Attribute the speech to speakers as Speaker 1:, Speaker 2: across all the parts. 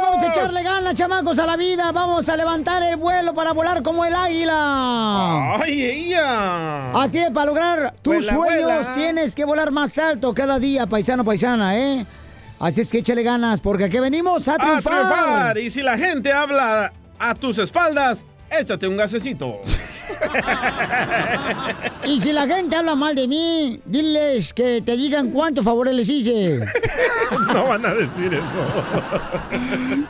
Speaker 1: Vamos a echarle ganas, chamacos, a la vida. Vamos a levantar el vuelo para volar como el águila.
Speaker 2: ¡Ay, ella!
Speaker 1: Así es, para lograr tus
Speaker 2: Vuela,
Speaker 1: sueños
Speaker 2: vuela.
Speaker 1: tienes que volar más alto cada día, paisano, paisana, ¿eh? Así es que échale ganas, porque aquí venimos a
Speaker 2: A
Speaker 1: triunfar.
Speaker 2: triunfar. Y si la gente habla a tus espaldas, échate un gasecito.
Speaker 1: Y si la gente habla mal de mí, diles que te digan cuántos favores les hice.
Speaker 2: No van a decir eso.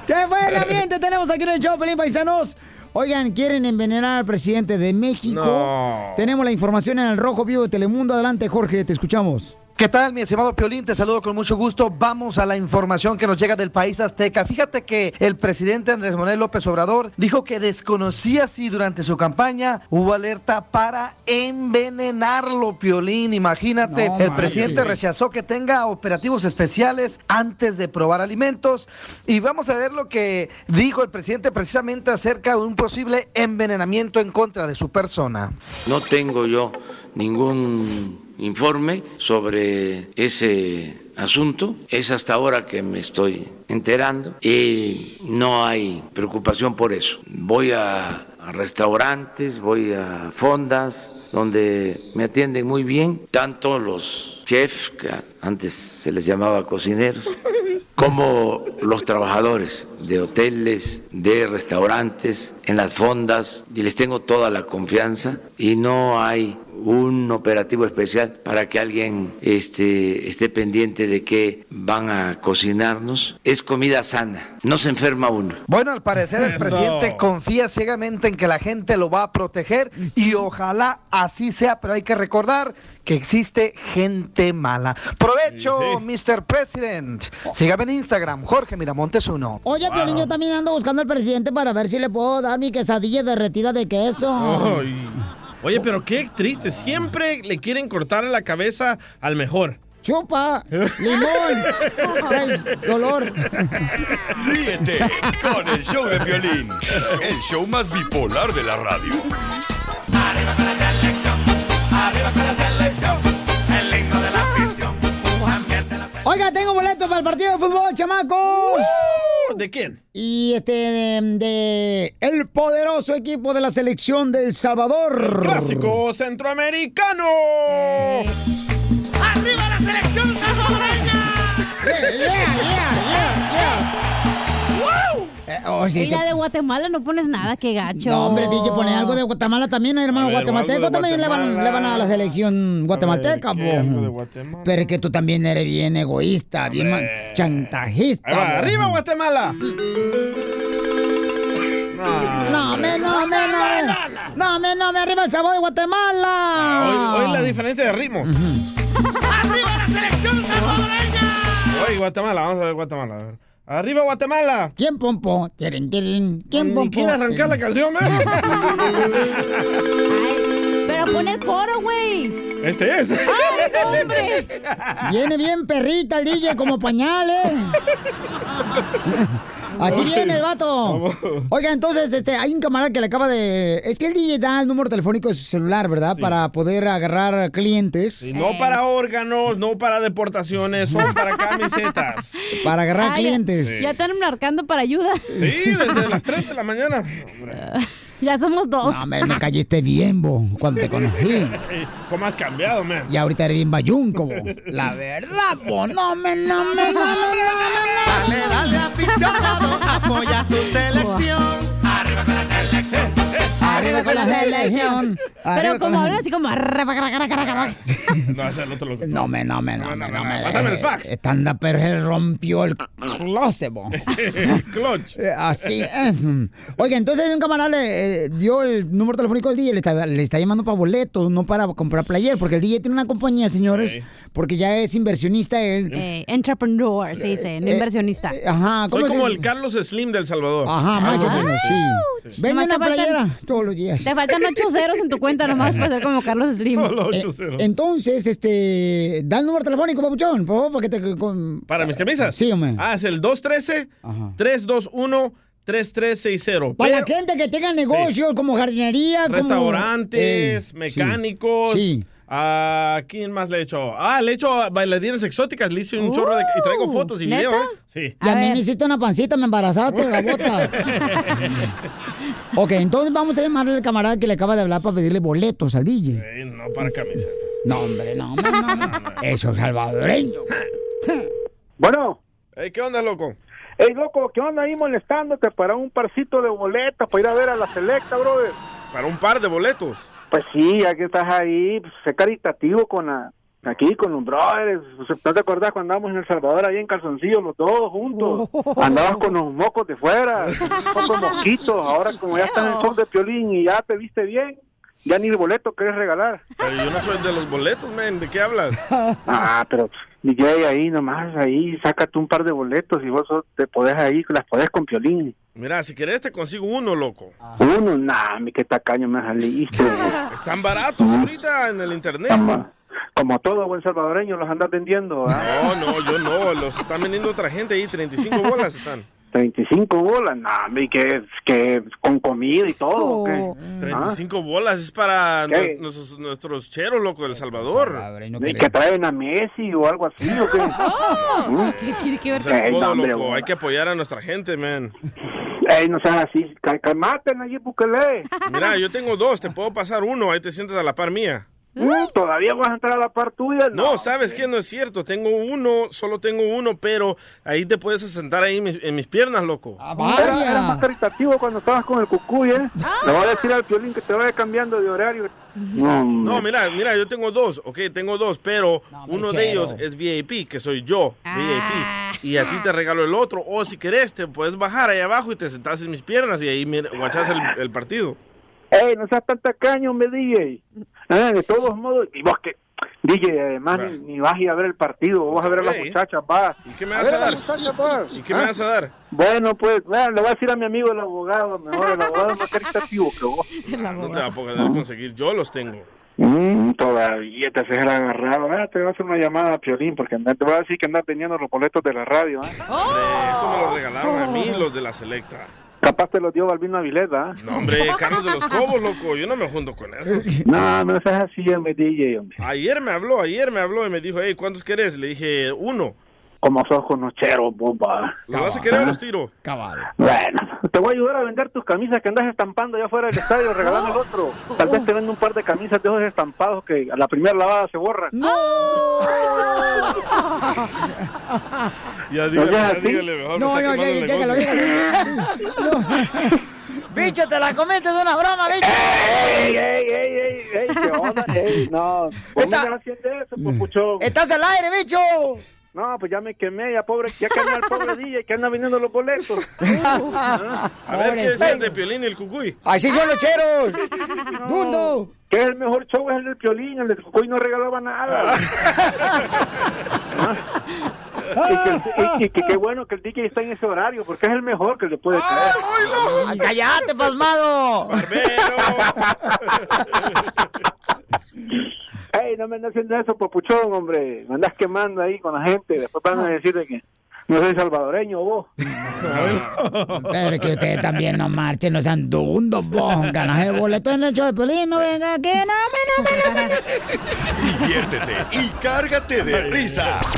Speaker 1: ¡Qué buen ambiente tenemos aquí en el show, Pelín Paisanos! Oigan, quieren envenenar al presidente de México.
Speaker 3: No.
Speaker 1: Tenemos la información en el Rojo Vivo de Telemundo. Adelante, Jorge, te escuchamos.
Speaker 3: ¿Qué tal, mi estimado Piolín? Te saludo con mucho gusto. Vamos a la información que nos llega del país azteca. Fíjate que el presidente Andrés Manuel López Obrador dijo que desconocía si durante su campaña hubo alerta para envenenarlo, Piolín. Imagínate,
Speaker 4: No manches.
Speaker 3: el presidente rechazó que tenga operativos especiales antes de probar alimentos. Y vamos a ver lo que dijo el presidente precisamente acerca de un posible envenenamiento en contra de su persona.
Speaker 5: No tengo yo ningún informe sobre ese asunto. Es hasta ahora que me estoy enterando y no hay preocupación por eso. Voy a, a restaurantes, voy a fondas donde me atienden muy bien, tanto los chefs, que antes se les llamaba cocineros, como los trabajadores de hoteles, de restaurantes, en las fondas, y les tengo toda la confianza y no hay un operativo especial para que alguien este, esté pendiente de que van a cocinarnos. Es comida sana, no se enferma uno.
Speaker 3: Bueno, al parecer el
Speaker 5: Eso.
Speaker 3: presidente confía ciegamente en que la gente lo va a proteger y ojalá así sea, pero hay que recordar que existe gente mala. Provecho, Mr. President. Sígame en Instagram, Jorge Miramontes 1.
Speaker 1: Oye, Piolín, yo también ando buscando al presidente para ver si le puedo dar mi quesadilla derretida de queso.
Speaker 2: Ay. Oye, pero qué triste. Siempre le quieren cortar la cabeza al mejor.
Speaker 1: Chupa, limón, traes dolor.
Speaker 6: Ríete Este, con el show de violín, el show más bipolar de la radio.
Speaker 7: Arriba con la selección, el himno de la afición.
Speaker 1: Oiga, tengo boletos para el partido de fútbol, chamacos.
Speaker 2: Uh, ¿De quién?
Speaker 1: Y este, de, de el poderoso equipo de la selección del Salvador.
Speaker 2: Clásico centroamericano.
Speaker 7: ¡Arriba la selección salvadoreña!
Speaker 1: Yeah, yeah, yeah,
Speaker 7: ¡Wow!
Speaker 1: Eh, oh, sí,
Speaker 8: y la
Speaker 1: que-
Speaker 8: de Guatemala no pones nada, qué gacho.
Speaker 1: No, hombre, DJ, poner algo de Guatemala también, eh, hermano
Speaker 8: A ver, algo
Speaker 1: guatemalteco.
Speaker 8: de
Speaker 1: También le van,
Speaker 8: Guatemala.
Speaker 1: le van a la selección guatemalteca,
Speaker 2: ¿qué? Algo de
Speaker 1: po. Pero es que tú también eres bien egoísta, bien ma- chantajista.
Speaker 2: Ahí va,
Speaker 1: po.
Speaker 2: ¡Arriba, Guatemala!
Speaker 1: No, me, no, me, no, me. No, me, no, me, arriba el sabor de Guatemala.
Speaker 2: Ah, Hoy, hoy la diferencia de ritmos.
Speaker 7: ¡Arriba la selección salvadoreña!
Speaker 2: Oye, Guatemala, vamos a ver Guatemala. a ver. ¡Arriba, Guatemala!
Speaker 1: ¿Quién pompo? ¿Quién
Speaker 2: ¿Quién
Speaker 1: pompo?
Speaker 2: ¿Quiere arrancar la canción,
Speaker 8: Pero pon el coro, güey.
Speaker 2: Este es.
Speaker 8: Ay, no, hombre.
Speaker 1: Viene bien perrita el DJ como pañales. Así viene el vato. Oiga, entonces, este, hay un camarada que le acaba de. Es que el DJ da el número telefónico de su celular, ¿verdad? Para poder agarrar clientes.
Speaker 2: Y no para órganos, no para deportaciones, son para camisetas.
Speaker 1: Para agarrar
Speaker 8: Ay,
Speaker 1: clientes.
Speaker 8: Ya, ya están marcando para ayuda.
Speaker 2: Sí, desde las 3 de la mañana.
Speaker 8: ya somos dos.
Speaker 1: No, hombre, me caíste bien, bo, cuando te conocí.
Speaker 2: Eh, ¿Cómo has cambiado, man?
Speaker 1: Y ahorita eres bien bayunco, bo. La verdad, bo. No me, no me, no me, no me.
Speaker 7: Dale, dale, aficionado, apoya tu selección. ¡Arriba con
Speaker 1: Arriba
Speaker 7: la selección!
Speaker 1: con la selección.
Speaker 8: Pero como hablan así como. "Arra, cara, cara, cara, cara".
Speaker 2: No, ese no te lo
Speaker 1: No me, no me, no me, no me.
Speaker 2: Pásame el fax.
Speaker 1: Estanda, pero él rompió el closet, bo.
Speaker 2: Clutch.
Speaker 1: Eh, Así es. Oiga, entonces un camarada le eh, dio el número telefónico al DJ, le está, le está llamando para boletos, no para comprar player, porque el DJ tiene una compañía, señores, porque ya es inversionista él.
Speaker 8: Eh, entrepreneur, se dice, no
Speaker 1: Eh,
Speaker 8: inversionista.
Speaker 1: Ajá,
Speaker 2: Soy
Speaker 1: Ah, ¿cómo
Speaker 2: como
Speaker 1: es?
Speaker 2: el Carlos Slim del Salvador. Ah,
Speaker 1: Ajá, más o menos, sí. Vende
Speaker 8: Nomás
Speaker 1: una
Speaker 8: te falta el
Speaker 1: playera cartera todos los días.
Speaker 8: Te faltan ocho ceros en tu cuenta nomás para ser como Carlos Slim.
Speaker 1: Eh, entonces, este, da el número telefónico, papuchón, por favor, para que te... con-
Speaker 2: ¿Para mis camisas?
Speaker 1: Sí, hombre.
Speaker 2: Ah, es el 213-321-3360.
Speaker 1: Para
Speaker 2: Pero-
Speaker 1: la gente que tenga negocios como jardinería, como-
Speaker 2: Restaurantes,
Speaker 1: Eh, sí.
Speaker 2: mecánicos.
Speaker 1: Sí.
Speaker 2: ¿A quién más le he hecho? Ah, le he hecho a bailarinas exóticas. Le hice un
Speaker 1: Uh,
Speaker 2: chorro de... Y traigo fotos y
Speaker 1: ¿neta?
Speaker 2: video, ¿eh? Sí.
Speaker 1: Y a, mí me hiciste una pancita, me embarazaste, gabota. ok, entonces vamos a llamarle al camarada que le acaba de hablar para pedirle boletos al DJ.
Speaker 2: Eh, no para camisa.
Speaker 1: No, hombre, no, hombre, no, no. Eso es salvadoreño.
Speaker 9: Bueno.
Speaker 2: ¿Qué onda, loco?
Speaker 9: Ey, loco, ¿qué onda ahí molestándote para un parcito de boletas para ir a ver a la selecta, brother?
Speaker 2: Para un par de boletos.
Speaker 9: Pues sí, ya que estás ahí, pues, sé caritativo con la, aquí, con los brothers. Pues, ¿No te acordás cuando andábamos en El Salvador ahí en calzoncillos los dos juntos? Andabas con los mocos de fuera, con mosquitos. Ahora como ya estás en el show de Piolín y ya te viste bien, ya ni el boleto querés regalar.
Speaker 2: Pero yo no soy de los boletos, men. ¿De qué hablas?
Speaker 9: Ah, pero DJ ahí nomás, ahí, sácate un par de boletos y vos sos- te podés ahí, las podés con Piolín.
Speaker 2: Mira, si querés te consigo uno, loco.
Speaker 9: Uno, nah, mi que tacaño me saliste.
Speaker 2: Están baratos ahorita en el internet.
Speaker 9: Como todo buen salvadoreño los andas vendiendo, ¿ah?
Speaker 2: No, no, yo no. Los están vendiendo otra gente ahí. 35 bolas están.
Speaker 9: 35 bolas, nah, mi que, que con comida y todo. ¿o qué? ¿Ah?
Speaker 2: 35 bolas es para
Speaker 9: ¿Qué?
Speaker 2: nu- nuestros, nuestros cheros, loco, del Salvador.
Speaker 9: Y que traen a Messi o algo así, ¿o qué?
Speaker 2: Oh.
Speaker 9: ¿Mm?
Speaker 8: Qué chir, qué
Speaker 2: O sea,
Speaker 8: vergüenza.
Speaker 9: Ey,
Speaker 2: todo,
Speaker 9: no, hombre,
Speaker 2: loco.
Speaker 9: bola.
Speaker 2: Hay que apoyar a nuestra gente, man.
Speaker 9: Ey, no seas así, ca- calmate, Nayib Bukele.
Speaker 2: Mira, yo tengo dos, te puedo pasar uno, ahí te sientas a la par mía.
Speaker 9: Mm, Todavía vas a entrar a la par tuya.
Speaker 2: No, sabes que no es cierto, tengo uno, solo tengo uno, pero ahí te puedes sentar ahí en mis, en mis piernas, loco.
Speaker 9: Era, era más caritativo cuando estabas con el cucuy, ¿eh? Le voy a decir al violín que te vaya cambiando de horario. No, hombre.
Speaker 2: No, mira, mira, yo tengo dos, ok, tengo dos, pero uno de
Speaker 9: quiero.
Speaker 2: ellos es VIP, que soy yo, VIP, y a ti te regalo el otro, o si querés te puedes bajar ahí abajo y te sentás en mis piernas y ahí mira, guachás el, el partido.
Speaker 9: Ey, no seas tan tacaño, me DJ. Ah, de todos modos, y vos que, DJ, además ni, ni vas a ir a ver el partido, vos vas a ver a las
Speaker 2: Ok.
Speaker 9: muchachas, vas.
Speaker 2: ¿Y qué me
Speaker 9: A
Speaker 2: vas
Speaker 9: ver
Speaker 2: a
Speaker 9: a las
Speaker 2: dar?
Speaker 9: muchachas, vas.
Speaker 2: ¿Y qué me
Speaker 9: Ah,
Speaker 2: vas a dar?
Speaker 9: Bueno, pues, bueno, le voy a decir a mi amigo el abogado, mejor el abogado es más caritativo que vos.
Speaker 2: No te va a poder conseguir, yo los tengo.
Speaker 9: Mm, todavía te haces el agarrado. Ah, te voy a hacer una llamada a Piolín, porque anda- te voy a decir que andas teniendo los boletos de la radio, ¿eh?
Speaker 2: Hombre, esto me lo regalaron a mí los de la selecta.
Speaker 9: Capaz te los dio Balbino Avileda, ¿eh?
Speaker 2: No, hombre, Carlos de los Cobos, loco, yo no me junto con eso.
Speaker 9: No, no seas así, me DJ, hombre.
Speaker 2: Ayer me habló, ayer me habló y me dijo, hey, ¿cuántos querés? Le dije, uno.
Speaker 9: Como sos conochero, bomba.
Speaker 2: ¿Lo vas a querer o los tiro?
Speaker 9: Bueno, te voy a ayudar a vender tus camisas que andas estampando allá afuera del estadio, regalando el otro. Tal vez te vendo un par de camisas de esos estampados que a la primera lavada se borran.
Speaker 1: ¡No!
Speaker 2: Ya
Speaker 9: dígale, ya dígale,
Speaker 2: mejor.
Speaker 1: No, no, ya, ya, ya, Bicho, te la comiste de una broma, bicho.
Speaker 9: ¡Ey, ey, ey, ey! ey ¿Qué onda? ¡Ey, no! ¿Cómo
Speaker 10: pues
Speaker 1: Está-
Speaker 9: estás haciendo eso,
Speaker 7: Mm.
Speaker 9: papuchón?
Speaker 1: ¡Estás al aire, bicho!
Speaker 9: No, pues ya me quemé, ya pobre, ya quemé al pobre DJ que anda vendiendo los boletos.
Speaker 2: A ver, ¿qué decías de Piolín y el Cucuy?
Speaker 1: ¡Así son los cheros!
Speaker 9: No,
Speaker 1: ¡Mundo!
Speaker 9: Que el mejor show es el del Piolín, el del Cocoy no regalaba nada.
Speaker 2: Ah.
Speaker 9: Ah. Y que- Y que qué bueno que el DJ está en ese horario, porque es el mejor que le puede caer.
Speaker 1: Ah, ¡Cállate, pasmado!
Speaker 9: Ey, no me andas haciendo eso, papuchón, hombre. Me andás quemando ahí con la gente. Después van
Speaker 11: Ah.
Speaker 9: a decir de que no soy salvadoreño vos.
Speaker 1: Pero que ustedes también no marchen, no sean dundos, vos. Ganas el boleto en el show de pelín, no venga aquí, no, no, no, no, no.
Speaker 6: Diviértete y cárgate de risas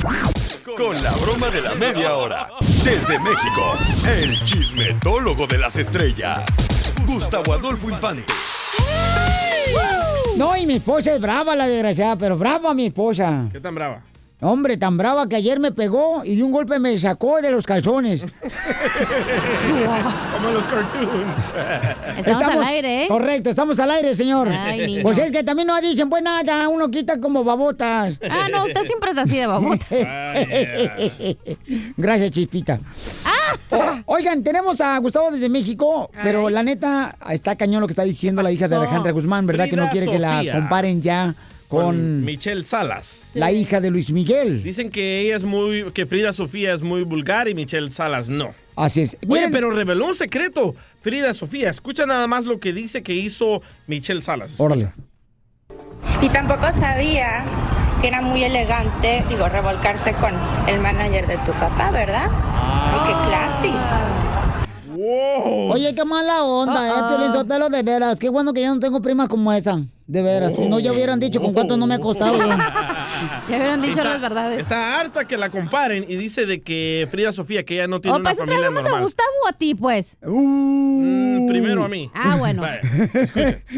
Speaker 6: con la broma de la media hora. Desde México, el chismetólogo de las estrellas, Gustavo Adolfo Infante.
Speaker 1: No, y mi esposa es brava, la desgraciada, pero brava mi esposa.
Speaker 2: ¿Qué tan brava?
Speaker 1: Hombre, tan brava que ayer me pegó y de un golpe me sacó de los calzones.
Speaker 2: Como los cartoons.
Speaker 8: Estamos al aire, ¿eh?
Speaker 1: Correcto, estamos al aire, señor.
Speaker 8: Ay, niños.
Speaker 1: pues es que también nos dicen, pues nada, uno quita como babotas.
Speaker 8: Ah, no, usted siempre es así de babota.
Speaker 1: Gracias, Chispita.
Speaker 8: Ah.
Speaker 1: O- oigan, tenemos a Gustavo desde México, pero la neta está cañón lo que está diciendo la hija de
Speaker 2: Pasó.
Speaker 1: Alejandra Guzmán, ¿verdad? que no
Speaker 2: Frida
Speaker 1: quiere que
Speaker 2: Sofía.
Speaker 1: la comparen ya
Speaker 2: Con
Speaker 1: con
Speaker 2: Michelle Salas.
Speaker 1: la hija de Luis Miguel.
Speaker 2: Dicen que ella es muy, que Frida Sofía es muy vulgar y Michelle Salas no.
Speaker 1: Así es.
Speaker 2: Oye, pero reveló un secreto. Frida Sofía, escucha nada más lo que dice que hizo Michelle Salas.
Speaker 1: Órale.
Speaker 12: Y tampoco sabía que era muy elegante, digo, revolcarse con el manager de tu papá, ¿verdad?
Speaker 2: Ah.
Speaker 12: Ay, qué classy.
Speaker 1: Oye, qué mala onda, eh, Piolín Sotelo, de veras. Qué bueno que ya no tengo primas como esa. De veras, si no ya hubieran dicho con cuánto no me ha costado. yo.
Speaker 8: Ya hubieran dicho
Speaker 2: Está-
Speaker 8: las verdades.
Speaker 2: Está harta que la comparen y dice de que Frida Sofía, que ella no tiene
Speaker 8: Oh,
Speaker 2: una
Speaker 8: para eso
Speaker 2: familia
Speaker 8: traigamos a
Speaker 2: normal.
Speaker 8: Gustavo o a ti, pues.
Speaker 1: Uh.
Speaker 2: Mm, Primero a mí.
Speaker 8: Ah, bueno.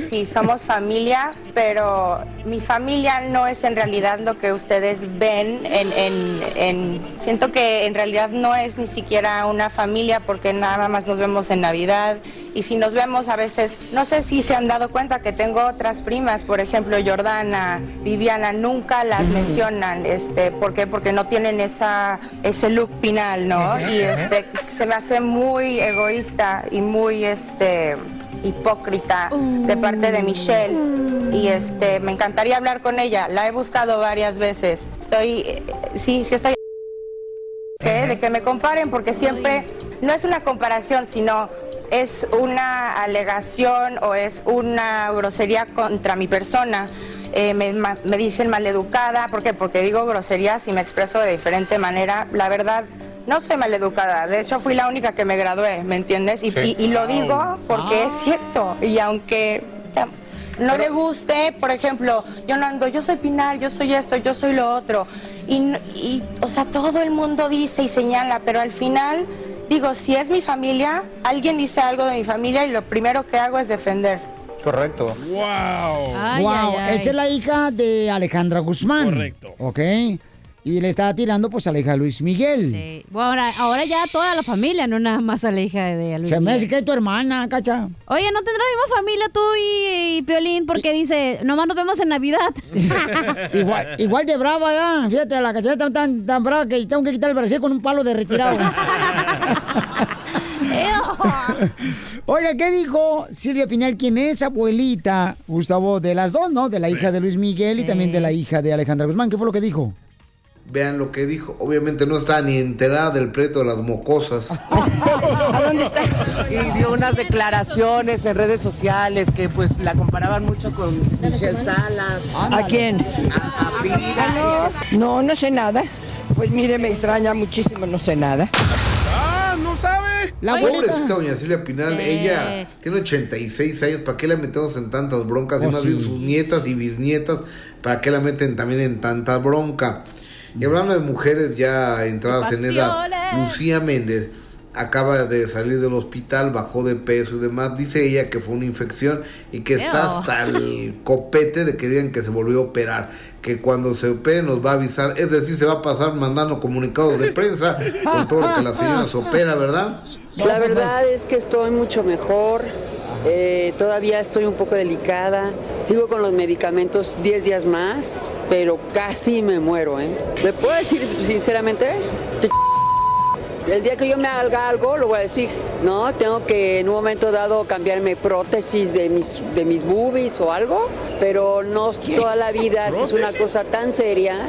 Speaker 12: Sí, somos familia, pero mi familia no es en realidad lo que ustedes ven. En, en- en- siento que en realidad no es ni siquiera una familia porque nada más nos vemos en Navidad. Y si nos vemos a veces, no sé si se han dado cuenta que tengo otras primas, por ejemplo, Jordana, Viviana, nunca las mencionan. Este, ¿Por qué? Porque no tienen esa, ese look final, ¿no? Y este, se me hace muy egoísta y muy este hipócrita de parte de Michelle y este me encantaría hablar con ella la he buscado varias veces estoy eh, sí sí estoy ¿Qué? de que me comparen porque siempre no es una comparación sino es una alegación o es una grosería contra mi persona Eh, me, ma- me dicen maleducada ¿por qué? porque digo groserías y me expreso de diferente manera la verdad no soy maleducada, de hecho fui la única que me gradué, ¿me entiendes? Y,
Speaker 10: Sí.
Speaker 12: y- y lo
Speaker 10: Ah.
Speaker 12: digo porque es cierto. Y aunque tam- no le guste, por ejemplo, yo no ando, yo soy Pinar, yo soy esto, yo soy lo otro. Y, n- y, o sea, todo el mundo dice y señala, pero al final, digo, si es mi familia, alguien dice algo de mi familia y lo primero que hago es defender.
Speaker 11: Correcto.
Speaker 2: ¡Wow!
Speaker 12: Ay,
Speaker 1: wow,
Speaker 12: ay, ay.
Speaker 1: esa es la hija de Alejandra Guzmán. Correcto. Ok. Y le estaba tirando pues a la hija de Luis Miguel. Sí.
Speaker 8: Bueno, ahora, ahora ya toda la familia, no nada más a la hija de Luis.
Speaker 1: Se me hace
Speaker 8: Miguel.
Speaker 1: que es tu hermana, cacha.
Speaker 8: Oye, ¿no tendrás la misma familia tú y, y Piolín? Porque dice, nomás nos vemos en Navidad.
Speaker 1: Igual, igual de brava, ya. Fíjate, la cacheta tan, tan, tan brava que tengo que quitar el brasil con un palo de retirado. Oiga, ¿qué dijo Silvia Pinal? ¿Quién es abuelita, Gustavo? De las dos, ¿no? De la hija de Luis Miguel y también de la hija de Alejandra Guzmán. ¿Qué fue lo que dijo?
Speaker 13: Vean lo que dijo. Obviamente no está ni enterada del pleito de las mocosas.
Speaker 14: ¿A dónde está? Y dio unas declaraciones en redes sociales que pues la comparaban mucho con Michelle Salas.
Speaker 15: ¿A quién?
Speaker 14: A
Speaker 15: Ah,
Speaker 14: Frida.
Speaker 15: no. no, no sé nada. Pues mire, me extraña muchísimo, no sé nada.
Speaker 2: ¡Ah, no sabe!
Speaker 13: Pobrecita doña Silvia Pinal,
Speaker 2: Sí.
Speaker 13: ella tiene 86 años, ¿para qué la metemos en tantas broncas? Y
Speaker 16: Oh,
Speaker 13: más
Speaker 16: sí.
Speaker 13: bien sus nietas y bisnietas, ¿para qué la meten también en tanta bronca? Y hablando de mujeres ya entradas en edad,
Speaker 16: Pasiones.
Speaker 13: Lucía Méndez acaba de salir del hospital, bajó de peso y demás. Dice ella que fue una infección y que
Speaker 16: Ew.
Speaker 13: está hasta el copete de que digan que se volvió a operar. Que cuando se opere nos va a avisar, es decir, se va a pasar mandando comunicados de prensa con todo lo que la señora se opera, ¿verdad?
Speaker 17: La verdad es que estoy mucho mejor. eh, todavía estoy un poco delicada. Sigo con los medicamentos 10 días más, pero casi me muero. ¿eh? ¿Me puedo decir sinceramente? Te ch- El día que yo me haga algo, lo voy a decir. No, tengo que en un momento dado cambiarme prótesis de mis, de mis boobies o algo, pero no s- toda la vida, si es una
Speaker 18: ¿Prótesis?
Speaker 17: cosa tan seria,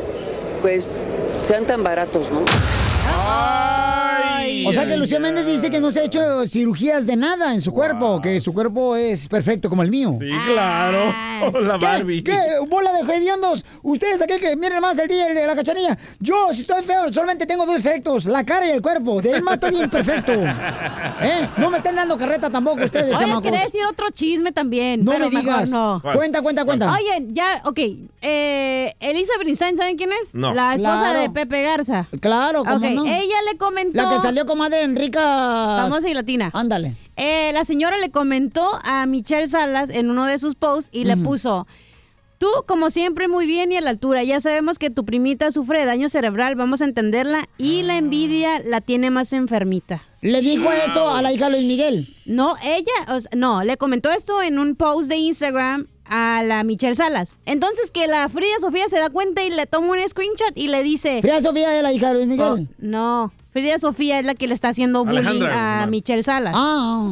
Speaker 17: pues sean tan baratos, ¿no?
Speaker 1: O sea que Lucía Méndez dice que no se ha hecho cirugías de nada en su cuerpo, que su cuerpo es perfecto como el mío.
Speaker 2: Sí, claro.
Speaker 8: Ah.
Speaker 2: La Barbie.
Speaker 1: ¿Qué? ¿Bola de hediondos? Ustedes aquí que miren más el día de la cachanilla. Yo, si estoy feo, solamente tengo dos defectos, la cara y el cuerpo. De ahí más estoy imperfecto. ¿Eh? No me están dando carreta tampoco ustedes,
Speaker 8: Oye, les
Speaker 1: chamacos.
Speaker 8: quería decir otro chisme también.
Speaker 1: No
Speaker 8: pero
Speaker 1: me
Speaker 8: mejor
Speaker 1: digas.
Speaker 8: no.
Speaker 1: ¿Cuál? Cuenta, cuenta, cuenta.
Speaker 8: Oye, ya, ok. Eh, Elisa Brinstein, ¿saben quién es?
Speaker 1: No.
Speaker 8: La esposa
Speaker 1: Claro.
Speaker 8: de Pepe Garza.
Speaker 1: Claro, cómo
Speaker 8: Ok,
Speaker 1: no.
Speaker 8: Ella le comentó.
Speaker 1: La que salió comadre Enrica.
Speaker 8: Famosa y latina.
Speaker 1: Ándale.
Speaker 8: Eh, la señora le comentó a Michelle Salas en uno de sus posts y le
Speaker 1: Ujú.
Speaker 8: puso. Tú, como siempre, muy bien y a la altura. Ya sabemos que tu primita sufre de daño cerebral. Vamos a entenderla. Y la envidia la tiene más enfermita.
Speaker 1: Ah. ¿Le dijo esto a la hija de Luis Miguel?
Speaker 8: No, ella, o sea, no, le comentó esto en un post de Instagram a la Michelle Salas. Entonces que la Frida Sofía se da cuenta y le toma un screenshot y le dice... "Oh,
Speaker 1: Frida Sofía es la hija de Luis Miguel.
Speaker 8: no, Frida Sofía es la que le está haciendo bullying
Speaker 1: Alejandra
Speaker 8: a
Speaker 1: Guzmán.
Speaker 8: Michelle Salas.
Speaker 1: Ah.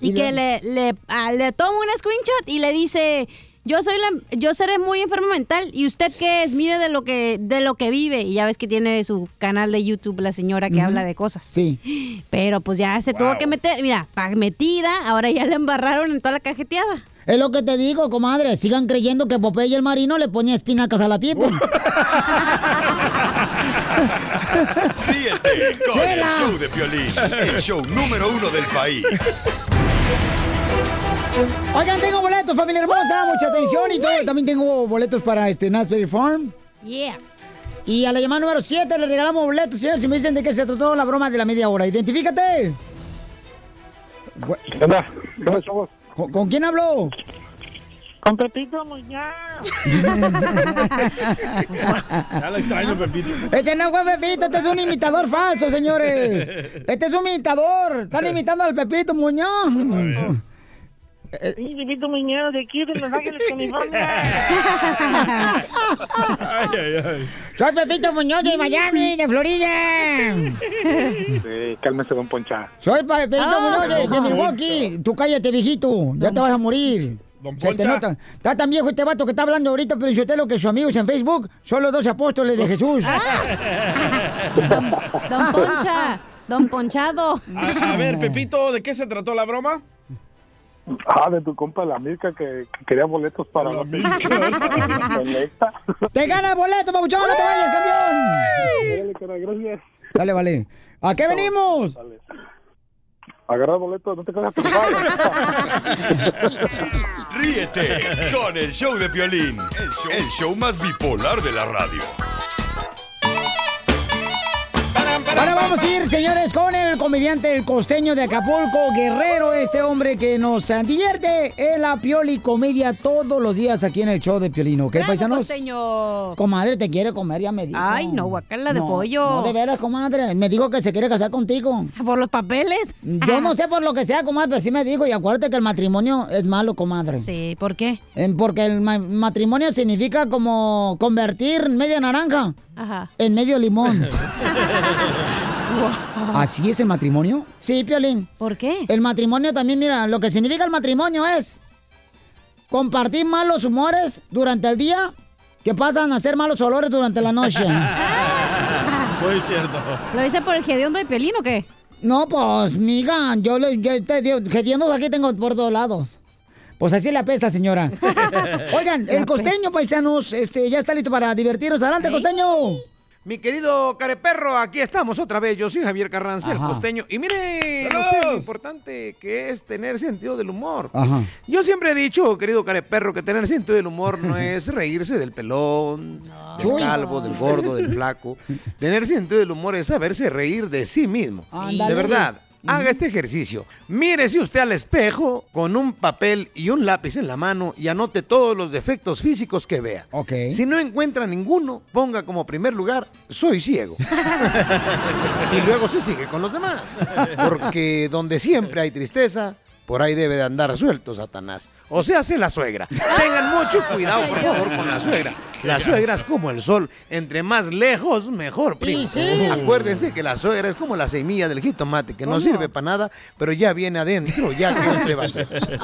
Speaker 8: Y que le, le, ah, le toma un screenshot y le dice, yo soy la, yo seré muy enferma mental y usted qué es, mire de lo que, de lo que vive. Y ya ves que tiene su canal de YouTube la señora que
Speaker 1: Ujú.
Speaker 8: habla de cosas.
Speaker 1: Sí.
Speaker 8: Pero pues ya se tuvo que meter, mira, pa- metida, ahora ya la embarraron en toda la cajeteada.
Speaker 1: Es lo que te digo, comadre. Sigan creyendo que Popeye el marino le ponía espinacas a la pipa.
Speaker 6: Ríete con
Speaker 7: Chela.
Speaker 6: el show de Piolín, el show número uno del país.
Speaker 1: Oigan, tengo boletos, familia hermosa. Mucha atención y todo. También tengo boletos para este Nasberry Farm.
Speaker 8: Yeah.
Speaker 1: Y a la llamada número 7 le regalamos boletos, señor. Si me dicen de qué se trató la broma de la media hora, identifícate. ¿Qué onda? ¿Con, con quién habló? Con Pepito
Speaker 7: Ya lo extraño, Pepito.
Speaker 1: Este no fue Pepito, este es un imitador falso, señores. Este es un imitador. Están imitando al Pepito Muñoz.
Speaker 7: Eh,
Speaker 10: Sí, Pepito Muñoz, de aquí de Los Ángeles, California.
Speaker 7: Ay, ay, ay.
Speaker 1: Soy Pepito Muñoz de Miami, de Florida.
Speaker 11: Sí, cálmese, don Poncha.
Speaker 1: Soy pa- Pepito
Speaker 7: Ah,
Speaker 1: Muñoz de, de
Speaker 7: don
Speaker 1: Milwaukee. Tú cállate, viejito. Ya te vas a morir.
Speaker 7: Don
Speaker 1: Se te
Speaker 7: Poncha.
Speaker 1: nota. Está tan viejo este vato que está hablando ahorita, pero yo te lo que sus amigos en Facebook son los dos apóstoles de Jesús.
Speaker 8: Ah. Don Poncha, don Ponchado.
Speaker 2: A ver, Pepito, ¿de qué se trató la broma?
Speaker 11: Ah, de tu compa la Mirka que, que quería boletos para la Selecta.
Speaker 1: ¡Te gana el boleto, papuchón! ¡No te vayas, campeón!
Speaker 11: Dale, cara, gracias.
Speaker 1: Dale, vale. ¿A qué venimos?
Speaker 11: Agarra boletos, no te quedas
Speaker 6: Ríete con el show de Piolín, el show, el show más bipolar de la radio.
Speaker 1: Ahora vamos a ir, señores, con el comediante el costeño de Acapulco, Guerrero, este hombre que nos eh, divierte en la Pioli Comedia todos los días aquí en el show de Piolino. ¿Qué, paisanos?
Speaker 8: Costeño.
Speaker 1: Comadre, te quiere comer, ya me dijo.
Speaker 8: Ay, no, guacala de
Speaker 1: No,
Speaker 8: pollo.
Speaker 1: No, de veras, comadre. Me dijo que se quiere casar contigo.
Speaker 8: ¿Por los papeles? Ah.
Speaker 1: Yo no sé por lo que sea, comadre, pero sí me dijo. Y acuérdate que el matrimonio es malo, comadre. Eh,
Speaker 8: Sí, ¿por qué?
Speaker 1: Porque el ma- matrimonio significa como convertir media naranja
Speaker 8: Ajá.
Speaker 1: en medio limón. ¿Así es el matrimonio? Sí, Piolín.
Speaker 8: ¿Por qué?
Speaker 1: El matrimonio también, mira, lo que significa el matrimonio es compartir malos humores durante el día que pasan a ser malos olores durante la noche.
Speaker 2: Muy cierto.
Speaker 8: ¿Lo hice por el gediondo de pelín o qué?
Speaker 1: No, pues, miga, yo, le- yo te digo, hediondos aquí tengo por todos lados. Pues así le apesta, señora. Oigan, el costeño, paisanos, este, ya está listo para divertirnos. Adelante, costeño.
Speaker 16: Mi querido careperro, aquí estamos otra vez. Yo soy Javier Carranza,
Speaker 1: Ajá.
Speaker 16: el costeño. Y miren
Speaker 1: ¡Saludos!
Speaker 16: ustedes lo importante que es tener sentido del humor.
Speaker 1: Ajá.
Speaker 16: Yo siempre he dicho, querido careperro, que tener sentido del humor no es reírse del pelón, del calvo, del gordo, del flaco. Tener sentido del humor es saberse reír de sí mismo.
Speaker 1: Ándale.
Speaker 16: De verdad. Haga este ejercicio. Mírese usted al espejo con un papel y un lápiz en la mano y anote todos los defectos físicos que vea. Si no encuentra ninguno, ponga como primer lugar, soy ciego. y luego se sigue con los demás. Porque donde siempre hay tristeza, por ahí debe de andar suelto Satanás. O sea, hace la suegra. Tengan mucho cuidado, por favor, con la suegra. La suegra es como el sol. Entre más lejos, mejor, primo.
Speaker 7: Y sí.
Speaker 16: Acuérdense que la suegra es como la semilla del jitomate, que no sirve para nada, pero ya viene adentro, ya que se le va a hacer.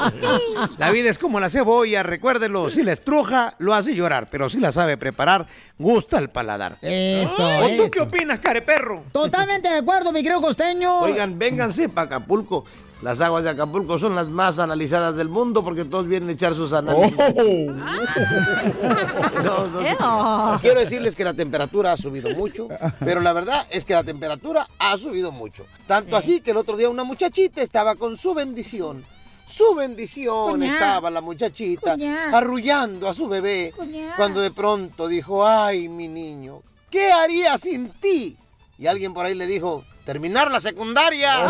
Speaker 16: La vida es como la cebolla, recuérdelo. Si la estruja, lo hace llorar, pero si la sabe preparar, gusta el paladar.
Speaker 1: Eso.
Speaker 16: ¿O tú
Speaker 1: eso.
Speaker 16: qué opinas, careperro?
Speaker 1: Totalmente de acuerdo, mi querido costeño.
Speaker 18: Oigan, vénganse para Acapulco. Las aguas de Acapulco son las más analizadas del mundo porque todos vienen a echar sus análisis. No, no se
Speaker 7: Oh.
Speaker 18: crean. Quiero decirles que la temperatura ha subido mucho, pero la verdad es que la temperatura ha subido mucho. Tanto así que el otro día una muchachita estaba con su bendición. Su bendición
Speaker 19: Cuñá.
Speaker 18: estaba la muchachita
Speaker 19: Cuñá.
Speaker 18: arrullando a su bebé
Speaker 19: Cuñá.
Speaker 18: cuando de pronto dijo, ay mi niño, ¿qué haría sin ti? Y alguien por ahí le dijo, terminar la secundaria.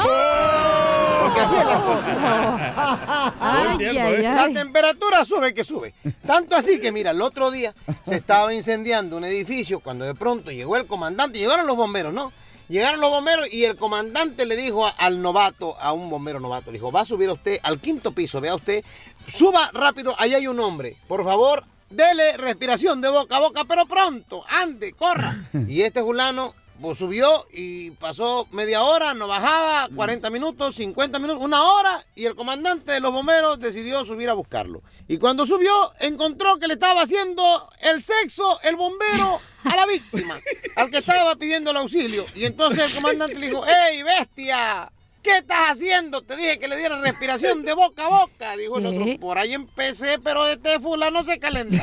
Speaker 18: Porque así es la cosa.
Speaker 7: Muy cierto, Oh. Ay, ay, ¿eh? ay.
Speaker 18: La temperatura sube que sube. Tanto así que, mira, el otro día se estaba incendiando un edificio cuando de pronto llegó el comandante, llegaron los bomberos, ¿no? Llegaron los bomberos y el comandante le dijo a- al novato, a un bombero novato, le dijo, va a subir usted al quinto piso, vea usted, suba rápido, ahí hay un hombre, por favor, dele respiración de boca a boca, pero pronto, ande, corra. Y este fulano Pues subió y pasó media hora, no bajaba, 40 minutos, 50 minutos, una hora, y el comandante de los bomberos decidió subir a buscarlo. Y cuando subió, encontró que le estaba haciendo el sexo el bombero a la víctima, al que estaba pidiendo el auxilio. Y entonces el comandante le dijo, ¡Ey, bestia! ¿Qué estás haciendo? Te dije que le diera respiración de boca a boca. Dijo el otro, por ahí empecé, pero este fulano se calentó.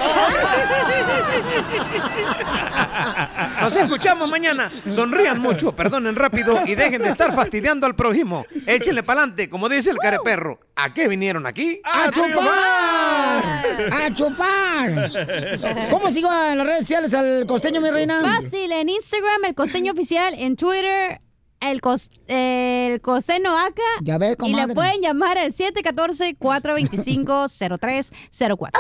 Speaker 16: Nos escuchamos mañana. Sonrían mucho, perdonen rápido y dejen de estar fastidiando al prójimo. Échenle pa'lante, como dice el careperro. ¿A qué vinieron aquí?
Speaker 1: ¡A chupar! ¡A chupar! ¿Cómo sigo en las redes sociales al costeño, mi reina?
Speaker 8: Fácil, en Instagram, el costeño oficial, en Twitter, el, cos, el coseno acá.
Speaker 1: Ya ves,
Speaker 8: Y
Speaker 1: comadre.
Speaker 8: le pueden llamar al 714-425-0304.
Speaker 1: no pues,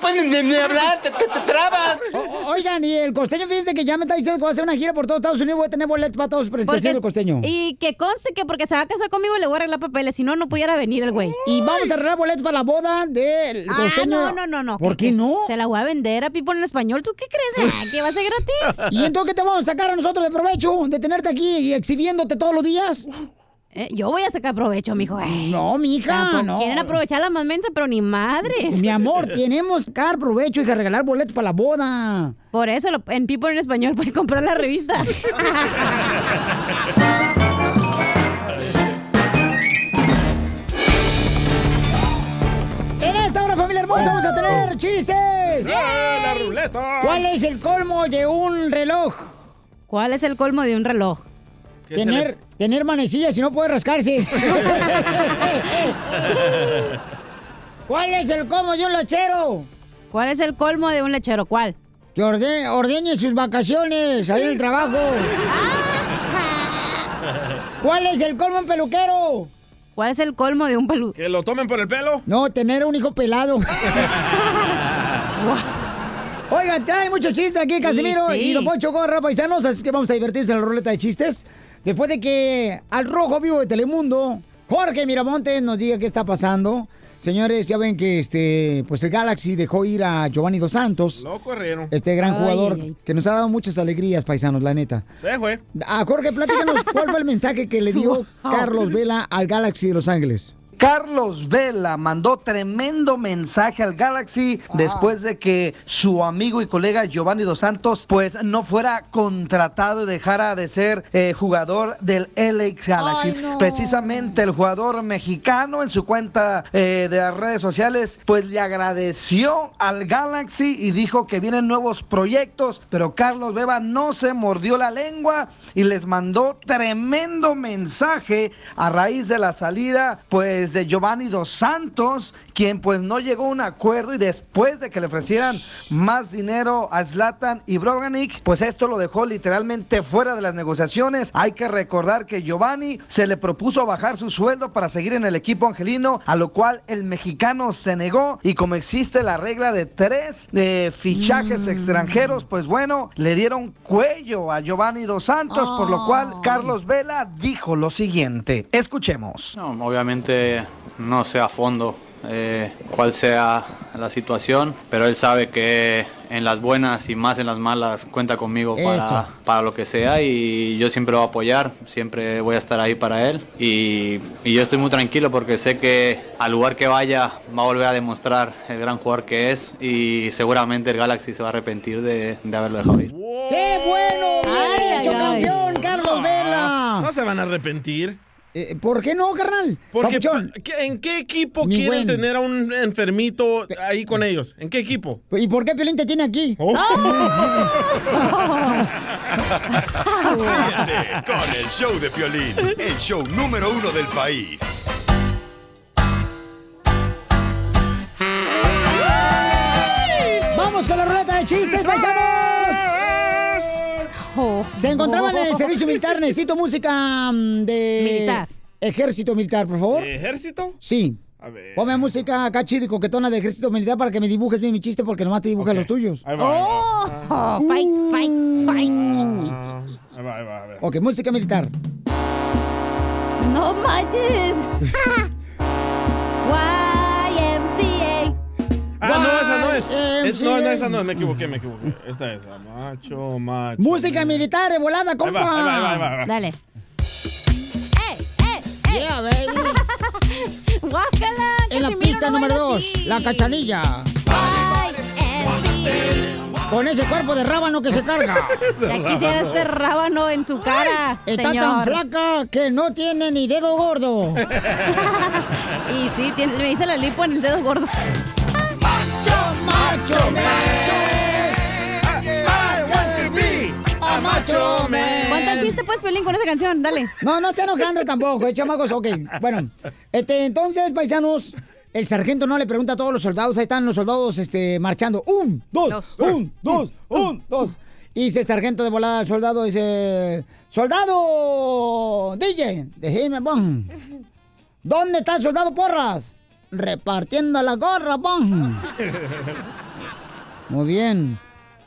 Speaker 7: pueden ni- ni hablar,
Speaker 1: te, trabas. oigan, y el costeño, fíjense que ya me está diciendo que va a hacer una gira por todo Estados Unidos. Voy a tener boletos para todos los presentaciones del costeño.
Speaker 8: Y que conste que porque se va a casar conmigo le voy a arreglar papeles, si no, no pudiera venir el güey.
Speaker 1: Y vamos a arreglar boletos para la boda del costeño.
Speaker 8: Ah, no, no, no, no.
Speaker 1: ¿Por
Speaker 8: que-
Speaker 1: qué no?
Speaker 8: Se la voy a vender a Pipo en español. ¿Tú qué crees? Ah, ¿Que va a ser gratis?
Speaker 1: ¿Y entonces qué te vamos a sacar a nosotros de provecho? ¿De tenerte aquí y exhibiéndote todos los días?
Speaker 8: Eh, yo voy a sacar provecho, mijo. Ay,
Speaker 1: No, mija,
Speaker 8: tampoco
Speaker 1: no.
Speaker 8: Quieren aprovechar la más mensa, pero ni madres.
Speaker 1: Mi amor, tenemos que sacar provecho y que regalar boletos para la boda.
Speaker 8: Por eso lo- en People en Español pueden comprar la revista.
Speaker 1: En esta hora, familia hermosa, vamos
Speaker 16: Oh.
Speaker 1: a tener chistes.
Speaker 16: Ah,
Speaker 2: Ah,
Speaker 8: la
Speaker 1: ruleta! ¿Cuál es el colmo de un reloj?
Speaker 8: ¿Cuál es el colmo de un reloj?
Speaker 7: Que se
Speaker 1: Tener, tener manecillas y no puede rascarse. ¿Cuál es el colmo de un lechero?
Speaker 8: ¿Cuál es el colmo de un lechero? ¿Cuál?
Speaker 1: Que orde- ordene sus vacaciones, ahí en el trabajo. ¿Cuál es el colmo de un peluquero?
Speaker 8: ¿Cuál es el colmo de un peluquero?
Speaker 1: ¿Que lo tomen por el pelo? No, tener un hijo pelado. Oigan, trae muchos chistes aquí, Casimiro.
Speaker 7: sí.
Speaker 1: Y Don Poncho Gorra, paisanos. Así que vamos a divertirse en la ruleta de chistes. Después de que al rojo vivo de Telemundo, Jorge Miramontes nos diga qué está pasando. Señores, ya ven que este, pues el Galaxy dejó ir a Giovanni Dos Santos.
Speaker 2: Lo corrieron.
Speaker 1: Este gran
Speaker 2: Ay,
Speaker 1: jugador
Speaker 2: ay, ay.
Speaker 1: que nos ha dado muchas alegrías, paisanos, la neta.
Speaker 2: Se fue.
Speaker 1: A Ah, Jorge, platícanos cuál fue el mensaje que le dio Carlos Vela al Galaxy de Los Ángeles.
Speaker 3: Carlos Vela mandó tremendo mensaje al Galaxy
Speaker 1: Ah.
Speaker 3: después de que su amigo y colega Giovanni Dos Santos pues no fuera contratado y dejara de ser eh, jugador del LA Galaxy.
Speaker 7: Ay, no.
Speaker 3: Precisamente el jugador mexicano en su cuenta eh, de las redes sociales pues le agradeció al Galaxy y dijo que vienen nuevos proyectos, pero Carlos Vela no se mordió la lengua y les mandó tremendo mensaje a raíz de la salida pues de Giovanni Dos Santos, quien pues no llegó a un acuerdo y después de que le ofrecieran más dinero a Zlatan y Broganic, pues esto lo dejó literalmente fuera de las negociaciones. Hay que recordar que Giovanni se le propuso bajar su sueldo para seguir en el equipo angelino, a lo cual el mexicano se negó y como existe la regla de tres eh, fichajes extranjeros, pues bueno, le dieron cuello a Giovanni Dos Santos, por lo cual Carlos Vela dijo lo siguiente. Escuchemos.
Speaker 19: No, obviamente no sé a fondo eh, cuál sea la situación, pero él sabe que en las buenas y más en las malas cuenta conmigo
Speaker 20: Eso.
Speaker 19: para, para lo que sea y yo siempre lo voy a apoyar, siempre voy a estar ahí para él y, y yo estoy muy tranquilo porque sé que al lugar que vaya va a volver a demostrar el gran jugador que es y seguramente el Galaxy se va a arrepentir de, de haberlo dejado ir.
Speaker 1: ¡Qué bueno! ¡Bien hecho, campeón, Carlos Vela! Eh,
Speaker 2: No se van a arrepentir.
Speaker 1: ¿Por qué no, carnal?
Speaker 2: Porque
Speaker 1: Papuchón.
Speaker 2: pa- ¿qué- ¿En qué equipo
Speaker 1: Mi
Speaker 2: quieren
Speaker 1: buen.
Speaker 2: tener a un enfermito ahí con ellos? ¿En qué equipo? Oh.
Speaker 1: ¿Y por qué Piolín te tiene aquí? Ah.
Speaker 6: Ríete con el show de Piolín, el show número uno del país.
Speaker 1: ¡Vamos con la ruleta de chistes, paisanos! Se encontraban en el servicio militar. Necesito música mm, de...
Speaker 2: Militar.
Speaker 1: Ejército militar, por favor.
Speaker 2: ¿De ejército?
Speaker 1: Sí.
Speaker 2: A ver.
Speaker 1: Ponme música acá chida y coquetona de ejército militar para que me dibujes bien mi chiste porque nomás te dibujas los tuyos.
Speaker 2: Ahí va, Ah. ahí
Speaker 1: ¡Oh! Fight, fight, fight.
Speaker 2: Ahí va, ahí va, a ver.
Speaker 1: Ok, música militar.
Speaker 8: No manches. YMCA.
Speaker 2: Ah, No, no, esa no
Speaker 8: Eh.
Speaker 2: es.
Speaker 1: Ay,
Speaker 2: Es- no, no,
Speaker 1: sí.
Speaker 2: esa no es. Me equivoqué, me equivoqué. Esta es. ah, Macho, macho.
Speaker 1: Música militar de volada, compa.
Speaker 2: va, ahí va, ahí va, ahí va, ahí va.
Speaker 8: Dale.
Speaker 1: Yeah, baby. En la pista número 2, la cachanilla. Con ese cuerpo de rábano que se carga.
Speaker 8: Ya quisiera este rábano en su cara,
Speaker 1: Está tan
Speaker 8: señor.
Speaker 1: flaca que no tiene ni dedo gordo.
Speaker 8: Y sí, tiene- me hice la lipo en el dedo gordo.
Speaker 1: macho
Speaker 7: a macho man.
Speaker 8: Cuenta el chiste, pues, Pelín, con esa canción. Dale.
Speaker 1: No, no se enojando tampoco, eh, chamacos. Ok, bueno. Este, entonces, paisanos, el sargento no le pregunta a todos los soldados. Ahí están los soldados este, marchando. Un, dos, un, dos, un, dos. Y dice el sargento de volada al soldado, dice... ¡Soldado! DJ, déjeme, bon. ¿Dónde está el soldado Porras? Repartiendo la gorra, bon. Muy bien.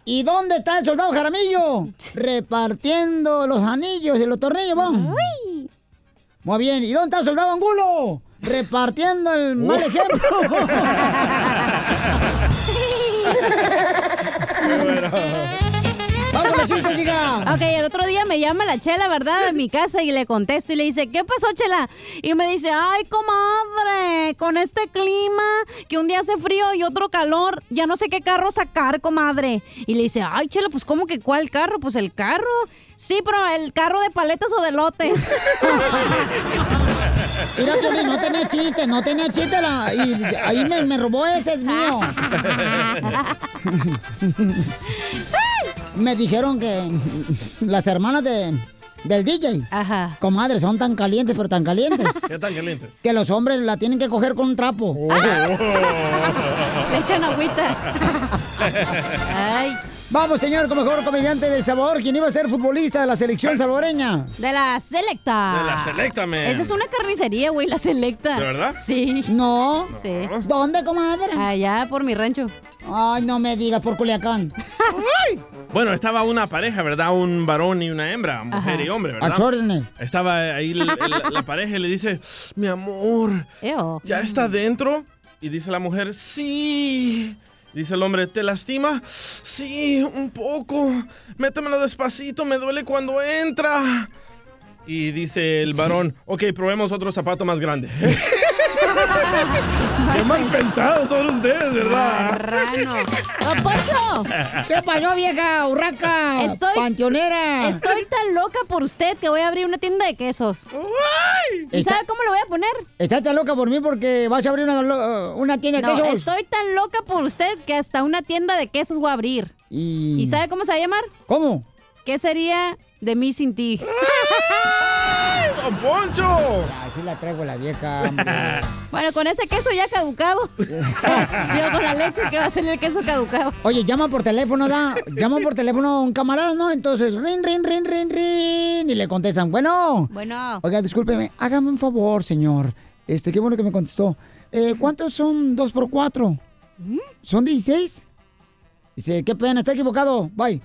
Speaker 1: ¿Y dónde está el soldado Jaramillo? Repartiendo los anillos y los tornillos, vamos. Muy bien. ¿Y dónde está el soldado Angulo? Repartiendo el mal ejemplo. ¡Vamos con los chistes, hija!
Speaker 8: Ok, el otro día me llama la Chela, ¿verdad? De mi casa y le contesto y le dice, ¿qué pasó, Chela? Y me dice, ay, comadre, con este clima, que un día hace frío y otro calor, ya no sé qué carro sacar, comadre. Y le dice, ay, Chela, pues ¿cómo que cuál carro? Pues el carro. Sí, pero el carro de paletas o de lotes.
Speaker 1: Mira, Piolín, no tenía chiste, no tenía chiste. la- y ahí me, me robó ese, es mío. Me dijeron que las hermanas de, del DJ, comadre, son tan calientes, pero tan calientes,
Speaker 2: ¿Qué tan calientes?
Speaker 1: que los hombres la tienen que coger con un trapo.
Speaker 8: Oh. Le echan agüita.
Speaker 1: Vamos, señor, con mejor comediante del Salvador, quien iba a ser futbolista de la selección salvadoreña.
Speaker 8: De la selecta.
Speaker 2: De la selecta, man.
Speaker 8: Esa es una carnicería, güey, la selecta.
Speaker 2: ¿De verdad?
Speaker 8: Sí.
Speaker 1: No.
Speaker 8: Sí.
Speaker 1: ¿Dónde, comadre?
Speaker 8: Allá, por mi rancho.
Speaker 1: Ay, no me digas, por Culiacán.
Speaker 2: Bueno, estaba una pareja, ¿verdad? Un varón y una hembra, mujer y hombre, ¿verdad?
Speaker 1: A sus órdenes.
Speaker 2: Estaba ahí el- el- la pareja y le dice, mi amor, ¿ya está dentro? Y dice la mujer, sí. Dice el hombre, ¿te lastima? Sí, un poco. Métemelo despacito, me duele cuando entra. Y dice el varón, ok, probemos otro zapato más grande. Qué mal pensados son ustedes, ¿verdad?
Speaker 8: ¡Don Poncho!
Speaker 1: ¿Qué pasó, vieja urraca? panteonera.
Speaker 8: Estoy tan loca por usted que voy a abrir una tienda de quesos. ¿Y
Speaker 1: Está-
Speaker 8: sabe cómo lo voy a poner?
Speaker 1: Estás tan loca por mí porque vas a abrir una, lo- una tienda de
Speaker 8: No,
Speaker 1: quesos.
Speaker 8: estoy tan loca por usted que hasta una tienda de quesos voy a abrir.
Speaker 1: Y...
Speaker 8: ¿Y sabe cómo se va a llamar?
Speaker 1: ¿Cómo?
Speaker 8: ¿Qué sería de mí sin ti?
Speaker 2: ¡Don Poncho!
Speaker 1: Así la traigo la vieja. hombre.
Speaker 8: Bueno, con ese queso ya caducado. Yo con la leche que va a ser el queso caducado.
Speaker 1: Oye, llama por teléfono, da. Llama por teléfono a un camarada, ¿no? Entonces, rin, rin, rin, rin, rin. Y le contestan, bueno.
Speaker 8: Bueno.
Speaker 1: Oiga, discúlpeme, hágame un favor, señor. Este, qué bueno que me contestó. Eh, ¿Cuántos son dos por cuatro? ¿Son 16? Dice, qué pena, está equivocado. Bye.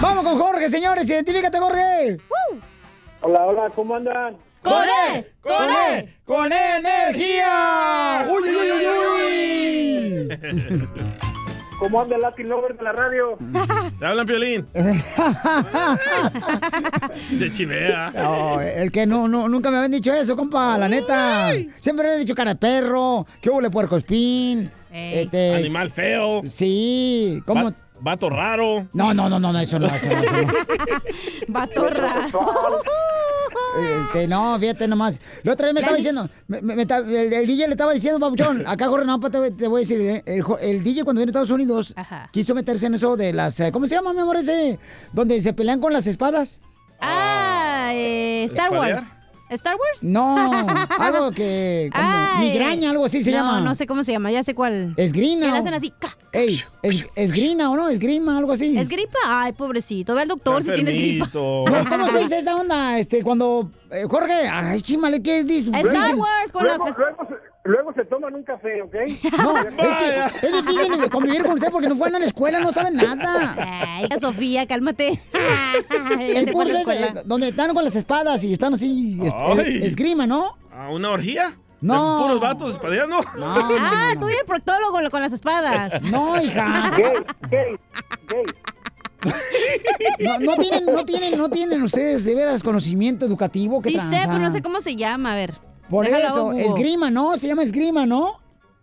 Speaker 1: Vamos con Jorge, señores. Identifícate, Jorge.
Speaker 20: Hola, hola, ¿cómo andan?
Speaker 1: ¡Con él! E, ¡Con él! ¡Con energía! ¡Uy, uy, uy, uy!
Speaker 20: ¿Cómo anda el Latin Lover de la radio?
Speaker 2: Te hablan violín. Se chivea.
Speaker 1: No, el que no, no, nunca me habían dicho eso, compa, la neta. Siempre me han dicho cara de perro, que hubo puerco espín.
Speaker 8: Eh.
Speaker 1: este,
Speaker 2: Ey. Animal feo.
Speaker 1: Sí, ¿cómo?
Speaker 2: Va- Vato raro.
Speaker 1: No, no, no, no, no, eso no. eso no, eso no.
Speaker 8: Va torra.
Speaker 1: Este, no, fíjate nomás. La otra vez me
Speaker 8: La
Speaker 1: estaba
Speaker 8: dich-
Speaker 1: diciendo, me- me- me ta- el, el DJ le estaba diciendo, papuchón, acá Jorge no, te, te voy a decir, eh, el, jo- el DJ cuando viene a Estados Unidos quiso meterse en eso de las, eh, ¿cómo se llama, mi amor, ese? Donde se pelean con las espadas.
Speaker 8: Ah, eh, Star
Speaker 1: ¿Espadear?
Speaker 8: Wars. ¿Star Wars?
Speaker 1: No, algo que, como migraña, algo así se
Speaker 8: no,
Speaker 1: llama.
Speaker 8: No sé cómo se llama, ya sé cuál.
Speaker 1: Esgrima.
Speaker 8: Que le
Speaker 1: o-
Speaker 8: hacen así. ca.
Speaker 1: Ey, es, esgrima o no, esgrima, algo así.
Speaker 8: ¿Es gripa? Ay, pobrecito. Ve al doctor si tienes gripa.
Speaker 2: Enfermito.
Speaker 1: No, ¿Cómo se dice esa onda? Este, cuando, eh, Jorge, ay, chimale, ¿qué es this?
Speaker 20: Luego-
Speaker 1: Brazen?
Speaker 20: luego, luego se, luego se toman un café, ¿ok?
Speaker 1: No, es que es difícil convivir con usted porque no fueron a la escuela, no saben nada.
Speaker 8: Ay, Sofía, cálmate.
Speaker 1: El curso es eh, donde están con las espadas y están así, es-
Speaker 8: Ay.
Speaker 1: eh, esgrima, ¿no?
Speaker 2: ¿A una orgía?
Speaker 1: No.
Speaker 2: ¿De puros vatos espadeando?
Speaker 8: ah, tú y el proctólogo lo- con las espadas.
Speaker 1: No, hija. Gay, No, no tienen, no tienen, no tienen ustedes de veras conocimiento educativo. ¿Qué
Speaker 8: Sí sé,
Speaker 1: tranza?
Speaker 8: pero no sé cómo se llama, a ver.
Speaker 1: Por
Speaker 8: déjala,
Speaker 1: eso,
Speaker 8: Hugo.
Speaker 1: esgrima, ¿no? Se llama esgrima, ¿no?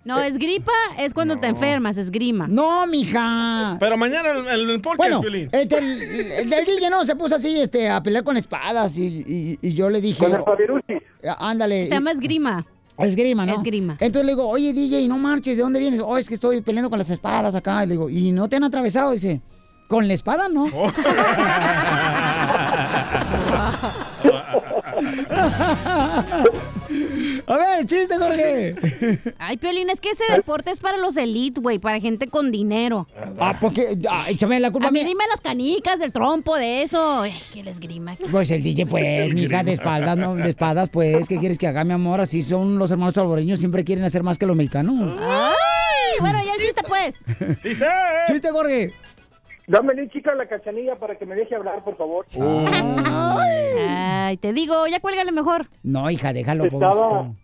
Speaker 8: No, es gripa, es cuando te enfermas, es grima.
Speaker 1: No, mija.
Speaker 2: Pero mañana el, el, el podcast,
Speaker 1: Bueno,
Speaker 2: Piolín.
Speaker 1: este, el, el del DJ no se puso así este, a pelear con espadas y, y- y yo le dije. Ah,
Speaker 8: Con el
Speaker 1: Ándale.
Speaker 8: Se llama esgrima.
Speaker 1: Esgrima, ¿no?
Speaker 8: Esgrima.
Speaker 1: Entonces le digo, oye, DJ, no marches, ¿de dónde vienes? Oh, es que estoy peleando con las espadas acá. Y le digo, ¿y no te han atravesado? Dice, con la espada, ¿no? A ver, chiste, Jorge.
Speaker 8: Ay, Piolín, es que ese deporte es para los elite, güey, para gente con dinero.
Speaker 1: Ah, porque, ah, échame la culpa
Speaker 8: A mí
Speaker 1: mía.
Speaker 8: dime las canicas, del trompo, de eso. Ay, que les grima.
Speaker 1: Pues el DJ, pues, mija, de espaldas, no, de espaldas, pues, ¿qué quieres que haga, mi amor? Así son los hermanos salvadoreños, siempre quieren hacer más que los mexicanos.
Speaker 8: Ay, bueno, ya el chiste, pues.
Speaker 2: ¿Listo?
Speaker 1: Chiste, Jorge.
Speaker 20: Dámele, chica, la cachanilla para que me deje hablar, por favor.
Speaker 8: Ay, te digo, ya cuélgale mejor.
Speaker 1: No, hija, déjalo,
Speaker 20: Estaba-
Speaker 1: pobrecito.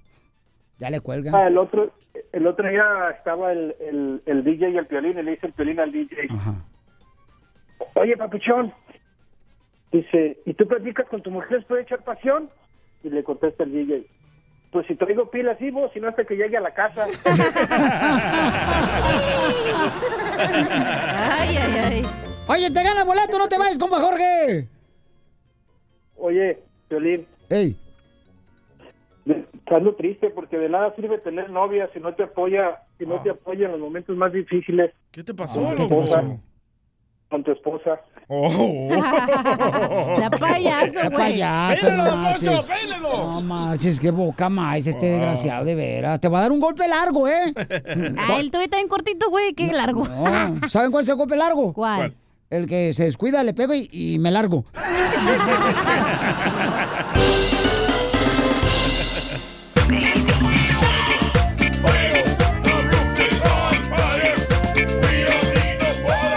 Speaker 1: Ya le cuelga.
Speaker 20: Ah, el otro, el otro día estaba el, el, el DJ y el violín, y le dice el violín al DJ. Oye, papuchón, dice, ¿y tú platicas con tu mujer? ¿Puede echar pasión? Y le contesta el DJ, pues si traigo pilas, sí, vos, si no hasta que llegue a la casa.
Speaker 8: Ay, ay, ay.
Speaker 1: Oye, te gana boleto, no te vayas, compa Jorge.
Speaker 20: Oye, violín.
Speaker 1: Ey.
Speaker 20: Estando triste porque de nada sirve tener novia si no te apoya, si
Speaker 1: Ah.
Speaker 20: no te apoya en los momentos más difíciles.
Speaker 2: ¿Qué te pasó,
Speaker 20: con tu
Speaker 2: loco?
Speaker 20: esposa? Con tu esposa.
Speaker 8: Oh.
Speaker 2: Oh.
Speaker 8: La payaso,
Speaker 1: Está
Speaker 8: güey.
Speaker 1: payaso, no
Speaker 7: Péinalo,
Speaker 1: marches.
Speaker 7: Poncho,
Speaker 1: No marches, qué boca más este desgraciado, de veras. Te va a dar un golpe largo, ¿eh?
Speaker 8: Ah, el tuyo también cortito, güey, qué largo.
Speaker 1: No, ¿Saben cuál es el golpe largo?
Speaker 8: ¿Cuál?
Speaker 1: El que se descuida, le pego y, y me largo.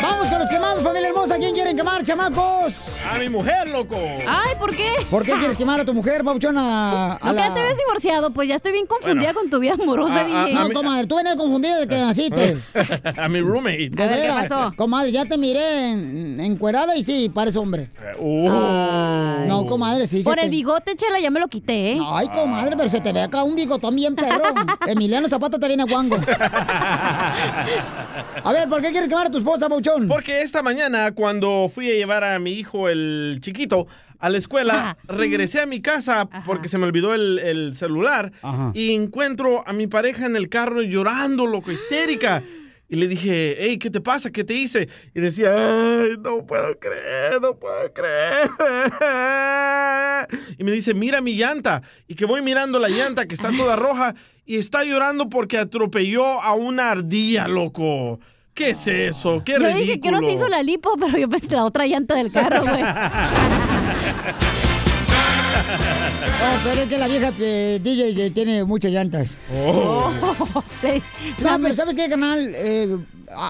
Speaker 1: Vamos con los quemados, familia hermosa. ¿Quién quieren quemar, chamacos?
Speaker 2: A mi mujer, loco.
Speaker 8: Ay, ¿por qué?
Speaker 1: ¿Por qué quieres quemar a tu mujer, papuchona?
Speaker 8: No, que ya te ves divorciado, pues ya estoy bien confundida con tu vida amorosa,
Speaker 2: a- Eh. a-
Speaker 8: DJ.
Speaker 2: a No, mí-
Speaker 1: Comadre, tú venías confundida de que naciste.
Speaker 2: A mi roommate.
Speaker 1: De veras, Comadre, ya te miré en- encuerada y sí, pares hombre.
Speaker 2: Eh, uh.
Speaker 1: No, comadre, sí.
Speaker 8: Por el bigote, chela, ya me lo quité, ¿eh?
Speaker 1: Ay, comadre, pero se te ve acá un bigotón bien perro. Emiliano Zapata te viene guango. A ver, ¿por qué quieres quemar a tu esposa, Pauchón?
Speaker 2: Porque esta mañana, cuando fui a llevar a mi hijo, el chiquito, a la escuela, regresé a mi casa porque se me olvidó el, el celular y encuentro a mi pareja en el carro llorando, loco, histérica. Y le dije, hey, ¿qué te pasa? ¿Qué te hice? Y decía, ay, no puedo creer, no puedo creer. Y me dice, mira mi llanta. Y que voy mirando la llanta que está toda roja y está llorando porque atropelló a una ardilla, loco. ¿Qué es eso? ¿Qué
Speaker 8: Yo
Speaker 2: ridículo?
Speaker 8: dije que no se hizo la lipo, pero yo pensé la otra llanta del carro, güey.
Speaker 1: Oh, pero es que la vieja eh, DJ ya tiene muchas llantas.
Speaker 2: Oh.
Speaker 1: No, pero ¿sabes qué, canal?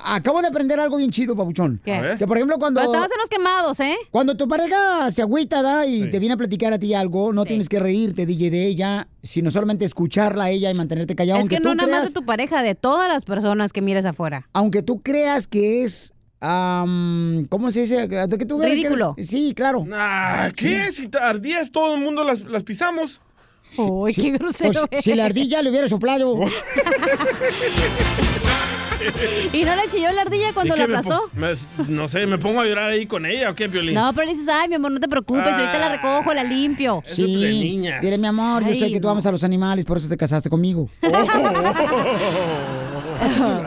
Speaker 1: acabo de aprender algo bien chido, Papuchón.
Speaker 8: ¿Qué? A ver.
Speaker 1: Que, por ejemplo, cuando...
Speaker 8: Pero estabas en los quemados, ¿eh?
Speaker 1: Cuando tu pareja se agüita ¿da? y te viene a platicar a ti algo, no tienes que reírte, DJ, de ella, sino solamente escucharla a ella y mantenerte callado.
Speaker 8: es que
Speaker 1: aunque
Speaker 8: no
Speaker 1: tú
Speaker 8: nada más
Speaker 1: creas-
Speaker 8: de tu pareja, de todas las personas que mires afuera.
Speaker 1: aunque tú creas que es. am, mm, ¿Cómo se dice? Que tú creas que
Speaker 8: Ridículo.
Speaker 1: eres- sí, claro.
Speaker 2: Ah, ¿Qué? Si te ardillas todo el mundo las, las pisamos.
Speaker 8: Uy,
Speaker 1: Sí, pues, si la ardilla le hubiera soplado.
Speaker 8: ¿Y no le chilló la ardilla cuando la aplastó?
Speaker 2: no sé, ¿me pongo a llorar ahí con ella o qué, Piolín?
Speaker 8: No, pero le dices, ay, mi amor, no te preocupes, ahorita la recojo, la limpio.
Speaker 1: Sí. Dile, mi amor, yo sé que tú amas a los animales, por eso te casaste conmigo.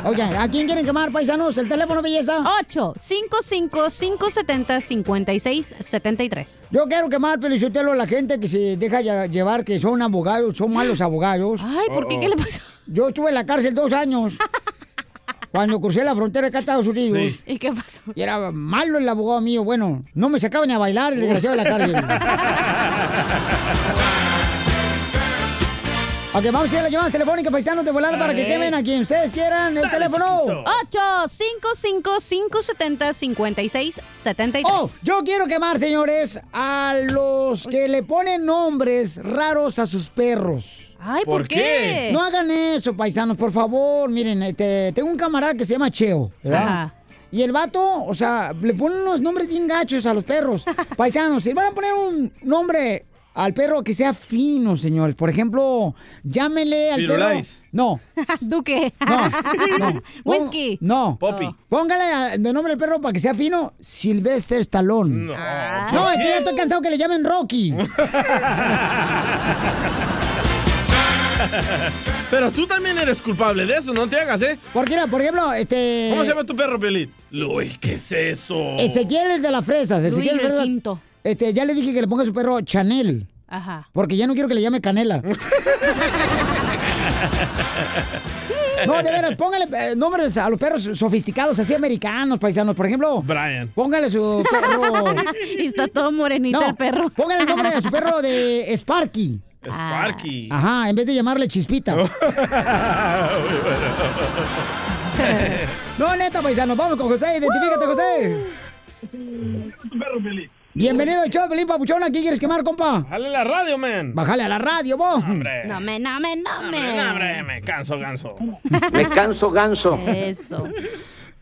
Speaker 1: Oye, ¿a quién quieren quemar, paisanos? El teléfono, belleza.
Speaker 8: 8 55 570 56 73.
Speaker 1: Yo quiero quemar, Pelichotelo, a la gente que se deja ya- llevar, que son abogados, son malos abogados.
Speaker 8: Ay, ¿por qué? ¿Qué le pasó?
Speaker 1: Yo estuve en la cárcel dos años. cuando crucé la frontera acá a Estados Unidos.
Speaker 8: Sí. ¿Y qué pasó?
Speaker 1: Y era malo el abogado mío. Bueno, no me sacaban ni a bailar el desgraciado de la cárcel. Ok, vamos a ir a las llamadas telefónicas paisanos de volada para que
Speaker 8: Dale.
Speaker 1: quemen a quien ustedes quieran el teléfono.
Speaker 8: 855-570-5673.
Speaker 1: Oh, yo quiero quemar, señores, a los que le ponen nombres raros a sus perros.
Speaker 8: Ay, ¿por ¿Por qué? qué?
Speaker 1: No hagan eso, paisanos, por favor. Miren, este, tengo un camarada que se llama Cheo. ¿verdad?
Speaker 8: Ajá.
Speaker 1: Y el vato, o sea, le ponen unos nombres bien gachos a los perros. Paisanos, si van a poner un nombre al perro que sea fino, señores. Por ejemplo, llámele al
Speaker 7: Firulais.
Speaker 1: perro. No.
Speaker 8: Duque.
Speaker 1: No. no.
Speaker 8: Whisky.
Speaker 1: No.
Speaker 8: Poppy.
Speaker 1: Póngale a- de nombre al perro para que sea fino, Sylvester Stallone. No,
Speaker 2: Ah.
Speaker 1: no yo ya estoy cansado que le llamen Rocky.
Speaker 2: Pero tú también eres culpable de eso, no te hagas, ¿eh?
Speaker 1: Porque, mira, por ejemplo, este...
Speaker 2: ¿Cómo se llama tu perro, Piolín? Luis, ¿qué es eso?
Speaker 1: Ezequiel es de las fresas.
Speaker 2: Luis
Speaker 1: Ezequiel
Speaker 2: el
Speaker 1: ¿verdad? Este, ya le dije que le ponga a su perro Chanel.
Speaker 8: Ajá.
Speaker 1: Porque ya no quiero que le llame Canela. No, de veras, póngale eh, nombres a los perros sofisticados, así americanos, paisanos. Por ejemplo, Brian. Póngale a su perro.
Speaker 8: y está todo morenito el perro.
Speaker 1: Póngale el nombre a su perro de Sparky. Ah.
Speaker 2: Sparky.
Speaker 1: Ajá, en vez de llamarle Chispita. No, neta, paisanos, vamos con José. Identifícate, José. Bienvenido al show, Pelín Papuchón. ¿A quién quieres quemar, compa?
Speaker 2: Bájale la radio, man.
Speaker 1: Bájale a la radio, vos.
Speaker 8: No
Speaker 1: Eh.
Speaker 8: me, no me, no
Speaker 2: Hombre, no, hombre,
Speaker 8: me.
Speaker 2: me canso, canso.
Speaker 1: Me canso ganso.
Speaker 8: Eso.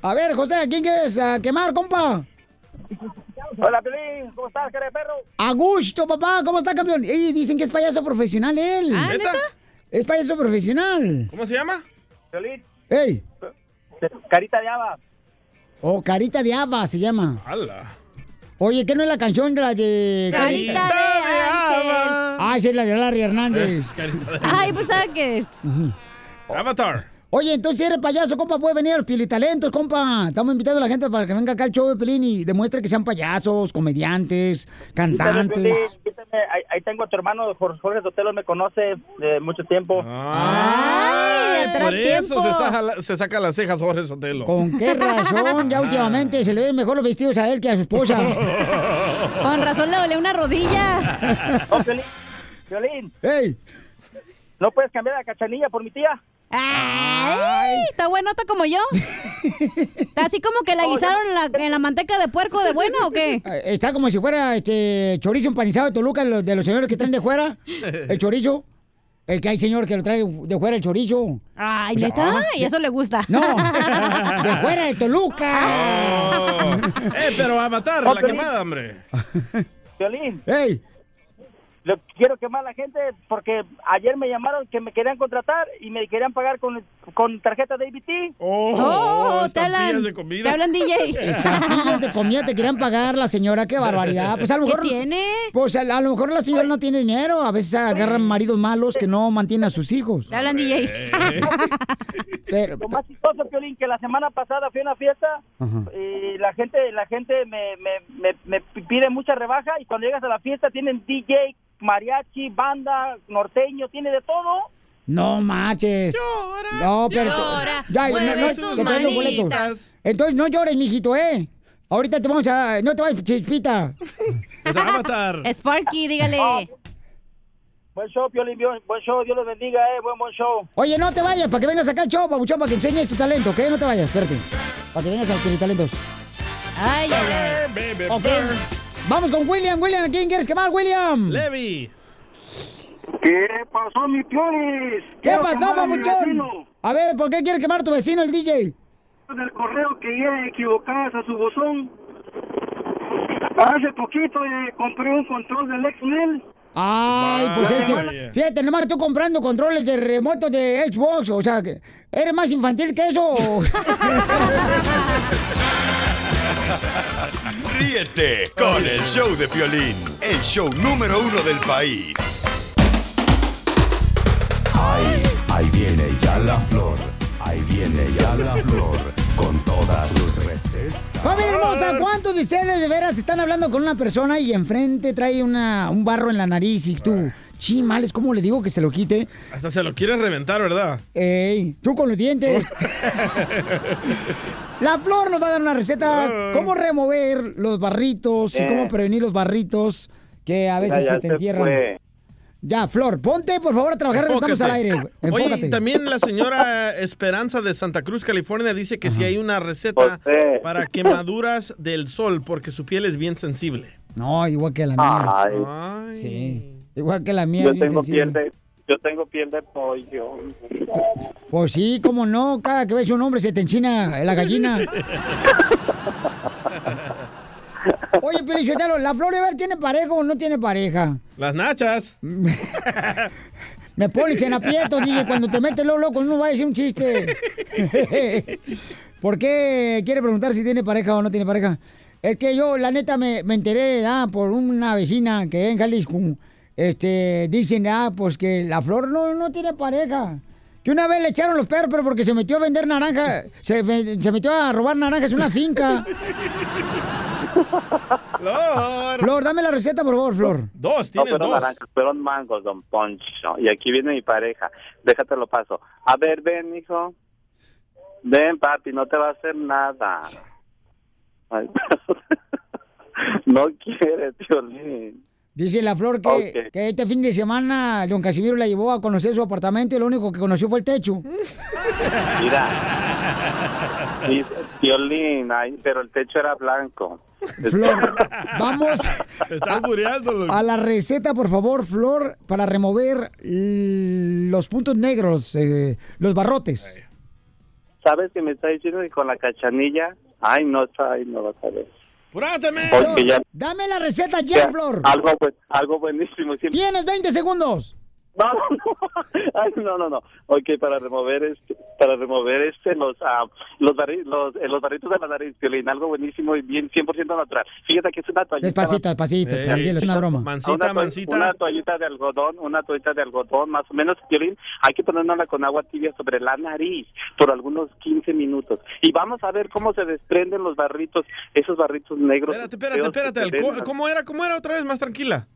Speaker 1: A ver, José, ¿a quién quieres ah, quemar, compa?
Speaker 20: Hola, Pelín, ¿cómo estás, cara de perro?
Speaker 1: A gusto, papá. ¿Cómo está, campeón? Y dicen que es payaso profesional él.
Speaker 20: Ah, ¿neta?
Speaker 1: Es payaso profesional.
Speaker 2: ¿Cómo se llama?
Speaker 20: Piolín,
Speaker 1: ¡Ey!
Speaker 20: carita de haba.
Speaker 1: Oh, Carita de Ava se llama.
Speaker 2: ¡Hala!
Speaker 1: Oye, ¿qué no es la canción de la de...
Speaker 8: Carita de ángel.
Speaker 1: Ah, esa es la de Larry Hernández.
Speaker 8: Ay, pues ¿sabes qué?
Speaker 2: Avatar.
Speaker 1: Oye, entonces si eres payaso, compa, puede venir a los Piolitalentos, compa. Estamos invitando a la gente para que venga acá al show de Pelín y demuestre que sean payasos, comediantes,
Speaker 20: Invítame,
Speaker 1: cantantes.
Speaker 20: Piolín, invítame. Ahí, ahí tengo a tu hermano Jorge Jorge Sotelo, me conoce de mucho tiempo.
Speaker 2: Ah, Por eso se saca, la- se saca las cejas Jorge Sotelo.
Speaker 1: ¿Con qué razón?
Speaker 20: Ah.
Speaker 1: Ya últimamente se le ven mejor los vestidos a él que a su esposa.
Speaker 8: Con razón le dolé una rodilla.
Speaker 20: Oh, Piolín, Piolín,
Speaker 1: ¡Ey!
Speaker 20: ¿no puedes cambiar la cachanilla por mi tía?
Speaker 8: ¡Ay! ¿Está buenota como yo? ¿Está así como que la guisaron en la, en la manteca de puerco de buena o qué?
Speaker 1: Eh, Está como si fuera este chorizo empanizado de Toluca, de los, de los señores que traen de fuera. El chorizo. El que hay señor que lo trae de fuera el chorizo.
Speaker 8: Ay,
Speaker 1: O sea,
Speaker 8: neta,
Speaker 1: ah,
Speaker 8: y eso le gusta. Ah.
Speaker 1: No, de fuera de Toluca.
Speaker 2: Eh, pero Avatar,
Speaker 20: Oh,
Speaker 2: la
Speaker 20: Piolín.
Speaker 2: quemada, hombre.
Speaker 20: Piolín,
Speaker 1: ¡Ey!
Speaker 20: lo quiero quemar a la gente porque ayer me llamaron que me querían contratar y me querían pagar con, con tarjeta de ABT.
Speaker 1: Oh,
Speaker 8: te hablan, te hablan DJ.
Speaker 1: Estampillas de comida te querían pagar la señora, qué barbaridad. Pues a lo
Speaker 8: ¿Qué
Speaker 1: mejor.
Speaker 8: tiene?
Speaker 1: Pues a, a lo mejor la señora no tiene dinero. A veces agarran maridos malos que no mantienen a sus hijos.
Speaker 8: Te hablan DJ.
Speaker 1: Pero,
Speaker 20: Lo más chistoso, Piolín, que la semana pasada fui a una fiesta y la gente la gente me, me, me, me pide mucha rebaja y cuando llegas a la fiesta tienen DJ, mariachi, banda, norteño, tiene de todo.
Speaker 1: No manches. no, pero.
Speaker 20: llora,
Speaker 1: no,
Speaker 20: mueve
Speaker 1: no,
Speaker 20: sus
Speaker 1: te traen los
Speaker 20: manitas.
Speaker 1: boletos. Entonces no llores, mijito, ¿eh? Ahorita te vamos a. No te vayas, chispita.
Speaker 2: Es Avatar.
Speaker 8: Sparky, dígale.
Speaker 20: Ah, Buen show, Piolín, bien- buen show, Dios los bendiga, eh, buen, buen show.
Speaker 1: Oye, no te vayas, para que vengas acá al show, papuchón, para que enseñes tu talento, ¿ok? No te vayas, espérate. Para que vengas a los talentos.
Speaker 8: Ay, ay,
Speaker 2: ay.
Speaker 1: Ok. Vamos con William, William, ¿a quién quieres quemar, William?
Speaker 2: Levi.
Speaker 1: ¿Qué pasó, mi Piolis? ¿Qué
Speaker 7: Quiero
Speaker 1: pasó,
Speaker 7: quemar a mi
Speaker 1: papuchón?
Speaker 7: vecino.
Speaker 1: A ver, ¿por qué quiere quemar a tu vecino el DJ?
Speaker 7: del correo que llegan equivocadas a su buzón. Hace poquito eh, compré un control del Ah, X-Mail.
Speaker 1: Ay, pues es que,
Speaker 7: Vaya.
Speaker 1: fíjate, nomás tú comprando controles de remoto de Xbox, o sea, que ¿eres más infantil que eso?
Speaker 6: Ríete con el show de Piolín, el show número uno del país.
Speaker 21: Ahí, ahí viene ya la flor, ahí viene ya la flor, con todas sus recetas.
Speaker 1: Familia hermosa, ¿cuántos de ustedes de veras están hablando con una persona y enfrente trae una, un barro en la nariz y tú, chimales, ¿cómo le digo que se lo quite?
Speaker 2: Hasta se lo quieres reventar, ¿verdad?
Speaker 1: Ey, tú con los dientes. La flor nos va a dar una receta, cómo remover los barritos y
Speaker 20: Eh.
Speaker 1: cómo prevenir los barritos que a veces
Speaker 20: Ya, ya
Speaker 1: se te
Speaker 20: se
Speaker 1: entierran.
Speaker 20: fue.
Speaker 1: Ya, Flor, ponte por favor a trabajar, estamos al aire.
Speaker 2: Enfócate. Oye, y también la señora Esperanza de Santa Cruz, California, dice que si hay una receta
Speaker 1: José.
Speaker 2: para quemaduras del sol, porque su piel es bien sensible.
Speaker 1: No, igual que la mía.
Speaker 2: Ay.
Speaker 1: Sí. Igual que la mía.
Speaker 20: Yo
Speaker 1: bien
Speaker 20: tengo
Speaker 1: sensible.
Speaker 20: piel de, yo tengo piel de pollo.
Speaker 1: Pues sí, cómo no, cada que ves un hombre se te enchina la gallina. Oye, Pelichotelo, ¿la Flor de Ver tiene pareja o no tiene pareja?
Speaker 2: Las nachas.
Speaker 1: Me pones en aprieto, dije, cuando te metes loco, loco, no va a decir un chiste. ¿Por qué quiere preguntar si tiene pareja o no tiene pareja? Es que yo, la neta, me, me enteré ah, por una vecina que en Jalisco, este, dicen, ah, pues que la flor no, no tiene pareja. Que una vez le echaron los perros, pero porque se metió a vender naranja, se, ve- se metió a robar naranjas en una finca.
Speaker 2: Flor.
Speaker 1: Flor, dame la receta, por favor, Flor.
Speaker 2: Dos,
Speaker 20: No
Speaker 2: tiene
Speaker 20: fueron
Speaker 2: dos.
Speaker 20: naranjas, fueron mangos, don Poncho. Y aquí viene mi pareja. Déjatelo paso. A ver, ven, hijo. Ven, papi, no te va a hacer nada. Ay, no quiere, Piolín.
Speaker 1: Dice la Flor que,
Speaker 20: Ok.
Speaker 1: que este fin de semana don Casimiro la llevó a conocer su apartamento y lo único que conoció fue el techo.
Speaker 20: Mira. Dice, Piolín, ay, pero el techo era blanco.
Speaker 1: Flor, vamos
Speaker 2: Estás bureando.
Speaker 1: a la receta, por favor, Flor, para remover l- los puntos negros, eh, los barrotes.
Speaker 20: ¿Sabes que me está diciendo que con la cachanilla? Ay, no, está ahí, no lo sabes.
Speaker 2: ¡Púrateme!
Speaker 20: Porque ya...
Speaker 1: Dame la receta ya,
Speaker 20: ya,
Speaker 1: Flor.
Speaker 20: Algo, buen- algo buenísimo. siempre-
Speaker 1: Tienes 20 segundos.
Speaker 20: No, no, Ay, no, no, no. Ok, para remover este, para remover este los ah, los, barri- los, eh, los barritos de la nariz, Piolín, algo buenísimo y bien 100% natural. Fíjate que es una toallita.
Speaker 1: Despacito, despacito,
Speaker 2: Eh,
Speaker 20: Ey.
Speaker 1: tranquilo, es una broma.
Speaker 20: una, toall- una toallita de algodón, una toallita de algodón, más o menos, Piolín, hay que ponernosla con agua tibia sobre la nariz por algunos 15 minutos. Y vamos a ver cómo se desprenden los barritos, esos barritos negros.
Speaker 2: Espérate, espérate, espérate. el co- ¿Cómo era? ¿Cómo era otra vez? Más tranquila.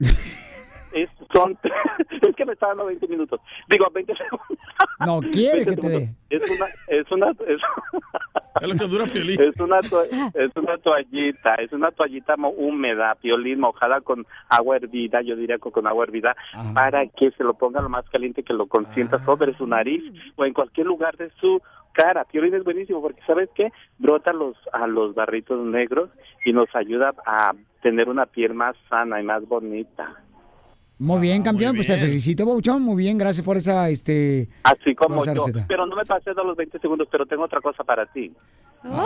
Speaker 20: Es, son, es que me está dando 20 minutos. Digo, 20 segundos.
Speaker 1: No quiere que te dé.
Speaker 20: Es una, es una, es,
Speaker 2: lo que dura Piolín.
Speaker 20: Es una, to- es una toallita, es una toallita mo- húmeda, Piolín mojada con agua hervida, yo diría que con agua hervida, para que se lo ponga lo más caliente que lo consienta
Speaker 2: Ah.
Speaker 20: sobre su nariz o en cualquier lugar de su cara. Piolín es buenísimo porque, ¿sabes qué? Brota los, a los barritos negros y nos ayuda a tener una piel más sana y más bonita.
Speaker 1: Muy
Speaker 2: Ah,
Speaker 1: bien, campeón, pues te felicito, Bouchón. Muy bien, gracias por esa, este...
Speaker 20: Así como
Speaker 1: por esa
Speaker 20: yo.
Speaker 1: receta.
Speaker 20: Pero no me pasé de los 20 segundos, pero tengo otra cosa para ti.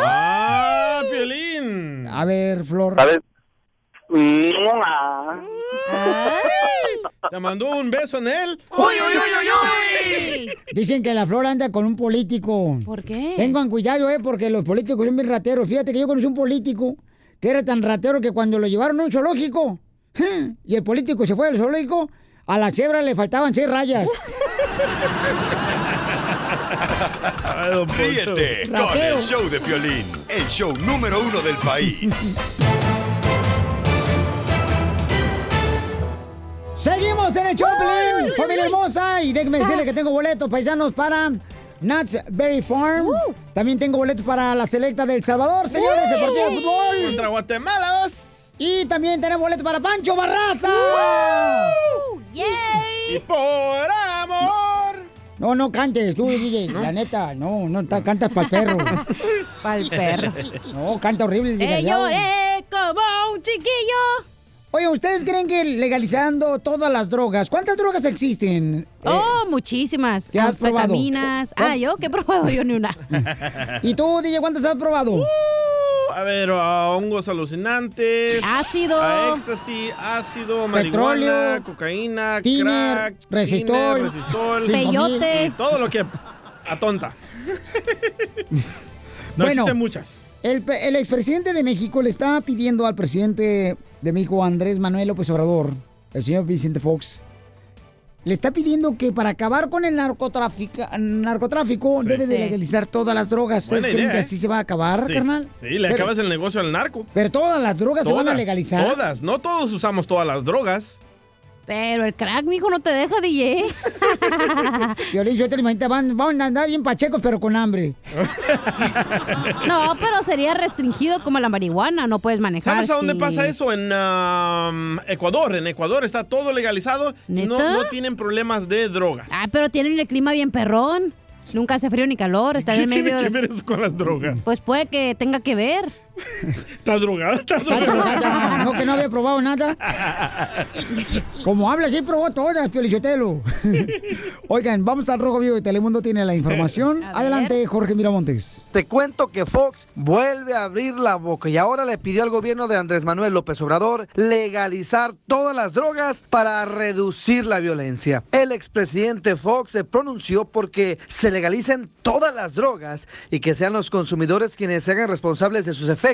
Speaker 2: ¡Ah, Piolín!
Speaker 1: A ver, Flor.
Speaker 20: ¿Sabes? ¡Mua!
Speaker 2: ¿Te mandó un beso en él?
Speaker 1: Dicen que la Flor anda con un político.
Speaker 8: ¿Por qué?
Speaker 1: Tengan cuidado, eh, porque los políticos son bien rateros. Fíjate que yo conocí un político que era tan ratero que cuando lo llevaron a un zoológico y el político se fue al zoológico, a la cebra le faltaban seis rayas.
Speaker 6: Ríete con el show de Piolín, el show número uno del país.
Speaker 1: Seguimos en el
Speaker 6: Uy, uy,
Speaker 1: Choplin,
Speaker 6: uy,
Speaker 1: familia
Speaker 6: uy.
Speaker 1: hermosa. Y
Speaker 8: Ah.
Speaker 1: déjenme decirles que tengo boletos paisanos para Nuts Berry Farm.
Speaker 8: Uh.
Speaker 1: También tengo boletos para la selecta del Salvador, señores, el partido de fútbol.
Speaker 2: Contra Guatemala, vos.
Speaker 1: Y también tenemos boletos para Pancho Barraza.
Speaker 2: Y por amor.
Speaker 1: No, no cantes, tú, DJ, la neta, no, no ta- cantas para el perro. para el
Speaker 8: perro.
Speaker 1: No, canta horrible el
Speaker 8: Te
Speaker 1: desgraciado.
Speaker 8: Eh, lloré como un chiquillo.
Speaker 1: Oye, ¿ustedes creen que legalizando todas las drogas, cuántas drogas existen?
Speaker 8: Oh, muchísimas.
Speaker 1: ¿Qué has probado?
Speaker 8: Anfetaminas. Pues, Ah,
Speaker 1: ¿Cuál?
Speaker 8: yo que he probado yo ni una.
Speaker 1: ¿Y tú, DJ, cuántas has probado?
Speaker 2: A ver, a hongos alucinantes.
Speaker 1: Ácido.
Speaker 2: A éxtasis, ácido,
Speaker 1: Petróleo.
Speaker 2: marihuana, cocaína,
Speaker 1: Tiner,
Speaker 2: crack.
Speaker 1: resistol,
Speaker 2: tiner, resistol,
Speaker 1: Peyote.
Speaker 2: Y todo lo que atonta. No
Speaker 1: Bueno.
Speaker 2: existen muchas.
Speaker 1: El, pe- el expresidente de México le está pidiendo al presidente de México, Andrés Manuel López Obrador, el señor Vicente Fox, le está pidiendo que para acabar con el narcotráfico, narcotráfico debe de
Speaker 2: Sí.
Speaker 1: legalizar todas las drogas. ¿Ustedes
Speaker 2: Buena
Speaker 1: creen
Speaker 2: idea,
Speaker 1: que
Speaker 2: ¿eh?
Speaker 1: así se va a acabar,
Speaker 2: sí.
Speaker 1: carnal?
Speaker 2: Sí, le
Speaker 1: Pero-
Speaker 2: acabas el negocio al narco.
Speaker 1: Pero todas las drogas se van a
Speaker 2: Todas,
Speaker 1: legalizar.
Speaker 2: Todas. No todos usamos todas las drogas.
Speaker 8: Pero el crack, mijo, no te deja, DJ.
Speaker 1: Violín, yo te lo imagino, van, van a andar bien pachecos, pero con hambre.
Speaker 8: No, pero sería restringido como la marihuana, no puedes manejar.
Speaker 1: Ah,
Speaker 2: ¿Sabes a dónde
Speaker 8: sí.
Speaker 2: pasa eso? En um, Ecuador. En Ecuador está todo legalizado y no,
Speaker 8: ¿Neta?
Speaker 2: no tienen problemas de drogas.
Speaker 8: Ah, pero tienen el clima bien perrón. Nunca hace frío ni calor, está en
Speaker 2: ¿Qué
Speaker 8: el
Speaker 2: tiene
Speaker 8: medio
Speaker 2: que
Speaker 8: de...
Speaker 2: ver eso con las drogas?
Speaker 8: Pues puede que tenga que ver.
Speaker 2: ¿Estás drogada? ¿Estás
Speaker 1: Está drogada,
Speaker 2: drogada?
Speaker 1: no que no había probado nada. Como habla, sí probó todas, Piolichotelo. Oigan, vamos al Rojo Vivo de Telemundo, tiene la información. Adelante, Jorge Miramontes.
Speaker 3: Te cuento que Fox vuelve a abrir la boca y ahora le pidió al gobierno de Andrés Manuel López Obrador legalizar todas las drogas para reducir la violencia. El expresidente Fox se pronunció porque se legalicen todas las drogas y que sean los consumidores quienes se hagan responsables de sus efectos,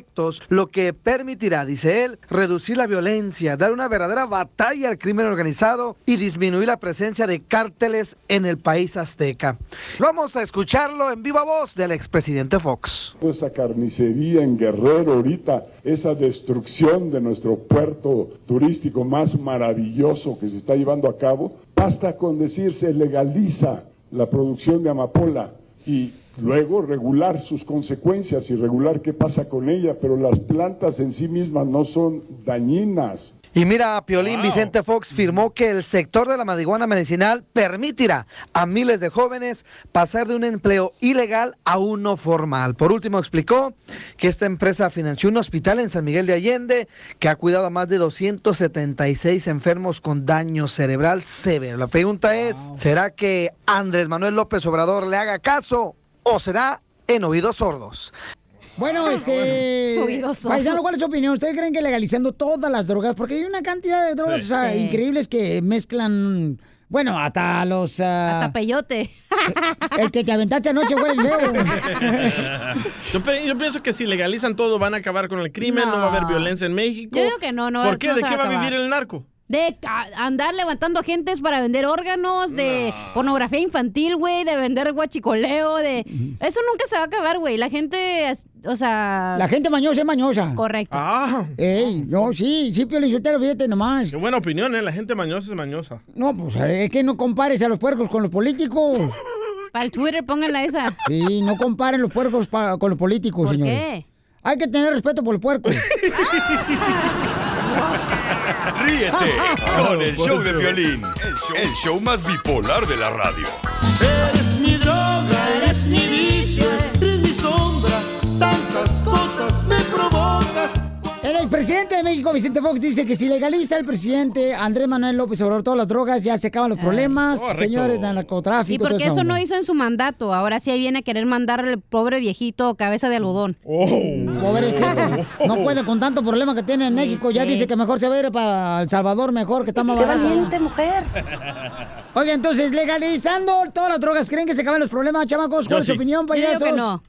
Speaker 3: lo que permitirá, dice él, reducir la violencia, dar una verdadera batalla al crimen organizado y disminuir la presencia de cárteles en el país azteca. Vamos a escucharlo en viva voz del expresidente Fox.
Speaker 22: Toda esa carnicería en Guerrero ahorita, esa destrucción de nuestro puerto turístico más maravilloso que se está llevando a cabo, basta con decir se legaliza la producción de amapola y luego regular sus consecuencias y regular qué pasa con ella, pero las plantas en sí mismas no son dañinas.
Speaker 3: Y mira, Piolín Vicente Fox firmó que el sector de la marihuana medicinal permitirá a miles de jóvenes pasar de un empleo ilegal a uno formal. Por último, explicó que esta empresa financió un hospital en San Miguel de Allende que ha cuidado a más de 276 enfermos con daño cerebral severo. La pregunta es, ¿será que Andrés Manuel López Obrador le haga caso o será en oídos sordos?
Speaker 1: Bueno,
Speaker 8: Ah,
Speaker 1: este.
Speaker 3: Oídoso.
Speaker 1: Paisano, ¿cuál es su opinión? ¿Ustedes creen que legalizando todas las drogas? Porque hay una cantidad de drogas,
Speaker 8: Sí.
Speaker 1: o sea,
Speaker 8: Sí.
Speaker 1: increíbles que mezclan. Bueno, hasta los. ah, eh,
Speaker 8: Hasta peyote.
Speaker 1: El que te aventaste anoche huele feo.
Speaker 2: yo, pe- yo pienso que si legalizan todo van a acabar con el crimen, no, va a haber violencia en México.
Speaker 8: Yo digo que no, no.
Speaker 2: ¿Por qué?
Speaker 8: no
Speaker 2: ¿De
Speaker 8: se
Speaker 2: qué va a
Speaker 8: acabar.
Speaker 2: vivir el narco?
Speaker 8: De ca- andar levantando agentes para vender órganos, de pornografía infantil, güey, de vender guachicoleo, de... Eso nunca se va a acabar, güey. La gente, es- o sea...
Speaker 1: La gente mañosa es mañosa.
Speaker 8: correcto.
Speaker 2: Ah.
Speaker 1: Ey, no, sí, sí, Piolín Sotelo, fíjate nomás.
Speaker 2: Qué buena opinión, ¿eh? La gente mañosa es mañosa.
Speaker 1: No, pues es que no compares a los puercos con los políticos.
Speaker 8: Para el Twitter, pónganla esa.
Speaker 1: Sí, no comparen los puercos pa- con los políticos,
Speaker 8: ¿Por
Speaker 1: Oh, señores.
Speaker 8: qué?
Speaker 1: Hay que tener respeto por el puerco.
Speaker 6: Ríete con el show de violín, el show más bipolar de la radio.
Speaker 23: Eres mi droga, eres mi vicio, eres mi sombra, tantas cosas me provocas.
Speaker 1: El expresidente de México, Vicente Fox, dice que si legaliza el presidente Andrés Manuel López Obrador todas las drogas, ya se acaban los problemas,
Speaker 8: correcto.
Speaker 1: señores de
Speaker 8: Y
Speaker 1: narcotráfico.
Speaker 8: porque
Speaker 1: toda esa
Speaker 8: eso
Speaker 1: onda.
Speaker 8: no hizo en su mandato. Ahora sí ahí viene a querer mandarle al pobre viejito cabeza de algodón.
Speaker 1: Pobrecito, no puede con tanto problema que tiene en México. Ya
Speaker 8: sí.
Speaker 1: dice que mejor se va a ir para El Salvador, mejor que está más barato.
Speaker 8: mujer.
Speaker 1: Oiga, entonces, legalizando todas las drogas, ¿creen que se acaban los problemas, chamacos?
Speaker 8: Yo
Speaker 1: ¿Cuál es su
Speaker 8: sí.
Speaker 1: opinión,
Speaker 8: Yo digo
Speaker 1: payasos?
Speaker 8: que no.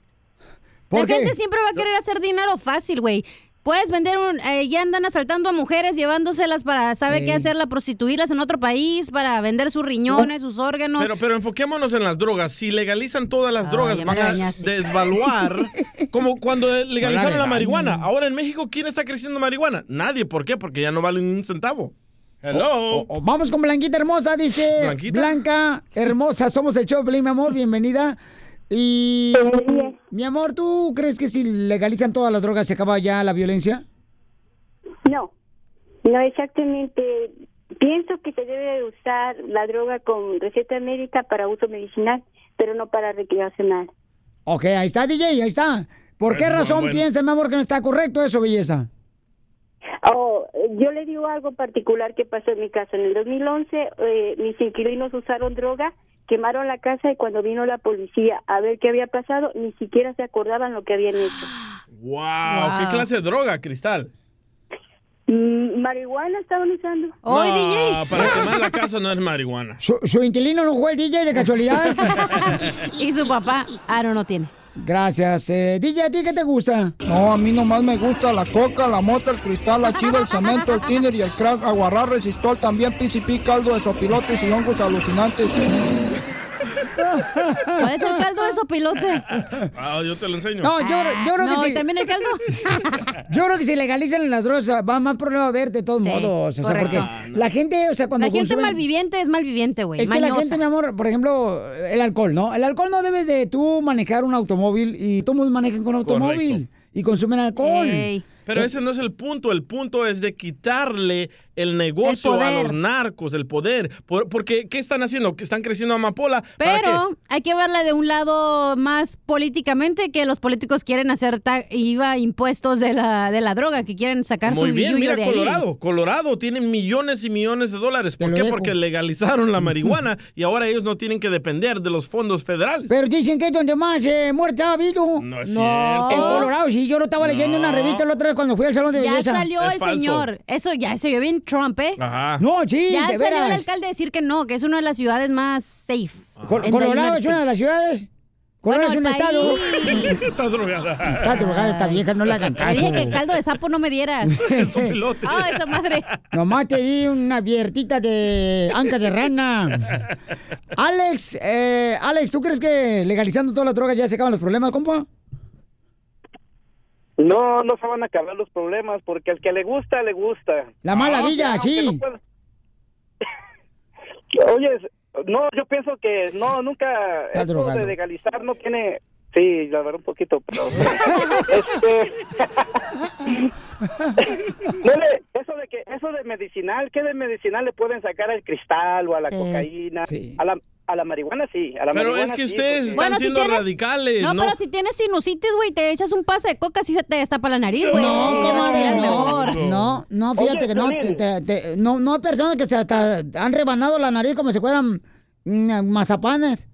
Speaker 1: ¿Por
Speaker 8: la
Speaker 1: qué?
Speaker 8: gente siempre va a querer hacer dinero fácil, güey. Puedes vender un... eh, ya andan asaltando a mujeres, llevándoselas para, ¿sabe
Speaker 2: Sí.
Speaker 8: qué hacerla? Prostituirlas en otro país, para vender sus riñones, sus órganos.
Speaker 2: Pero, pero enfoquémonos en las drogas. Si legalizan todas las drogas,
Speaker 8: ya me
Speaker 2: van a
Speaker 8: dañaste.
Speaker 2: desvaluar. como cuando legalizaron la
Speaker 8: regañen.
Speaker 2: marihuana. Ahora en México, ¿quién está creciendo marihuana? Nadie. ¿Por qué? Porque ya no vale ni un centavo. Hello.
Speaker 8: Oh,
Speaker 1: O- o- o vamos con Blanquita Hermosa, dice
Speaker 2: ¿Blanquita?
Speaker 1: Blanca Hermosa, somos el show, de Pelín, mi amor, bienvenida. Y mi amor, ¿tú crees que si legalizan todas las drogas se acaba ya la violencia?
Speaker 24: No, no exactamente. Pienso que se debe de usar la droga con receta médica para uso medicinal, pero no para recreacional.
Speaker 1: Ok, ahí está, DJ, ahí está. ¿Por qué
Speaker 24: Bueno,
Speaker 1: razón
Speaker 24: bueno.
Speaker 1: piensa, mi amor, que no está correcto eso, belleza?
Speaker 24: Oh, eh, yo le digo algo particular que pasó en mi casa. En el 2011 eh, mis inquilinos usaron droga, quemaron la casa y cuando vino la policía a ver qué había pasado, ni siquiera se acordaban lo que habían hecho.
Speaker 2: Wow, ¿Qué clase de droga, Cristal?
Speaker 24: Mm, marihuana estaban usando.
Speaker 2: No, Para quemar la casa no es marihuana.
Speaker 1: ¿Su, su inquilino no fue el DJ de casualidad?
Speaker 8: y su papá, Aaron no tiene.
Speaker 1: Gracias. eh, DJ, ¿a ti qué te gusta?
Speaker 25: No, a mí nomás me gusta la coca, la mota, el cristal, la chiva, el cemento, el tiner y el crack, aguarrar, resistol, también PCP, caldo de sopilotes y hongos alucinantes.
Speaker 8: ¿Cuál es el caldo de sopilote?
Speaker 2: Ah, yo te lo enseño.
Speaker 1: No, yo, yo creo que
Speaker 8: Ah, No,
Speaker 1: sí.
Speaker 8: ¿y también el caldo?
Speaker 1: Yo creo que si legalizan las drogas va más problema a ver de todos
Speaker 8: Sí,
Speaker 1: modos. O sea,
Speaker 8: correcto.
Speaker 1: porque
Speaker 8: No,
Speaker 1: la gente, o sea, cuando
Speaker 8: La gente
Speaker 1: consumen-
Speaker 8: malviviente es malviviente, güey.
Speaker 1: Es que la
Speaker 8: Pues, mañosa.
Speaker 1: gente, mi amor, por ejemplo, el alcohol, ¿no? El alcohol no debes de tú manejar un automóvil y todos manejan con automóvil y consumen alcohol. Eh,
Speaker 2: Pero ese no es el punto. El punto es de quitarle el negocio
Speaker 8: El
Speaker 2: a
Speaker 8: poder.
Speaker 2: los narcos, el poder. Por- porque, ¿qué están haciendo? Que están creciendo amapola. ¿Para
Speaker 8: Pero hay que verla de un lado más políticamente, que los políticos quieren hacer ta- IVA impuestos de la, de la droga, que quieren
Speaker 2: qué?
Speaker 8: sacar
Speaker 2: Muy
Speaker 8: su
Speaker 2: bien,
Speaker 8: yuyo
Speaker 2: mira
Speaker 8: de
Speaker 2: Colorado.
Speaker 8: ahí.
Speaker 2: Colorado tiene millones y millones de dólares. ¿Por qué? Porque legalizaron la marihuana y ahora ellos no tienen que depender de los fondos federales.
Speaker 1: Pero dicen que es donde más eh, muerte ha habido. No
Speaker 2: es No. cierto.
Speaker 1: En Colorado, sí, yo lo estaba leyendo en una
Speaker 2: No.
Speaker 1: revista la otra vez cuando fui al salón de
Speaker 8: Ya
Speaker 1: belleza.
Speaker 8: salió el señor. Eso ya se vio bien Trump, ¿eh?
Speaker 2: Ajá.
Speaker 1: No, sí,
Speaker 8: ya
Speaker 1: de
Speaker 8: salió el
Speaker 1: veras.
Speaker 8: alcalde a decir que no, que es una de las ciudades más safe.
Speaker 1: Col-
Speaker 8: en the
Speaker 1: Colorado
Speaker 8: United
Speaker 1: es una de las
Speaker 8: States.
Speaker 1: ciudades. Colorado
Speaker 8: Bueno,
Speaker 1: es un
Speaker 8: el
Speaker 1: estado.
Speaker 8: país.
Speaker 2: Está drogada.
Speaker 1: Está drogada esta vieja, no le hagan
Speaker 8: Te
Speaker 1: caso.
Speaker 8: dije que el caldo de sapo no me dieras.
Speaker 1: Es un
Speaker 2: pilote.
Speaker 8: Ah, esa madre.
Speaker 1: Nomás te di una viertita de anca de rana. Alex, eh, Alex, ¿tú crees que legalizando todas las drogas ya se acaban los problemas, compa?
Speaker 9: No, no se van a acabar los problemas porque al que le gusta, le gusta.
Speaker 1: La mala
Speaker 9: Ah,
Speaker 1: villa,
Speaker 9: claro,
Speaker 1: sí.
Speaker 9: que no puede- Oye, es- no, yo pienso que no, nunca
Speaker 1: Está
Speaker 9: esto
Speaker 1: drogado.
Speaker 9: de legalizar no tiene... Sí, la verdad un poquito, pero... este... No le- eso de que eso de medicinal, ¿qué de medicinal le pueden sacar al cristal o a la
Speaker 2: Sí,
Speaker 9: cocaína? A la a la marihuana sí, a la
Speaker 2: Pero
Speaker 9: marihuana
Speaker 2: es que
Speaker 9: sí,
Speaker 2: ustedes
Speaker 9: porque-
Speaker 2: están siendo radicales.
Speaker 8: No,
Speaker 2: No,
Speaker 8: pero si tienes sinusitis, güey, te echas un pase de coca si se te destapa la nariz, güey.
Speaker 1: No, comadre,
Speaker 8: Respiras
Speaker 1: no.
Speaker 8: mejor.
Speaker 1: No, no, fíjate
Speaker 8: Oye,
Speaker 1: que no,
Speaker 8: Piolín.
Speaker 1: te- te- te- no. No hay personas que se hasta han rebanado la nariz como si fueran mm, mazapanes.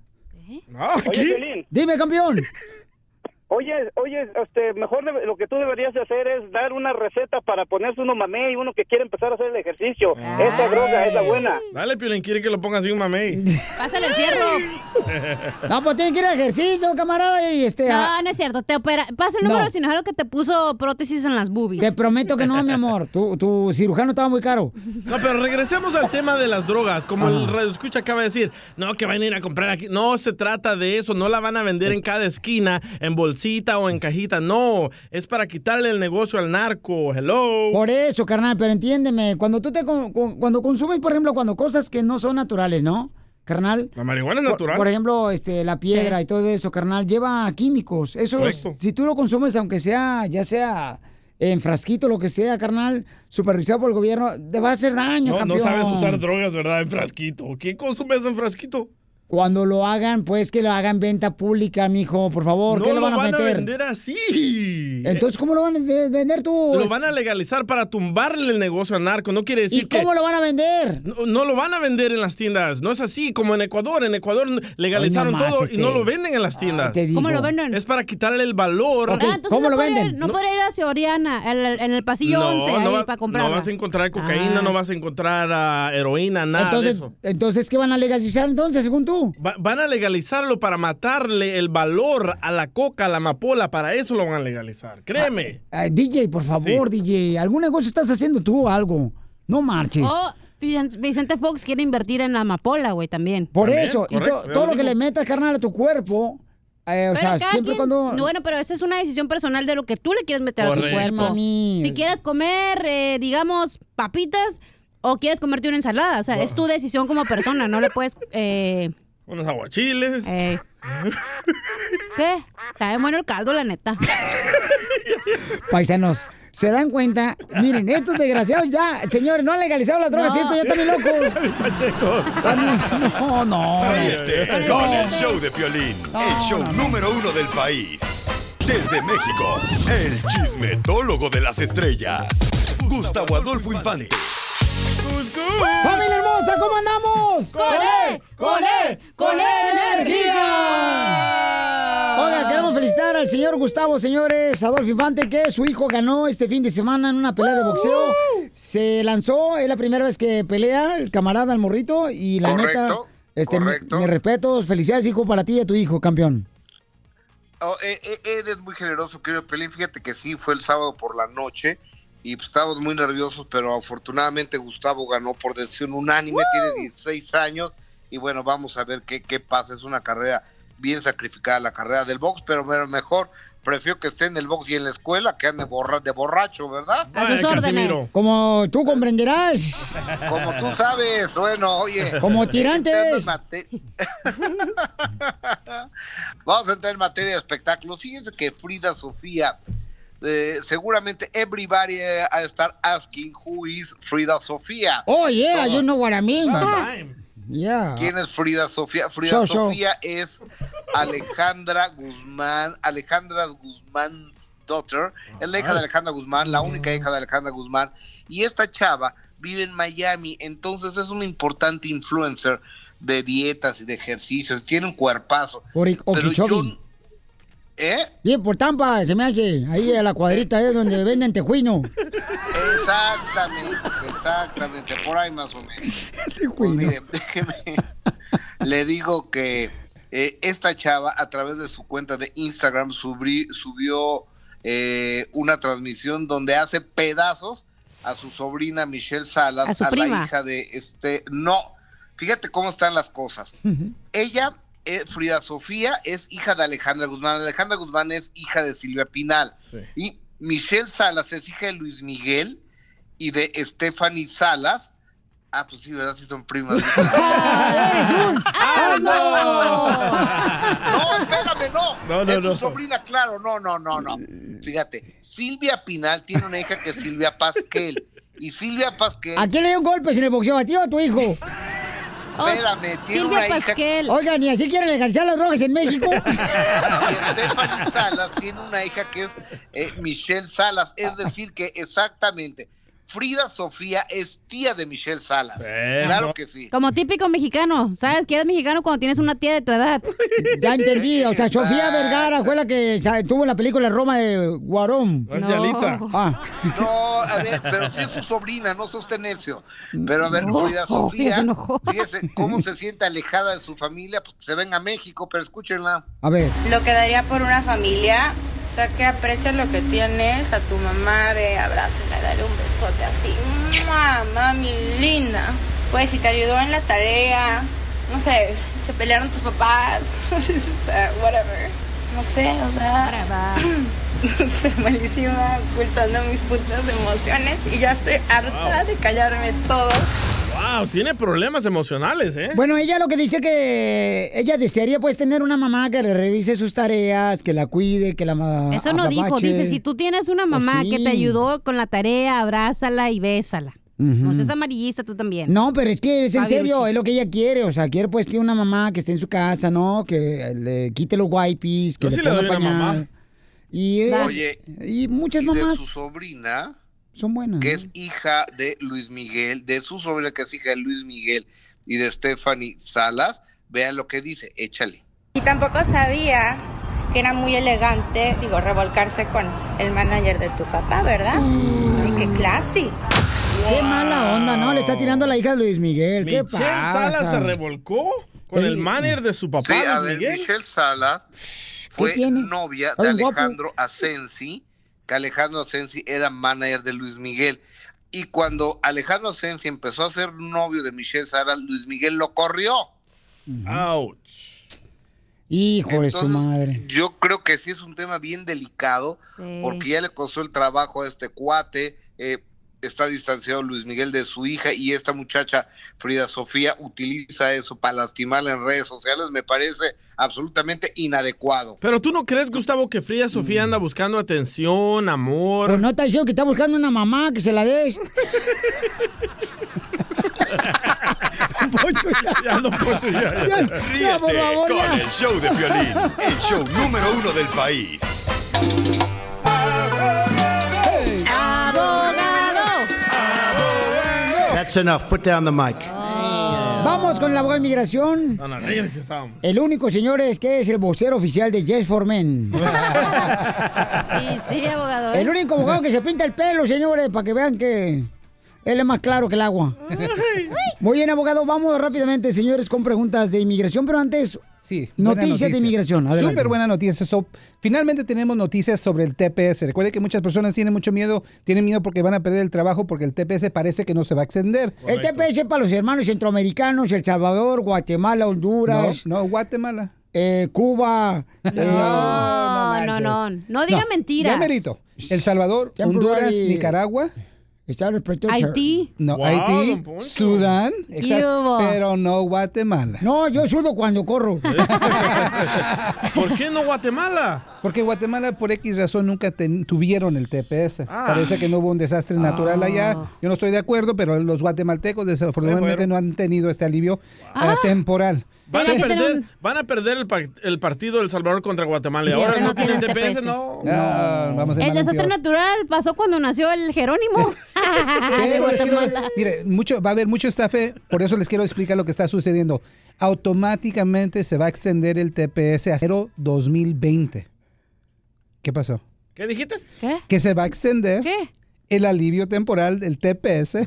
Speaker 9: Oye, Piolín,
Speaker 1: Dime, campeón.
Speaker 9: Oye, oye, este, mejor debe- lo que tú deberías de hacer es dar una receta para ponerse uno mamey, uno que quiere empezar a hacer el ejercicio. Esta droga es la buena.
Speaker 2: Dale, Piolín, quiere que lo pongas así un mamey.
Speaker 8: Pásale el fierro.
Speaker 1: No, pues tiene que ir al ejercicio, camarada, y este...
Speaker 8: No,
Speaker 1: a-
Speaker 8: no es cierto. Te opera. Pasa el
Speaker 1: No.
Speaker 8: número, sino algo que te puso prótesis en las boobies.
Speaker 1: Te prometo que no, mi amor. Tu, tu cirujano estaba muy caro.
Speaker 2: No, pero regresemos al tema de las drogas. Como el
Speaker 1: Ah.
Speaker 2: radio escucha acaba de decir, no, que van a ir a comprar aquí. No se trata de eso. No la van a vender en cada esquina, en bolsita o en cajita. No, es para quitarle el negocio al narco. Hello.
Speaker 1: Por eso, carnal, pero entiéndeme, cuando tú te con- con- cuando consumes, por ejemplo, cuando cosas que no son naturales, ¿no? Carnal.
Speaker 2: La marihuana es
Speaker 1: Por-
Speaker 2: natural.
Speaker 1: Por, ejemplo, este, la piedra y todo eso, carnal, lleva químicos. Eso, es-
Speaker 2: Correcto.
Speaker 1: si tú lo consumes, aunque sea, ya sea en frasquito, lo que sea, carnal, supervisado por el gobierno, te va a hacer
Speaker 2: no,
Speaker 1: daño,
Speaker 2: no
Speaker 1: campeón.
Speaker 2: sabes usar drogas, ¿verdad? En frasquito. ¿Quién consume eso en frasquito?
Speaker 1: Cuando lo hagan, pues que lo hagan venta pública, mijo, por favor,
Speaker 2: no
Speaker 1: ¿qué lo van, a meter?
Speaker 2: vender así.
Speaker 1: Entonces, ¿cómo lo van a de- vender tú?
Speaker 2: Lo van a legalizar para tumbarle el negocio al narco. No quiere decir
Speaker 1: ¿Y
Speaker 2: que-
Speaker 1: cómo lo van a vender?
Speaker 2: No, no lo van a vender en las tiendas. No es así como en Ecuador. En Ecuador legalizaron
Speaker 1: nomás,
Speaker 2: todo
Speaker 1: este.
Speaker 2: y no lo venden en las tiendas.
Speaker 1: te digo. ¿Cómo lo
Speaker 8: venden?
Speaker 2: Es para quitarle el valor.
Speaker 8: Ah, entonces no podría- no, podría ir hacia Oriana, en el, en el pasillo 11, ahí
Speaker 2: va-
Speaker 8: para comprarla.
Speaker 2: no vas a encontrar cocaína,
Speaker 8: Ah.
Speaker 2: no vas a encontrar ah, heroína, nada de
Speaker 1: entonces,
Speaker 2: eso.
Speaker 1: entonces, ¿qué van a legalizar entonces, según tú?
Speaker 2: Va- van a legalizarlo para matarle el valor a la coca, a la amapola. Para eso lo van a legalizar. Créeme.
Speaker 1: Ay, DJ, Eh, por favor, DJ, ¿algún negocio estás haciendo tú o algo? No marches.
Speaker 8: Oh, Vicen- Vicente Fox quiere invertir en la amapola, güey, también.
Speaker 1: Por eso, y to- todo lo que le metas, carnal, a tu cuerpo, eh, o
Speaker 8: Pero
Speaker 1: sea,
Speaker 8: cada
Speaker 1: siempre
Speaker 8: quien-
Speaker 1: cuando...
Speaker 8: no, Bueno, pero esa es una decisión personal de lo que tú le quieres meter a
Speaker 1: Correcto.
Speaker 8: tu cuerpo.
Speaker 1: Mami.
Speaker 8: Si quieres comer, eh, digamos, papitas o quieres comerte una ensalada. O sea, es tu decisión como persona. No le puedes... eh,
Speaker 2: Unos aguachiles.
Speaker 8: eh, ¿Qué? Está bien bueno el caldo, la neta.
Speaker 1: Paisanos, se dan cuenta, miren, estos desgraciados ya, señores, no han legalizado las drogas,
Speaker 8: No.
Speaker 1: esto ya está bien loco. No, no.
Speaker 6: Ríete con el show de Piolín, el show número uno del país. Desde México, el chismetólogo de las estrellas, Gustavo Adolfo Infante.
Speaker 1: ¡Familia hermosa, ¿cómo andamos?
Speaker 8: ¡Con E,
Speaker 1: él!
Speaker 8: ¡Con E él!
Speaker 1: ¡Con E energía! Oiga, queremos felicitar al señor Gustavo, señores, Adolfo Infante, que su hijo ganó este fin de semana en una pelea de boxeo.
Speaker 8: Uh-huh.
Speaker 1: Se lanzó, es la primera vez que pelea el camarada, el morrito, y la
Speaker 4: Correcto,
Speaker 1: neta, este, mi- mis respetos, felicidades, hijo, para ti y a tu hijo, campeón.
Speaker 4: Oh, e- e- eres muy generoso, querido Pelín. Fíjate que sí, fue el sábado por la noche y pues, estábamos muy nerviosos, pero afortunadamente Gustavo ganó por decisión unánime, tiene 16 años Y bueno, vamos a ver qué, qué pasa. Es una carrera bien sacrificada, la carrera del box, pero bueno, mejor prefiero que esté en el box y en la escuela que ande borra, de borracho, ¿verdad?
Speaker 1: Como tú comprenderás.
Speaker 4: Como tú sabes, bueno, oye.
Speaker 1: Como tirantes.
Speaker 4: entrando en mate- Vamos a entrar en materia de espectáculos. Fíjense que Frida Sofía, eh, seguramente everybody eh, a estar asking who is Frida Sofía.
Speaker 1: Oh, yeah, you know what I mean. Yeah.
Speaker 4: ¿Quién es Frida Sofía? Frida
Speaker 1: So, so.
Speaker 4: Sofía es Alejandra Guzmán, Alejandra Guzmán's daughter, es la hija de Alejandra Guzmán, la única hija de Alejandra Guzmán, y esta chava vive en Miami, entonces es una importante influencer de dietas y de ejercicios, tiene un cuerpazo.
Speaker 1: Por I-
Speaker 4: Pero yo-
Speaker 1: Okeechobee.
Speaker 4: ¿Eh?
Speaker 1: Bien, por Tampa, se me hace. Ahí a la cuadrita es donde venden tejuino.
Speaker 4: Exactamente, exactamente, por ahí más o menos. Pues miren, déjeme, le digo que eh, esta chava a través de su cuenta de Instagram subri- subió eh, una transmisión donde hace pedazos a su sobrina Michelle Salas,
Speaker 8: A su
Speaker 4: a, la
Speaker 8: prima.
Speaker 4: hija de este... No, fíjate cómo están las cosas. Ella, eh, Frida Sofía, es hija de Alejandra Guzmán. Alejandra Guzmán es hija de Silvia Pinal. Y Michelle Salas es hija de Luis Miguel y de Stephanie Salas. Ah, pues sí, ¿verdad? Sí son primas.
Speaker 1: Ah,
Speaker 8: Ah,
Speaker 4: No, espérame, no.
Speaker 23: No, no,
Speaker 4: es su
Speaker 23: no.
Speaker 4: sobrina, claro. No, no, no, no. Fíjate, Silvia Pinal tiene una hija que es Silvia Pasquel. Y Silvia Pasquel,
Speaker 1: ¿A quién le dio golpes en el boxeo? ¿A ti o a tu hijo?
Speaker 4: Oh,
Speaker 1: Oh,
Speaker 4: espérame, tiene una hija
Speaker 1: Oigan, ¿y así quieren legalizar las drogas en México?
Speaker 4: Y Stephanie Salas tiene una hija que es eh, Michelle Salas. Es decir, que exactamente Frida Sofía es tía de Michelle Salas. Claro que sí.
Speaker 8: Como típico mexicano, ¿sabes? Que eres mexicano cuando tienes una tía de tu edad.
Speaker 1: Ya entendí, o sea, Sofía Vergara fue la que sa- tuvo la película Roma de Guarón.
Speaker 4: No es Yalitza.
Speaker 1: Ah.
Speaker 4: No, a ver, pero si es su sobrina, no sea usted necio. Pero a ver,
Speaker 1: No,
Speaker 4: Frida
Speaker 1: ya se
Speaker 4: Sofía,
Speaker 1: enojó.
Speaker 4: fíjese cómo se siente alejada de su familia, pues que se venga a México, pero escúchenla.
Speaker 1: A ver.
Speaker 12: Lo que daría por una familia, o sea, que aprecia lo que tienes, a tu mamá, ve, abrázala, dale un besote así. ¡Mua! Mami linda. Pues si te ayudó en la tarea, no sé, se pelearon tus papás, o sea, whatever. No sé, o sea, soy malísima ocultando mis putas emociones y ya estoy harta de callarme todo.
Speaker 2: Wow, tiene problemas emocionales, ¿eh?
Speaker 1: Bueno, ella lo que dice que ella desearía pues tener una mamá que le revise sus tareas, que la cuide, que la ma-
Speaker 8: Eso no dijo,
Speaker 1: apapache.
Speaker 8: dice, si tú tienes una mamá
Speaker 1: ah, sí.
Speaker 8: que te ayudó con la tarea, abrázala y bésala.
Speaker 1: Ujú.
Speaker 8: No seas amarillista tú también.
Speaker 1: Mm. No, pero es que es en
Speaker 8: Fabio
Speaker 1: serio,
Speaker 8: Uchis.
Speaker 1: es lo que ella quiere, o sea, quiere pues que una mamá que esté en su casa, ¿no? Que eh, le quite los wipes, que
Speaker 4: Yo
Speaker 1: le
Speaker 4: sí le
Speaker 1: ponga
Speaker 4: doy una
Speaker 1: pañal.
Speaker 4: mamá.
Speaker 1: Y es-
Speaker 4: Oye,
Speaker 1: y muchas
Speaker 4: y de su
Speaker 1: mamás
Speaker 4: sobrina,
Speaker 1: son buenas.
Speaker 4: que es hija de Luis Miguel, de su sobrina que es hija de Luis Miguel y de Stephanie Salas, vean lo que dice, échale.
Speaker 12: Y tampoco sabía que era muy elegante, digo, revolcarse con el manager de tu papá, ¿verdad? Y qué classy.
Speaker 1: Qué mala onda, ¿no? Le está tirando a la hija de Luis Miguel. ¿Qué
Speaker 2: Michelle
Speaker 1: pasa?
Speaker 2: Salas se revolcó con
Speaker 1: Sí.
Speaker 2: el manager de su papá,
Speaker 4: Sí, a
Speaker 2: Luis
Speaker 4: ver,
Speaker 2: Miguel.
Speaker 4: Michelle Sala fue
Speaker 2: tiene?
Speaker 4: novia
Speaker 2: Está
Speaker 4: de
Speaker 2: bien guapo.
Speaker 4: Alejandro Asensi, que Alejandro Asensi era manager de Luis Miguel. Y cuando Alejandro Asensi empezó a ser novio de Michelle Sala, Luis Miguel lo corrió.
Speaker 2: Ouch.
Speaker 1: Hijo de su
Speaker 4: Entonces,
Speaker 1: madre.
Speaker 4: Yo creo que sí es un tema bien delicado,
Speaker 1: Sí.
Speaker 4: porque ya le costó el trabajo a este cuate, eh, está distanciado Luis Miguel de su hija y esta muchacha Frida Sofía utiliza eso para lastimarla en redes sociales, me parece absolutamente inadecuado.
Speaker 2: Pero tú no crees, Gustavo, que Frida Sofía anda buscando atención, amor.
Speaker 1: Pero Pues no está diciendo que está buscando una mamá que se la des. Don Poncho, ya.
Speaker 6: Ríete
Speaker 1: por favor,
Speaker 6: con
Speaker 1: ya.
Speaker 6: el show de violín, el show número uno del país.
Speaker 1: ¡Abogado!
Speaker 13: That's enough. Put down the mic.
Speaker 1: Vamos con el abogado de inmigración.
Speaker 2: Tan alegres que estábamos.
Speaker 1: El único, señores, que es el vocero oficial de Yes for Men.
Speaker 8: Sí, ¿eh? sí, abogado. ¿eh? Ah.
Speaker 1: El único abogado que se pinta el pelo, señores, para que vean que Él es más claro que el agua. Muy bien, abogado. Vamos rápidamente, señores, con preguntas de inmigración, pero antes.
Speaker 10: Sí.
Speaker 1: Noticias de inmigración. Adelante.
Speaker 10: Súper buena noticia. So, finalmente tenemos noticias sobre el TPS. Recuerde que muchas personas tienen mucho miedo, tienen miedo porque van a perder el trabajo porque el TPS parece que no se va a extender.
Speaker 1: El TPS es para los hermanos centroamericanos, El Salvador, Guatemala, Honduras.
Speaker 10: No, Guatemala.
Speaker 1: Cuba. eh,
Speaker 8: No, no, no. No diga mentiras.
Speaker 10: Ya merito. El Salvador,
Speaker 8: Siempre
Speaker 10: Honduras,
Speaker 8: hay-
Speaker 10: Nicaragua.
Speaker 8: Haití.
Speaker 10: No,
Speaker 8: Wow,
Speaker 10: Haití,
Speaker 8: don Poncho.
Speaker 10: Sudán, exacto,
Speaker 8: hubo?
Speaker 10: pero no Guatemala.
Speaker 1: No, yo sudo cuando corro.
Speaker 10: ¿Por qué no Guatemala? Porque Guatemala por X razón nunca ten- tuvieron el TPS.
Speaker 25: Ah.
Speaker 10: Parece que no hubo un desastre natural
Speaker 25: Ah.
Speaker 10: allá. Yo no estoy de acuerdo, pero los guatemaltecos desafortunadamente no han tenido este alivio
Speaker 8: Ah.
Speaker 10: eh, temporal.
Speaker 2: Van a, perder, van a perder el, par- el partido El Salvador contra Guatemala. Y
Speaker 10: Y
Speaker 2: ahora
Speaker 10: ahora
Speaker 2: no,
Speaker 10: no
Speaker 2: tienen
Speaker 10: tienen
Speaker 2: TPS,
Speaker 10: TPS.
Speaker 2: no.
Speaker 10: Ah, vamos de
Speaker 8: El
Speaker 10: mal en
Speaker 8: desastre
Speaker 10: peor.
Speaker 8: natural pasó cuando nació el Jerónimo. De
Speaker 10: Pero les quiero-
Speaker 8: Guatemala.
Speaker 10: mire, mucho, va a haber mucho estafe, por eso les quiero explicar lo que está sucediendo. Automáticamente se va a extender el TPS a 0 2020. ¿Qué pasó?
Speaker 2: ¿Qué dijiste?
Speaker 10: Que se va a extender el alivio temporal del TPS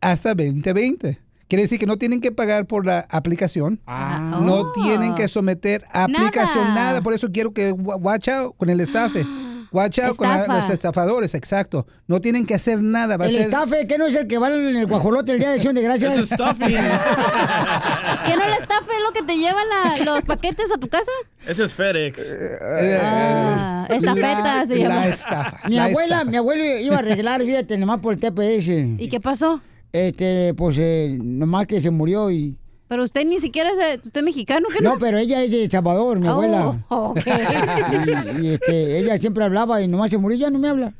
Speaker 10: hasta 2020. Quiere decir que no tienen que pagar por la aplicación, no
Speaker 25: Oh.
Speaker 10: tienen que someter aplicación,
Speaker 25: Nada.
Speaker 10: nada. Por eso quiero que gua- watch out con el estafe. Watch out con la-
Speaker 1: Estafa.
Speaker 10: los estafadores, exacto. No tienen que hacer nada. Va a
Speaker 1: el
Speaker 10: ser...
Speaker 1: estafe, que no es el que va en el guajolote el día de acción de gracias.
Speaker 10: Es estafe.
Speaker 8: ¿Que no la estafa es lo que te lleva la- los paquetes a tu casa?
Speaker 2: Ese es FedEx.
Speaker 8: Ah, estafeta se llama.
Speaker 1: Mi abuela, mi abuelo iba a arreglar, fíjate, nomás por el TPS.
Speaker 8: ¿Y qué pasó?
Speaker 1: Este, pues eh, nomás que se murió y.
Speaker 8: Pero usted ni siquiera es de- usted es mexicano, ¿qué no?
Speaker 1: No, pero ella es de El Salvador, mi
Speaker 8: Oh,
Speaker 1: abuela.
Speaker 8: ok.
Speaker 1: Y, y, este, ella siempre hablaba y nomás se murió, ya no me habla.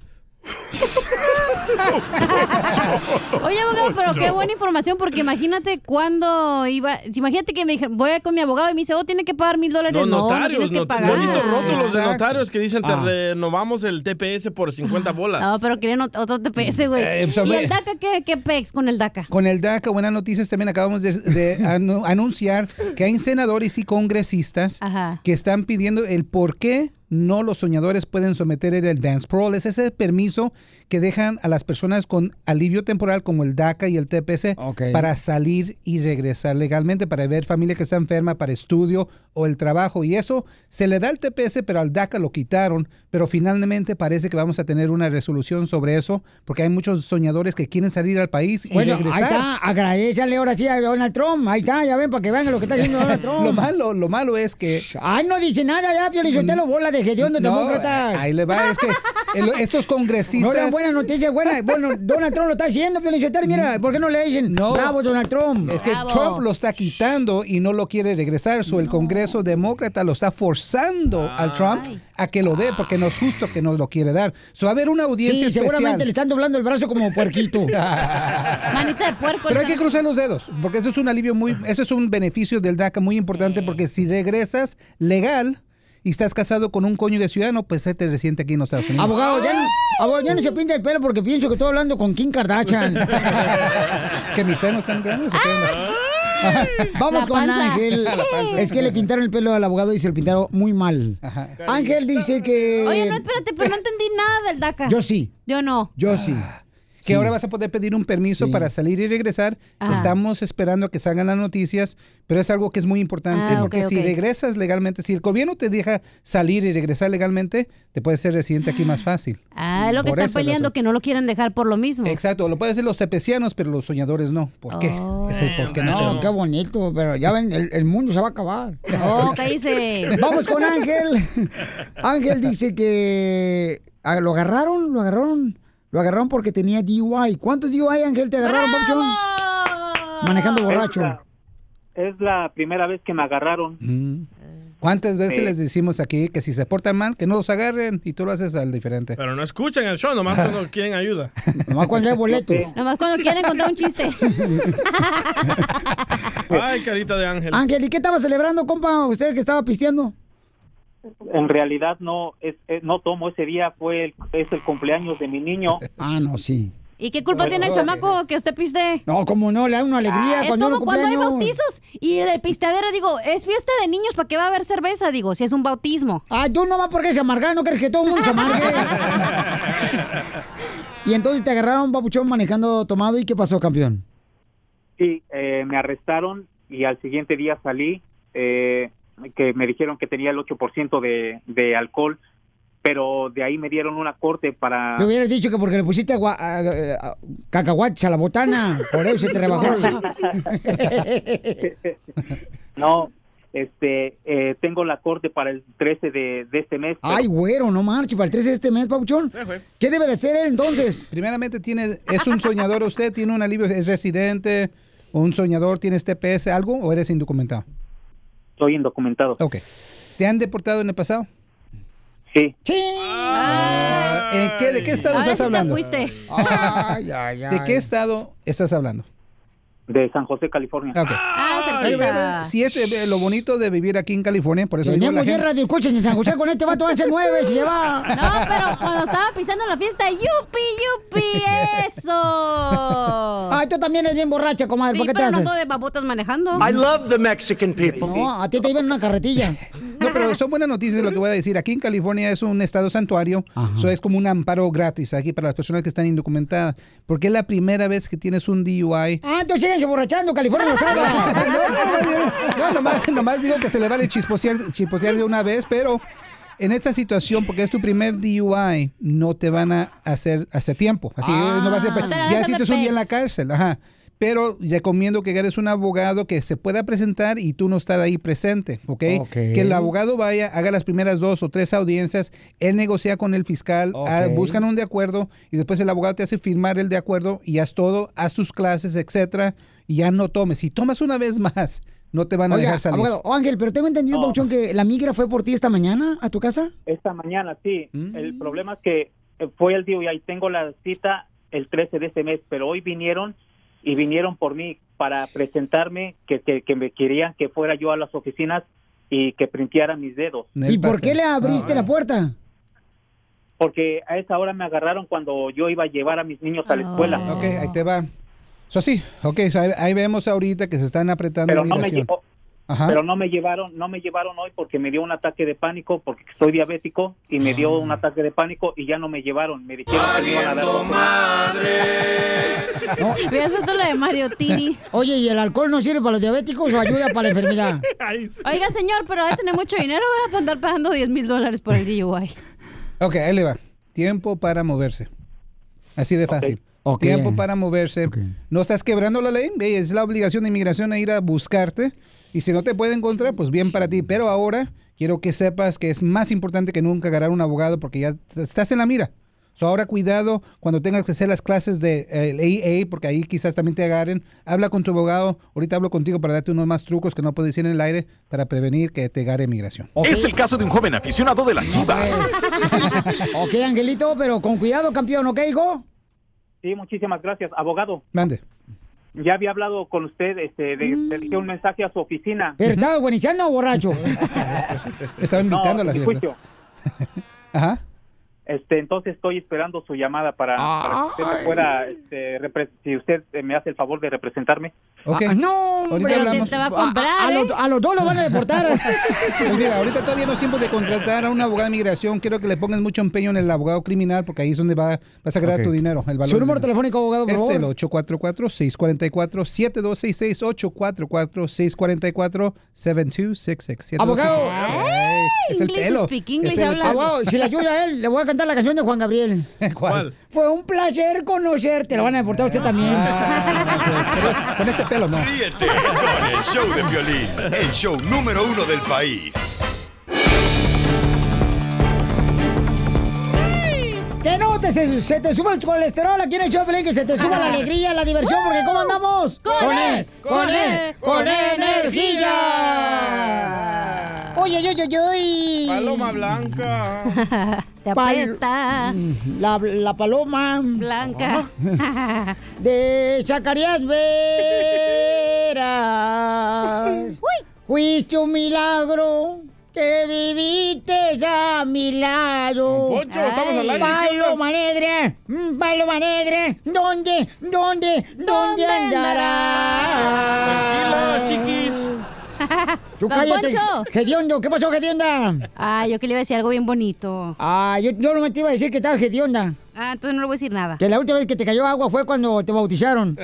Speaker 8: Oye, abogado, pero qué
Speaker 1: No.
Speaker 8: buena información, porque imagínate cuando iba. Imagínate que me dije- voy a con mi abogado y me dice, oh, tiene que pagar mil dólares.
Speaker 2: No,
Speaker 8: No, no
Speaker 2: notarios.
Speaker 8: tienes que
Speaker 2: no-
Speaker 8: pagar. Ah.
Speaker 2: ¿no he visto rótulos de
Speaker 10: Exacto.
Speaker 2: notarios que dicen te
Speaker 10: Ah.
Speaker 2: renovamos el TPS por
Speaker 8: Ah.
Speaker 2: 50 bolas.
Speaker 8: No, pero querían ot- otro TPS, güey.
Speaker 10: Eh,
Speaker 2: pues,
Speaker 10: so-
Speaker 8: ¿Y el DACA qué, qué pex con el DACA?
Speaker 10: Con el DACA, buenas noticias también acabamos de, de anu- anunciar que hay senadores y congresistas
Speaker 8: Ajá.
Speaker 10: que están pidiendo el por qué no los soñadores pueden someter el advance parole. Es ese permiso que dejan a las personas con alivio temporal como el DACA y el TPS para salir y regresar legalmente, para ver familia que está enferma, para estudio o el trabajo. Y eso se le da al TPS, pero al DACA lo quitaron. Pero finalmente parece que vamos a tener una resolución sobre eso, porque hay muchos soñadores que quieren salir al país y
Speaker 1: Bueno, ahí
Speaker 10: regresar.
Speaker 1: está, agradecele ahora sí a Donald Trump. Ahí está, ya ven, para que vean lo que está haciendo Donald Trump.
Speaker 10: lo malo, lo malo es que.
Speaker 1: Ay, no dice nada ya, Piolichotelo, bola de hediondo
Speaker 10: No,
Speaker 1: demócrata.
Speaker 10: Ahí le va, es que el- estos
Speaker 1: No
Speaker 10: congresistas.
Speaker 1: dan buenas noticias, buenas. Bueno, Donald Trump lo está haciendo, Piolichotelo, mira, ¿por qué no le dicen?
Speaker 10: No.
Speaker 1: Bravo, Donald Trump.
Speaker 10: Es que Trump lo está quitando y no lo quiere regresar. So, el Congreso demócrata lo está
Speaker 8: Ah.
Speaker 10: forzando al Trump a que lo dé, porque no es justo que nos lo quiere dar. So, va a haber una
Speaker 1: Sí,
Speaker 10: audiencia especial.
Speaker 1: seguramente le están doblando el brazo como puerquito.
Speaker 8: Manita de puerco.
Speaker 10: Pero hay que cruzar los dedos, porque eso es un alivio muy, eso es un beneficio del DACA muy importante, porque si regresas legal y estás casado con un cónyuge ciudadano, pues se te resiente aquí en los Estados Unidos.
Speaker 1: Abogado, ya no, abogado, ya no se pinta el pelo porque pienso que estoy hablando con Kim Kardashian.
Speaker 10: que mis senos están grandes. ¿o qué onda?
Speaker 1: Vamos
Speaker 10: La
Speaker 1: con
Speaker 10: panza.
Speaker 1: Ángel.
Speaker 10: La panza.
Speaker 1: Es que le pintaron el pelo al abogado y se lo pintaron muy mal. Ángel dice que.
Speaker 8: Oye, no, espérate, pero no entendí nada del DACA.
Speaker 1: Yo sí.
Speaker 8: Yo no.
Speaker 1: Yo Ah, sí.
Speaker 10: Que ahora vas a poder pedir un permiso para salir y regresar.
Speaker 8: Ajá.
Speaker 10: Estamos esperando a que salgan las noticias, pero es algo que es muy importante
Speaker 8: Ah, ok,
Speaker 10: porque si
Speaker 8: ok.
Speaker 10: regresas legalmente, si el gobierno te deja salir y regresar legalmente, te puedes ser residente aquí más fácil.
Speaker 8: Ah, es lo que
Speaker 10: Por
Speaker 8: están
Speaker 10: esa
Speaker 8: peleando,
Speaker 10: razón.
Speaker 8: que no lo quieren dejar por lo mismo.
Speaker 10: Exacto, lo pueden hacer los tepecianos, pero los soñadores no. ¿Por qué?
Speaker 8: Oh.
Speaker 10: es el por qué no.
Speaker 1: No,
Speaker 10: sabemos.
Speaker 1: qué bonito, pero ya ven, el, el mundo se va a acabar.
Speaker 10: No, ¿qué
Speaker 8: hice?
Speaker 1: Vamos con Ángel. Ángel dice que ah, lo agarraron, lo agarraron, lo agarraron porque tenía DUI. ¿Cuántos DUI, Ángel, te agarraron, Papuchón? Manejando borracho.
Speaker 14: Es la primera vez que me agarraron.
Speaker 10: Mm. ¿Cuántas veces
Speaker 14: Sí.
Speaker 10: les decimos aquí que si se portan mal, que no los agarren y tú lo haces al diferente?
Speaker 2: Pero no escuchan el show, nomás cuando quieren ayuda.
Speaker 10: Nomás cuando hay boletos.
Speaker 8: Nomás cuando quieren contar un chiste.
Speaker 2: Ay, carita de ángel.
Speaker 1: Ángel, ¿y qué estaba celebrando, compa? Usted que estaba pisteando.
Speaker 14: En realidad no es, es- no tomo ese día, fue el- es el cumpleaños de mi niño.
Speaker 1: Ah, no, sí.
Speaker 8: ¿Y qué culpa tiene el chamaco que usted piste?
Speaker 1: No, como no, le da una alegría
Speaker 8: Ah, es
Speaker 1: cuando
Speaker 8: como
Speaker 1: uno
Speaker 8: cuando hay
Speaker 1: cumpleaños.
Speaker 8: bautizos y el pisteadera, digo, es fiesta de niños, ¿para qué va a haber cerveza? Digo, si es un bautismo.
Speaker 1: Ah, tú no vas porque se amarga, no crees que todo el mundo se amargue. Y entonces te agarraron, papuchón, manejando tomado. ¿Y qué pasó, campeón?
Speaker 14: Sí, eh, me arrestaron y al siguiente día salí, eh, que me dijeron que tenía el 8% de, de alcohol, pero de ahí me dieron una corte para...
Speaker 8: Ah.
Speaker 1: Le hubieras dicho que porque le pusiste agua- a- a- a- cacahuates a la botana, por eso se te rebajó.
Speaker 14: No, este, eh, tengo la corte para el 13 de, de este mes. pero-
Speaker 1: Ay, güero, no marches, para el 13 de este mes, papuchón. ¿Qué debe de ser él entonces?
Speaker 10: Primeramente tiene, es un soñador usted, tiene un alivio, es residente, o un soñador, tienes TPS, algo, o eres indocumentado.
Speaker 14: Soy indocumentado.
Speaker 10: Ok. ¿Te han deportado en el pasado?
Speaker 14: Sí.
Speaker 10: Ah, ¿En qué, ¿De qué estado
Speaker 8: Ahora sí
Speaker 10: estás
Speaker 8: te
Speaker 10: hablando?
Speaker 8: fuiste.
Speaker 10: ¿De qué estado estás hablando?
Speaker 14: De San José, California.
Speaker 10: Ok.
Speaker 8: Ah,
Speaker 10: Ahí ve,
Speaker 8: cerquita.
Speaker 10: ve, si este- ve, lo bonito de vivir aquí en California, por eso digo la
Speaker 1: Tenemos 10
Speaker 10: gente-
Speaker 1: radioescuchas en San José, con este vato van a ser 9, se lleva.
Speaker 8: No, pero cuando estaba pisando la fiesta, yupi, yupi, eso.
Speaker 1: Ay, tú también eres bien borracha, comadre,
Speaker 8: Sí,
Speaker 1: ¿por qué te
Speaker 8: pero no
Speaker 1: haces?
Speaker 8: todo de babotas manejando.
Speaker 13: I love the Mexican people.
Speaker 1: No, a ti te iban en una carretilla.
Speaker 10: No, pero son buenas noticias lo que voy a decir. Aquí en California es un estado santuario, eso es como un amparo gratis aquí para las personas que están indocumentadas, porque es la primera vez que tienes un DUI.
Speaker 1: Ah, entonces síganse borrachando, California los habla.
Speaker 10: No, nomás, nomás digo que se le vale chisposear, chisposear de una vez, pero en esta situación, porque es tu primer DUI, no te van a hacer hacer tiempo. Así eh,
Speaker 11: Ah.
Speaker 10: no va a ser.
Speaker 11: No te van a
Speaker 10: Ya
Speaker 11: hacer
Speaker 10: si te un día en la
Speaker 11: pex.
Speaker 10: cárcel, ajá. Pero recomiendo que eres un abogado que se pueda presentar y tú no estar ahí presente, ¿ok?
Speaker 11: Ok.
Speaker 10: Que el abogado vaya, haga las primeras dos o tres audiencias, él negocia con el fiscal, ah,
Speaker 11: Ok.
Speaker 10: buscan un de acuerdo y después el abogado te hace firmar el de acuerdo y haz todo, haz tus clases, etcétera, y ya no tomes. Si tomas una vez más, no te van a
Speaker 1: Oiga,
Speaker 10: dejar salir.
Speaker 1: abogado, oh, Ángel, pero tengo entendido, Pauchón, que la migra fue por ti esta mañana a tu casa.
Speaker 14: Esta mañana, sí.
Speaker 10: Mm.
Speaker 14: El problema es que eh, fue el día y ahí tengo la cita el 13 de este mes, pero hoy vinieron y vinieron por mí para presentarme que, que, que me querían que fuera yo a las oficinas y que printeara mis dedos.
Speaker 1: ¿Y por qué le abriste
Speaker 10: eh.
Speaker 1: la puerta?
Speaker 14: Porque a esa hora me agarraron cuando yo iba a llevar a mis niños a la escuela.
Speaker 10: Ah. Ok, ahí te va. Eso sí, ok, so ahí, ahí vemos ahorita que se están apretando
Speaker 14: Pero
Speaker 10: la
Speaker 14: no me
Speaker 10: migración.
Speaker 14: llevó-
Speaker 10: Ajá.
Speaker 14: Pero no me llevaron, no me llevaron hoy porque me dio un ataque de pánico porque soy diabético y me dio
Speaker 10: Ah.
Speaker 14: un ataque de pánico y ya no me llevaron, me dijeron que me iban a dar otro.
Speaker 8: Hubieras puesto la de Mario Tini.
Speaker 1: Oye, ¿y el alcohol no sirve para los diabéticos o ayuda para la enfermedad?
Speaker 8: Oiga, señor, pero va a tener mucho dinero, va a andar pagando 10 mil dólares por el DUI.
Speaker 10: Ok, ahí le va. Tiempo para moverse. Así de fácil.
Speaker 1: Ok.
Speaker 10: Tiempo para moverse. No estás quebrando la ley. Ve, Es la obligación de inmigración a ir a buscarte. Y si no te puede encontrar, pues bien para ti. Pero ahora quiero que sepas que es más importante que nunca agarrar un abogado porque ya t- estás en la mira. So, ahora cuidado cuando tengas que hacer las clases de eh, el AA, porque ahí quizás también te agarren. Habla con tu abogado. Ahorita hablo contigo para darte unos más trucos que no puedo decir en el aire para prevenir que te agarre inmigración.
Speaker 11: Es el caso de un joven aficionado de las chivas.
Speaker 1: ok, Angelito, pero con cuidado, campeón, ¿ok, hijo?
Speaker 14: Sí, muchísimas gracias, abogado.
Speaker 10: Mande.
Speaker 14: Ya había hablado con usted, este, de-
Speaker 10: Mm.
Speaker 14: le dejé un mensaje a su oficina.
Speaker 1: ¿Pero estaba buenichando o borracho?
Speaker 10: Eh, Estaba invitando a la
Speaker 14: mi
Speaker 10: fiesta.
Speaker 14: juicio.
Speaker 10: Ajá.
Speaker 14: Este, entonces estoy esperando su llamada para, para que usted me pueda, este, repre- si usted eh, me hace el favor de representarme.
Speaker 1: Ah, no,
Speaker 10: Ahorita
Speaker 1: hombre.
Speaker 10: hablamos. Te va a comprar,
Speaker 1: A, a
Speaker 10: ¿eh?
Speaker 1: los, a los dos los van a deportar.
Speaker 10: Pues mira, ahorita todavía no es tiempo de contratar a un abogado de migración. Quiero que le pongas mucho empeño en el abogado criminal porque ahí es donde va, vas a crear
Speaker 1: Ok.
Speaker 10: tu dinero. El valor
Speaker 1: Su número
Speaker 10: del dinero.
Speaker 1: telefónico, abogado, por
Speaker 10: es
Speaker 1: favor.
Speaker 10: el 844-644-7266. 844-644-7266.
Speaker 1: Abogado.
Speaker 10: Es el
Speaker 1: English
Speaker 10: pelo.
Speaker 1: speak,
Speaker 10: Es
Speaker 1: English
Speaker 10: el
Speaker 1: habla.
Speaker 10: pelo.
Speaker 1: Abogado, si le ayuda a él, le voy a cantar la canción de Juan Gabriel.
Speaker 10: ¿Cuál?
Speaker 1: Fue un placer conocerte. Lo van a deportar a usted también.
Speaker 10: Con ese pelo, no.
Speaker 6: Ríete con el show de violín, el show número uno del país.
Speaker 1: Que no te, se, se te suba el colesterol aquí en el show, Pelín, que se te suba la alegría, la diversión, porque ¿cómo andamos?
Speaker 11: ¡Con
Speaker 8: E,
Speaker 1: E,
Speaker 11: él! ¡Con él! ¡Con
Speaker 1: energía!
Speaker 8: E
Speaker 1: Oye, oye, oye, oye.
Speaker 2: Paloma blanca.
Speaker 8: Te apesta.
Speaker 1: La, la paloma. Ah.
Speaker 8: Blanca.
Speaker 1: De Zacarías Veras. Fuiste un milagro que viviste a mi lado.
Speaker 11: Don Poncho, estamos al aire,
Speaker 1: Paloma negra, mm, paloma negra, ¿dónde, dónde, dónde andará?
Speaker 11: chiquis.
Speaker 1: Tú
Speaker 8: Don
Speaker 1: cállate.
Speaker 8: Poncho.
Speaker 1: Gediondo, ¿qué pasó, Gedionda?
Speaker 8: Ah, yo que le iba a decir algo bien bonito.
Speaker 1: Ah, yo, yo no me te iba a decir que estabas Gedionda.
Speaker 8: Ah, entonces no le voy a decir nada.
Speaker 1: Que la última vez que te cayó agua fue cuando te bautizaron.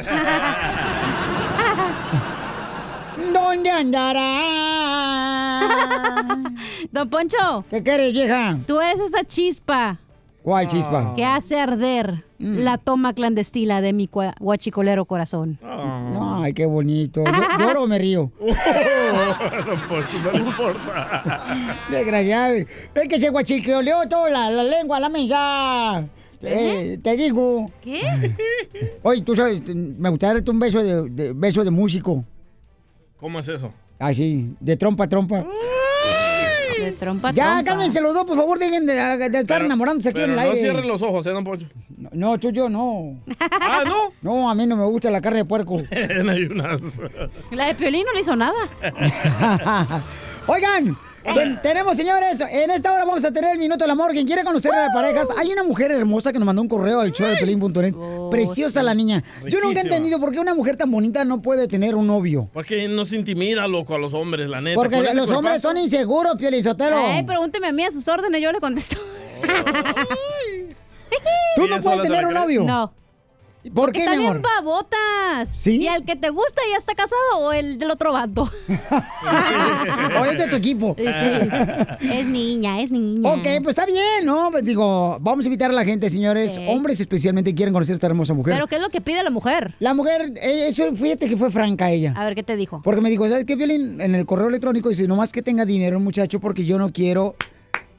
Speaker 1: ¿Dónde andará?
Speaker 8: Don Poncho.
Speaker 1: ¿Qué quieres, vieja?
Speaker 8: Tú eres esa chispa. Ah.
Speaker 1: ¿Cuál chispa? Mm.
Speaker 8: Que hace arder la toma clandestina de mi cua- guachicolero corazón.
Speaker 2: Oh.
Speaker 1: Ay, qué bonito. Yo- ¿Lloro o me río?
Speaker 11: Don Poncho, no le importa.
Speaker 1: Desgraciado. Es que se guachicoleó toda la, la lengua, la mensa. Eh, te digo.
Speaker 8: ¿Qué?
Speaker 1: Oye, tú sabes, me gustaría darte un beso de, de- beso de músico.
Speaker 2: ¿Cómo es eso?
Speaker 1: Así, de trompa a trompa.
Speaker 8: De trompa
Speaker 1: Ya,
Speaker 8: trompa.
Speaker 1: cálmense los dos, por favor, dejen de, de estar enamorándose aquí en
Speaker 2: Pero
Speaker 1: el
Speaker 2: no
Speaker 1: aire.
Speaker 2: cierren los ojos, ¿eh, don Poncho?
Speaker 1: No, no, tú yo no. ¿Ah, no? No, a mí no me gusta la carne de puerco.
Speaker 2: en ayunas.
Speaker 8: La de Piolín no le hizo nada.
Speaker 1: Oigan, ten- tenemos, señores, en esta hora vamos a tener el Minuto del Amor. Quien quiere conocer a las parejas, hay una mujer hermosa que nos mandó un correo al show de Pelín.net. Preciosa
Speaker 2: sí.
Speaker 1: la niña. Yo nunca
Speaker 2: Riquísima.
Speaker 1: he entendido por qué una mujer tan bonita no puede tener un novio.
Speaker 2: Porque nos intimida, loco, a los hombres, la neta.
Speaker 1: Porque
Speaker 2: Con ese
Speaker 1: los hombres
Speaker 2: cuerpazo-
Speaker 1: son inseguros, Piolizotero.
Speaker 8: Ay, pregúnteme a mí a sus órdenes, yo le contesto.
Speaker 1: ¿Tú no puedes tener un novio?
Speaker 8: No.
Speaker 1: ¿Por qué, mi
Speaker 8: Están
Speaker 1: amor?
Speaker 8: bien babotas.
Speaker 1: ¿Sí?
Speaker 8: ¿Y al que te gusta ya está casado o el del otro bando?
Speaker 1: O es de tu equipo.
Speaker 8: Es niña, es niña.
Speaker 1: Ok, pues está bien, ¿no? Pues Digo, vamos a invitar a la gente, señores. Hombres especialmente quieren conocer a esta hermosa mujer.
Speaker 8: Pero ¿qué es lo que pide la mujer?
Speaker 1: La mujer, eh, eso fíjate que fue franca ella.
Speaker 8: A ver, ¿qué te dijo?
Speaker 1: Porque me dijo, ¿sabes qué, Violín? En el correo electrónico dice, nomás que tenga dinero, muchacho, porque yo no quiero...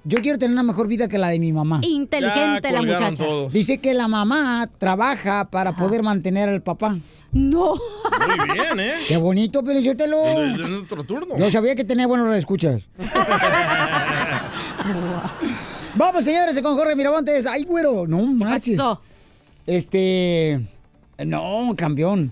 Speaker 1: Yo quiero tener una mejor vida que la de mi mamá.
Speaker 8: Inteligente Ya la colgaron muchacha. todos.
Speaker 1: Dice que la mamá trabaja para poder mantener al papá.
Speaker 8: No.
Speaker 2: Muy bien, ¿eh?
Speaker 1: Qué bonito, pero yo te lo...
Speaker 2: Es es nuestro turno.
Speaker 1: Yo sabía que tenía buenos escuchas. Vamos, señores, con Jorge Miramontes. Ay, güero, no marches. Este. No, campeón.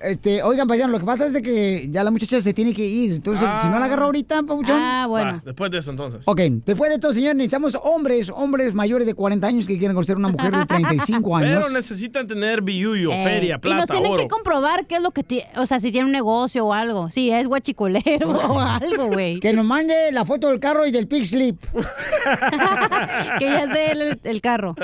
Speaker 1: Este, oigan, paisano, lo que pasa es de que ya la muchacha se tiene que ir. Entonces, si no la
Speaker 8: Ah.
Speaker 1: agarra ahorita, papuchón.
Speaker 2: Va, después de eso, entonces.
Speaker 1: Ok, después de todo, señores, necesitamos hombres, hombres mayores de 40 años que quieran conocer a una mujer de 35 años.
Speaker 2: Pero necesitan tener billuyo,
Speaker 8: Eh,
Speaker 2: feria,
Speaker 8: y nos
Speaker 2: plata,
Speaker 8: tienen
Speaker 2: oro.
Speaker 8: que comprobar qué es lo que tiene, o sea, si tiene un negocio o algo. Si es guachicolero o algo, güey.
Speaker 1: Que nos mande la foto del carro y del pig slip.
Speaker 8: que ya sé el, el carro.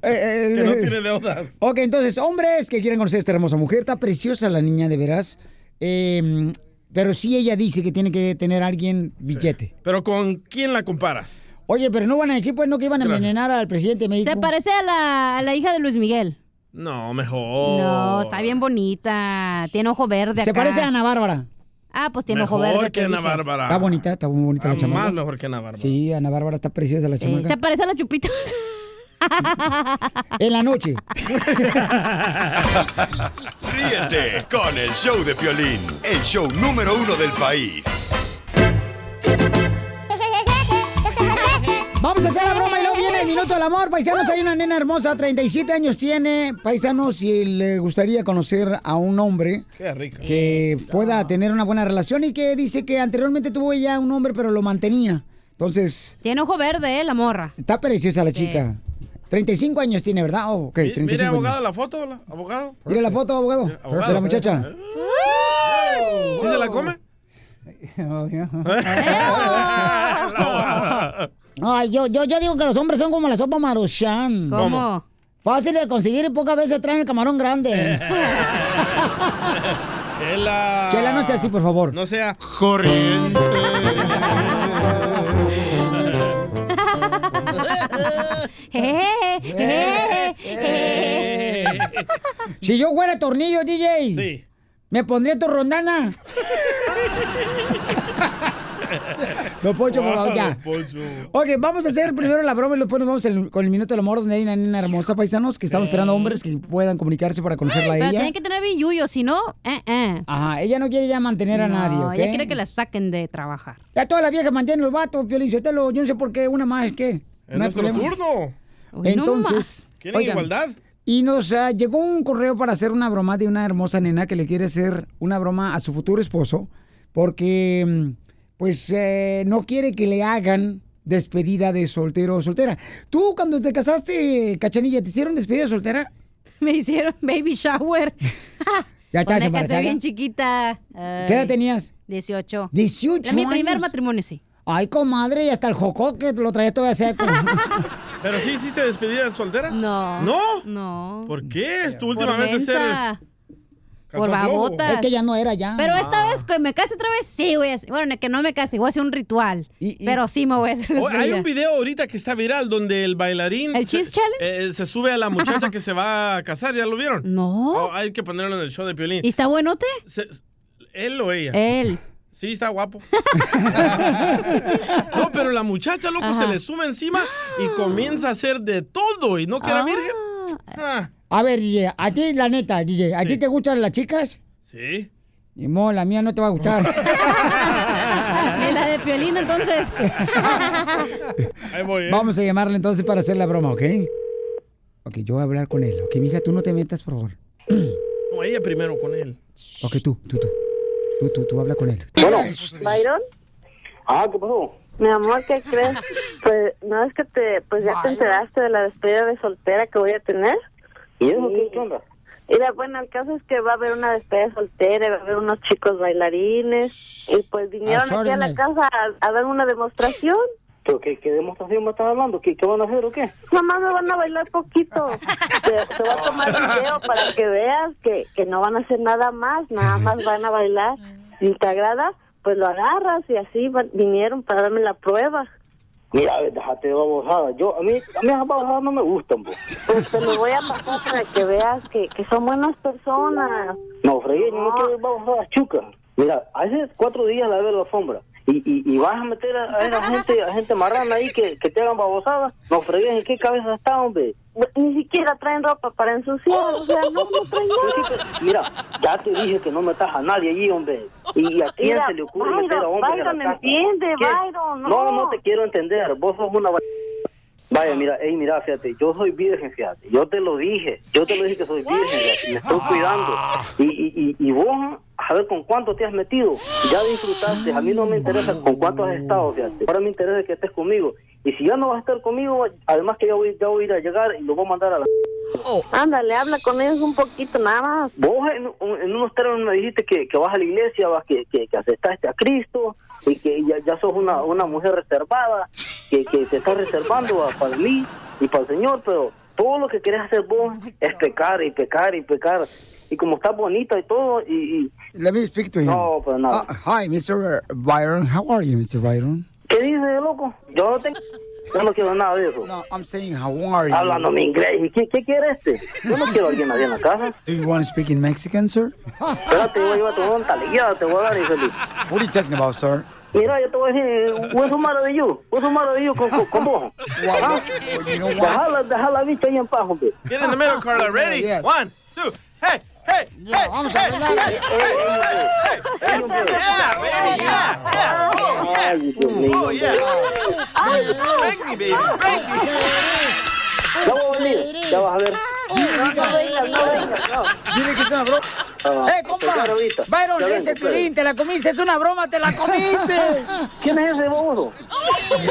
Speaker 1: eh,
Speaker 2: que no
Speaker 1: eh,
Speaker 2: tiene deudas.
Speaker 1: Ok, entonces, hombres que quieren conocer a esta hermosa mujer, está preciosa la niña, de veras. Eh, pero sí ella dice que tiene que tener a alguien billete.
Speaker 2: Pero ¿con quién la comparas?
Speaker 1: Oye, pero no van a decir, pues, no que iban a
Speaker 2: Gracias.
Speaker 1: envenenar al presidente de México.
Speaker 8: Se parece a la, a la hija de Luis Miguel.
Speaker 2: No, mejor.
Speaker 8: No, está bien bonita. Tiene ojo verde
Speaker 1: Se
Speaker 8: acá.
Speaker 1: parece a Ana Bárbara.
Speaker 8: Ah, pues tiene ojo verde.
Speaker 2: Mejor
Speaker 8: te
Speaker 2: que Ana
Speaker 8: dije.
Speaker 2: Bárbara.
Speaker 1: Está bonita, está muy bonita la
Speaker 2: Ah, Más
Speaker 1: chamaca.
Speaker 2: mejor que Ana Bárbara.
Speaker 1: Sí, Ana Bárbara está preciosa la
Speaker 8: Sí,
Speaker 1: chamaca.
Speaker 8: se parece a la Chupita.
Speaker 1: En la noche.
Speaker 6: Ríete con el show de Piolín, el show número uno del país.
Speaker 1: Vamos a hacer la broma y luego viene el minuto del amor. Paisanos, hay una nena hermosa, 37 años tiene. Paisanos, si le gustaría conocer a un hombre
Speaker 2: Qué rico.
Speaker 1: que pueda tener una buena relación y que dice que anteriormente tuvo ella un hombre, pero lo mantenía. Entonces,
Speaker 8: Tiene ojo verde, eh, la morra.
Speaker 1: está preciosa la
Speaker 8: Sí.
Speaker 1: chica. 35 años tiene, ¿verdad? Oh, ok,
Speaker 2: Mi-
Speaker 1: 35
Speaker 2: Mire, abogado,
Speaker 1: años.
Speaker 2: la foto, la- abogado.
Speaker 1: Mira la foto, abogado,
Speaker 2: abogado.
Speaker 1: de la muchacha.
Speaker 2: ¿Sí se la come?
Speaker 1: Ay, yo, yo, yo digo que los hombres son como la sopa maruchan.
Speaker 8: ¿Cómo?
Speaker 1: Fácil de conseguir y pocas veces traen el camarón grande.
Speaker 2: Eh. Chela.
Speaker 1: Chela, no sea así, por favor.
Speaker 2: No sea.
Speaker 1: Corriente. Si yo fuera tornillo, DJ, me pondría tu rondana. Don Poncho, por favor, ya. Ok, vamos a hacer primero la broma y después nos vamos el- con el Minuto del Amor, donde hay una nena hermosa, paisanos, que estamos esperando hombres que puedan comunicarse para
Speaker 8: Pero
Speaker 1: conocerla a ella.
Speaker 8: tiene que tener billuyo, si no, eh, eh.
Speaker 1: Ajá, ella no quiere ya mantener a
Speaker 8: No,
Speaker 1: nadie, ¿ok?
Speaker 8: ella quiere que la saquen de trabajar.
Speaker 1: Ya todas las viejas mantienen los vatos, Piolín Sotelo, yo no sé por qué, una más, ¿qué?
Speaker 2: Es
Speaker 1: No hay
Speaker 2: nuestro
Speaker 1: problema.
Speaker 2: turno. Hoy no
Speaker 1: Entonces,
Speaker 2: más. ¿Quieren igualdad?
Speaker 1: Y nos ah, llegó un correo para hacer una broma de una hermosa nena que le quiere hacer una broma a su futuro esposo, porque mm, pues eh, no quiere que le hagan despedida de soltero o soltera. Tú cuando te casaste, Cachanilla, ¿te hicieron despedida de soltera?
Speaker 8: Me hicieron baby shower.
Speaker 1: Ya estás
Speaker 8: Cuando me
Speaker 1: embarazada.
Speaker 8: casé bien chiquita. ay,
Speaker 1: ¿Qué edad tenías?
Speaker 8: 18.
Speaker 1: 18
Speaker 8: La- Mi primer
Speaker 1: años.
Speaker 8: matrimonio, sí.
Speaker 1: Ay, comadre, y hasta el jocó que lo traía todavía seco.
Speaker 2: ¿Pero sí hiciste despedidas solteras? No. ¿No?
Speaker 8: No.
Speaker 2: ¿Por qué? Es tu
Speaker 8: Por
Speaker 2: última vez de ser...
Speaker 8: mensa.
Speaker 2: calzón
Speaker 8: Por
Speaker 2: flojo. Ah.
Speaker 8: babotas.
Speaker 1: no era ya.
Speaker 8: Pero esta vez que me case otra vez, sí, voy a hacer- Bueno, que no me case, voy a hacer un ritual. Pero sí me voy a hacer
Speaker 2: Oh, hay
Speaker 8: despedida.
Speaker 2: un video ahorita que está viral donde el bailarín...
Speaker 8: ¿El
Speaker 2: se,
Speaker 8: Cheese Challenge?
Speaker 2: eh, se sube a la muchacha que se va a casar, ¿ya lo vieron? Oh,
Speaker 8: No.
Speaker 2: hay que ponerlo en el show de Piolín.
Speaker 8: ¿Y está Eh. buenote?
Speaker 2: Se- ¿Él o ella?
Speaker 8: Él.
Speaker 2: Sí, está guapo. no, pero la muchacha, loco,
Speaker 1: Ajá.
Speaker 2: se le sube encima y comienza a hacer de todo y no
Speaker 8: Ah.
Speaker 2: queda virgen. Ah,
Speaker 1: A ver, DJ, a ti, la neta, DJ, ¿a ti te gustan las chicas?
Speaker 2: Sí.
Speaker 1: Ni modo, la mía no te va a gustar.
Speaker 8: ¿Y la de Piolín, entonces?
Speaker 2: Ahí voy, ¿eh?
Speaker 1: Vamos a llamarle entonces para hacer la broma, ¿ok? Ok, yo voy a hablar con él. Ok, mija, tú no te metas, por favor.
Speaker 2: No, ella primero con él.
Speaker 1: Ok, tú, tú, tú. Tú, tú, tú, habla con él.
Speaker 24: Bueno. Byron. Ah, ¿qué pasó? Mi amor, ¿qué crees? Pues, no es que te, pues ya te enteraste de la despedida de soltera que voy a tener.
Speaker 15: ¿Y eso qué- qué
Speaker 24: onda? Mira, bueno, el caso es que va a haber una despedida de soltera, y va a haber unos chicos bailarines, y pues vinieron aquí a la
Speaker 15: Azórale.
Speaker 24: casa a, a dar una demostración.
Speaker 15: ¿Pero qué, qué demostración me estás hablando? ¿Qué, ¿Qué van a hacer o qué?
Speaker 24: Mamá, me van a bailar poquito. Te, te va a tomar video para que veas que, que no van a hacer nada más, nada más van a bailar. Si te agrada, pues lo agarras y así van- vinieron para darme la prueba.
Speaker 15: Mira, a ver, déjate de babosadas. Yo, a mí, a mí esas babosadas no me gustan, po.
Speaker 24: Pues te lo voy a pasar para que veas que, que son buenas personas.
Speaker 15: No, fregué, yo no quiero ir babosadas chucas. Mira, hace cuatro días la veo la alfombra. Y, y, y vas a meter a, a esa gente, a gente marrana ahí que, que te hagan babosadas. No, fregué, ¿en qué cabeza está, hombre?
Speaker 24: Ni siquiera traen ropa para ensuciar, o sea, no, no traen nada.
Speaker 15: Mira, ya te dije que no metas a nadie allí, hombre. ¿Y a quién
Speaker 24: Mira,
Speaker 15: se le ocurre
Speaker 24: Byron,
Speaker 15: meter a hombres
Speaker 24: Byron,
Speaker 15: en la casa?
Speaker 24: entiende,
Speaker 15: ¿Quién?
Speaker 24: Byron, no.
Speaker 15: no, te quiero entender. Vos sos una... va- Vaya, mira, ey, mira, fíjate, yo soy virgen, fíjate. Yo te lo dije. Yo te lo dije que soy virgen. fíjate, Me estoy cuidando. Y, y, y, y vos, a ver, ¿con cuánto te has metido? Ya disfrutaste. A mí no me interesa con cuánto has estado, fíjate. Ahora me interesa que estés conmigo. Y si ya no vas a estar conmigo, además que ya voy, ya voy a ir a llegar y lo voy a mandar a la...
Speaker 24: Ándale, habla con ellos un poquito nada más.
Speaker 15: Vos en, un- en unos términos me dijiste que, que vas a la iglesia, vas, que, que, que aceptaste a Cristo y que ya, ya sos una, una mujer reservada, que, que te estás reservando va, para mí y para el Señor, pero todo lo que querés hacer vos es pecar y pecar y pecar. Y como estás bonita y todo, y... y
Speaker 1: Let me speak to him.
Speaker 15: No, pero nada.
Speaker 1: Ah, hi, Mr. Byron. How are you, Mr. Byron?
Speaker 15: ¿Qué dices, loco? Yo no, tengo, yo no quiero nada de eso.
Speaker 1: No, I'm saying how are you?
Speaker 15: Hablando mi inglés. ¿Y qué, qué quiere este? Yo no quiero a alguien así en la casa.
Speaker 1: Do you want to speak in Mexican, sir?
Speaker 15: Espérate, voy a llevar tu monta, ya te voy a dar, infeliz.
Speaker 1: What are you talking about, sir?
Speaker 15: Mira, yo te voy a decir, what's the matter with you? What's the matter with you con, con, con vos? ¿Ah? Dejala, dejala, bicho, ahí en paz, hombre.
Speaker 2: Get in the middle, Carla. Ready?
Speaker 15: Yes.
Speaker 2: One, two, hey, hey, hey,
Speaker 1: vamos
Speaker 2: hey, hey, hey, hey, hey, hey, yeah, baby, yeah, yeah, oh, yeah.
Speaker 15: Ay, Dios mío.
Speaker 2: Oh, yeah. Baby, spank me, baby, spank me.
Speaker 15: Ya voy a venir, ya vas a ver.
Speaker 1: Dile que es una broma.
Speaker 15: Ah,
Speaker 1: ¡Eh, compa! Byron, es el Piolín, te la comiste, es una broma, te la comiste.
Speaker 15: ¿Quién es ese bobo?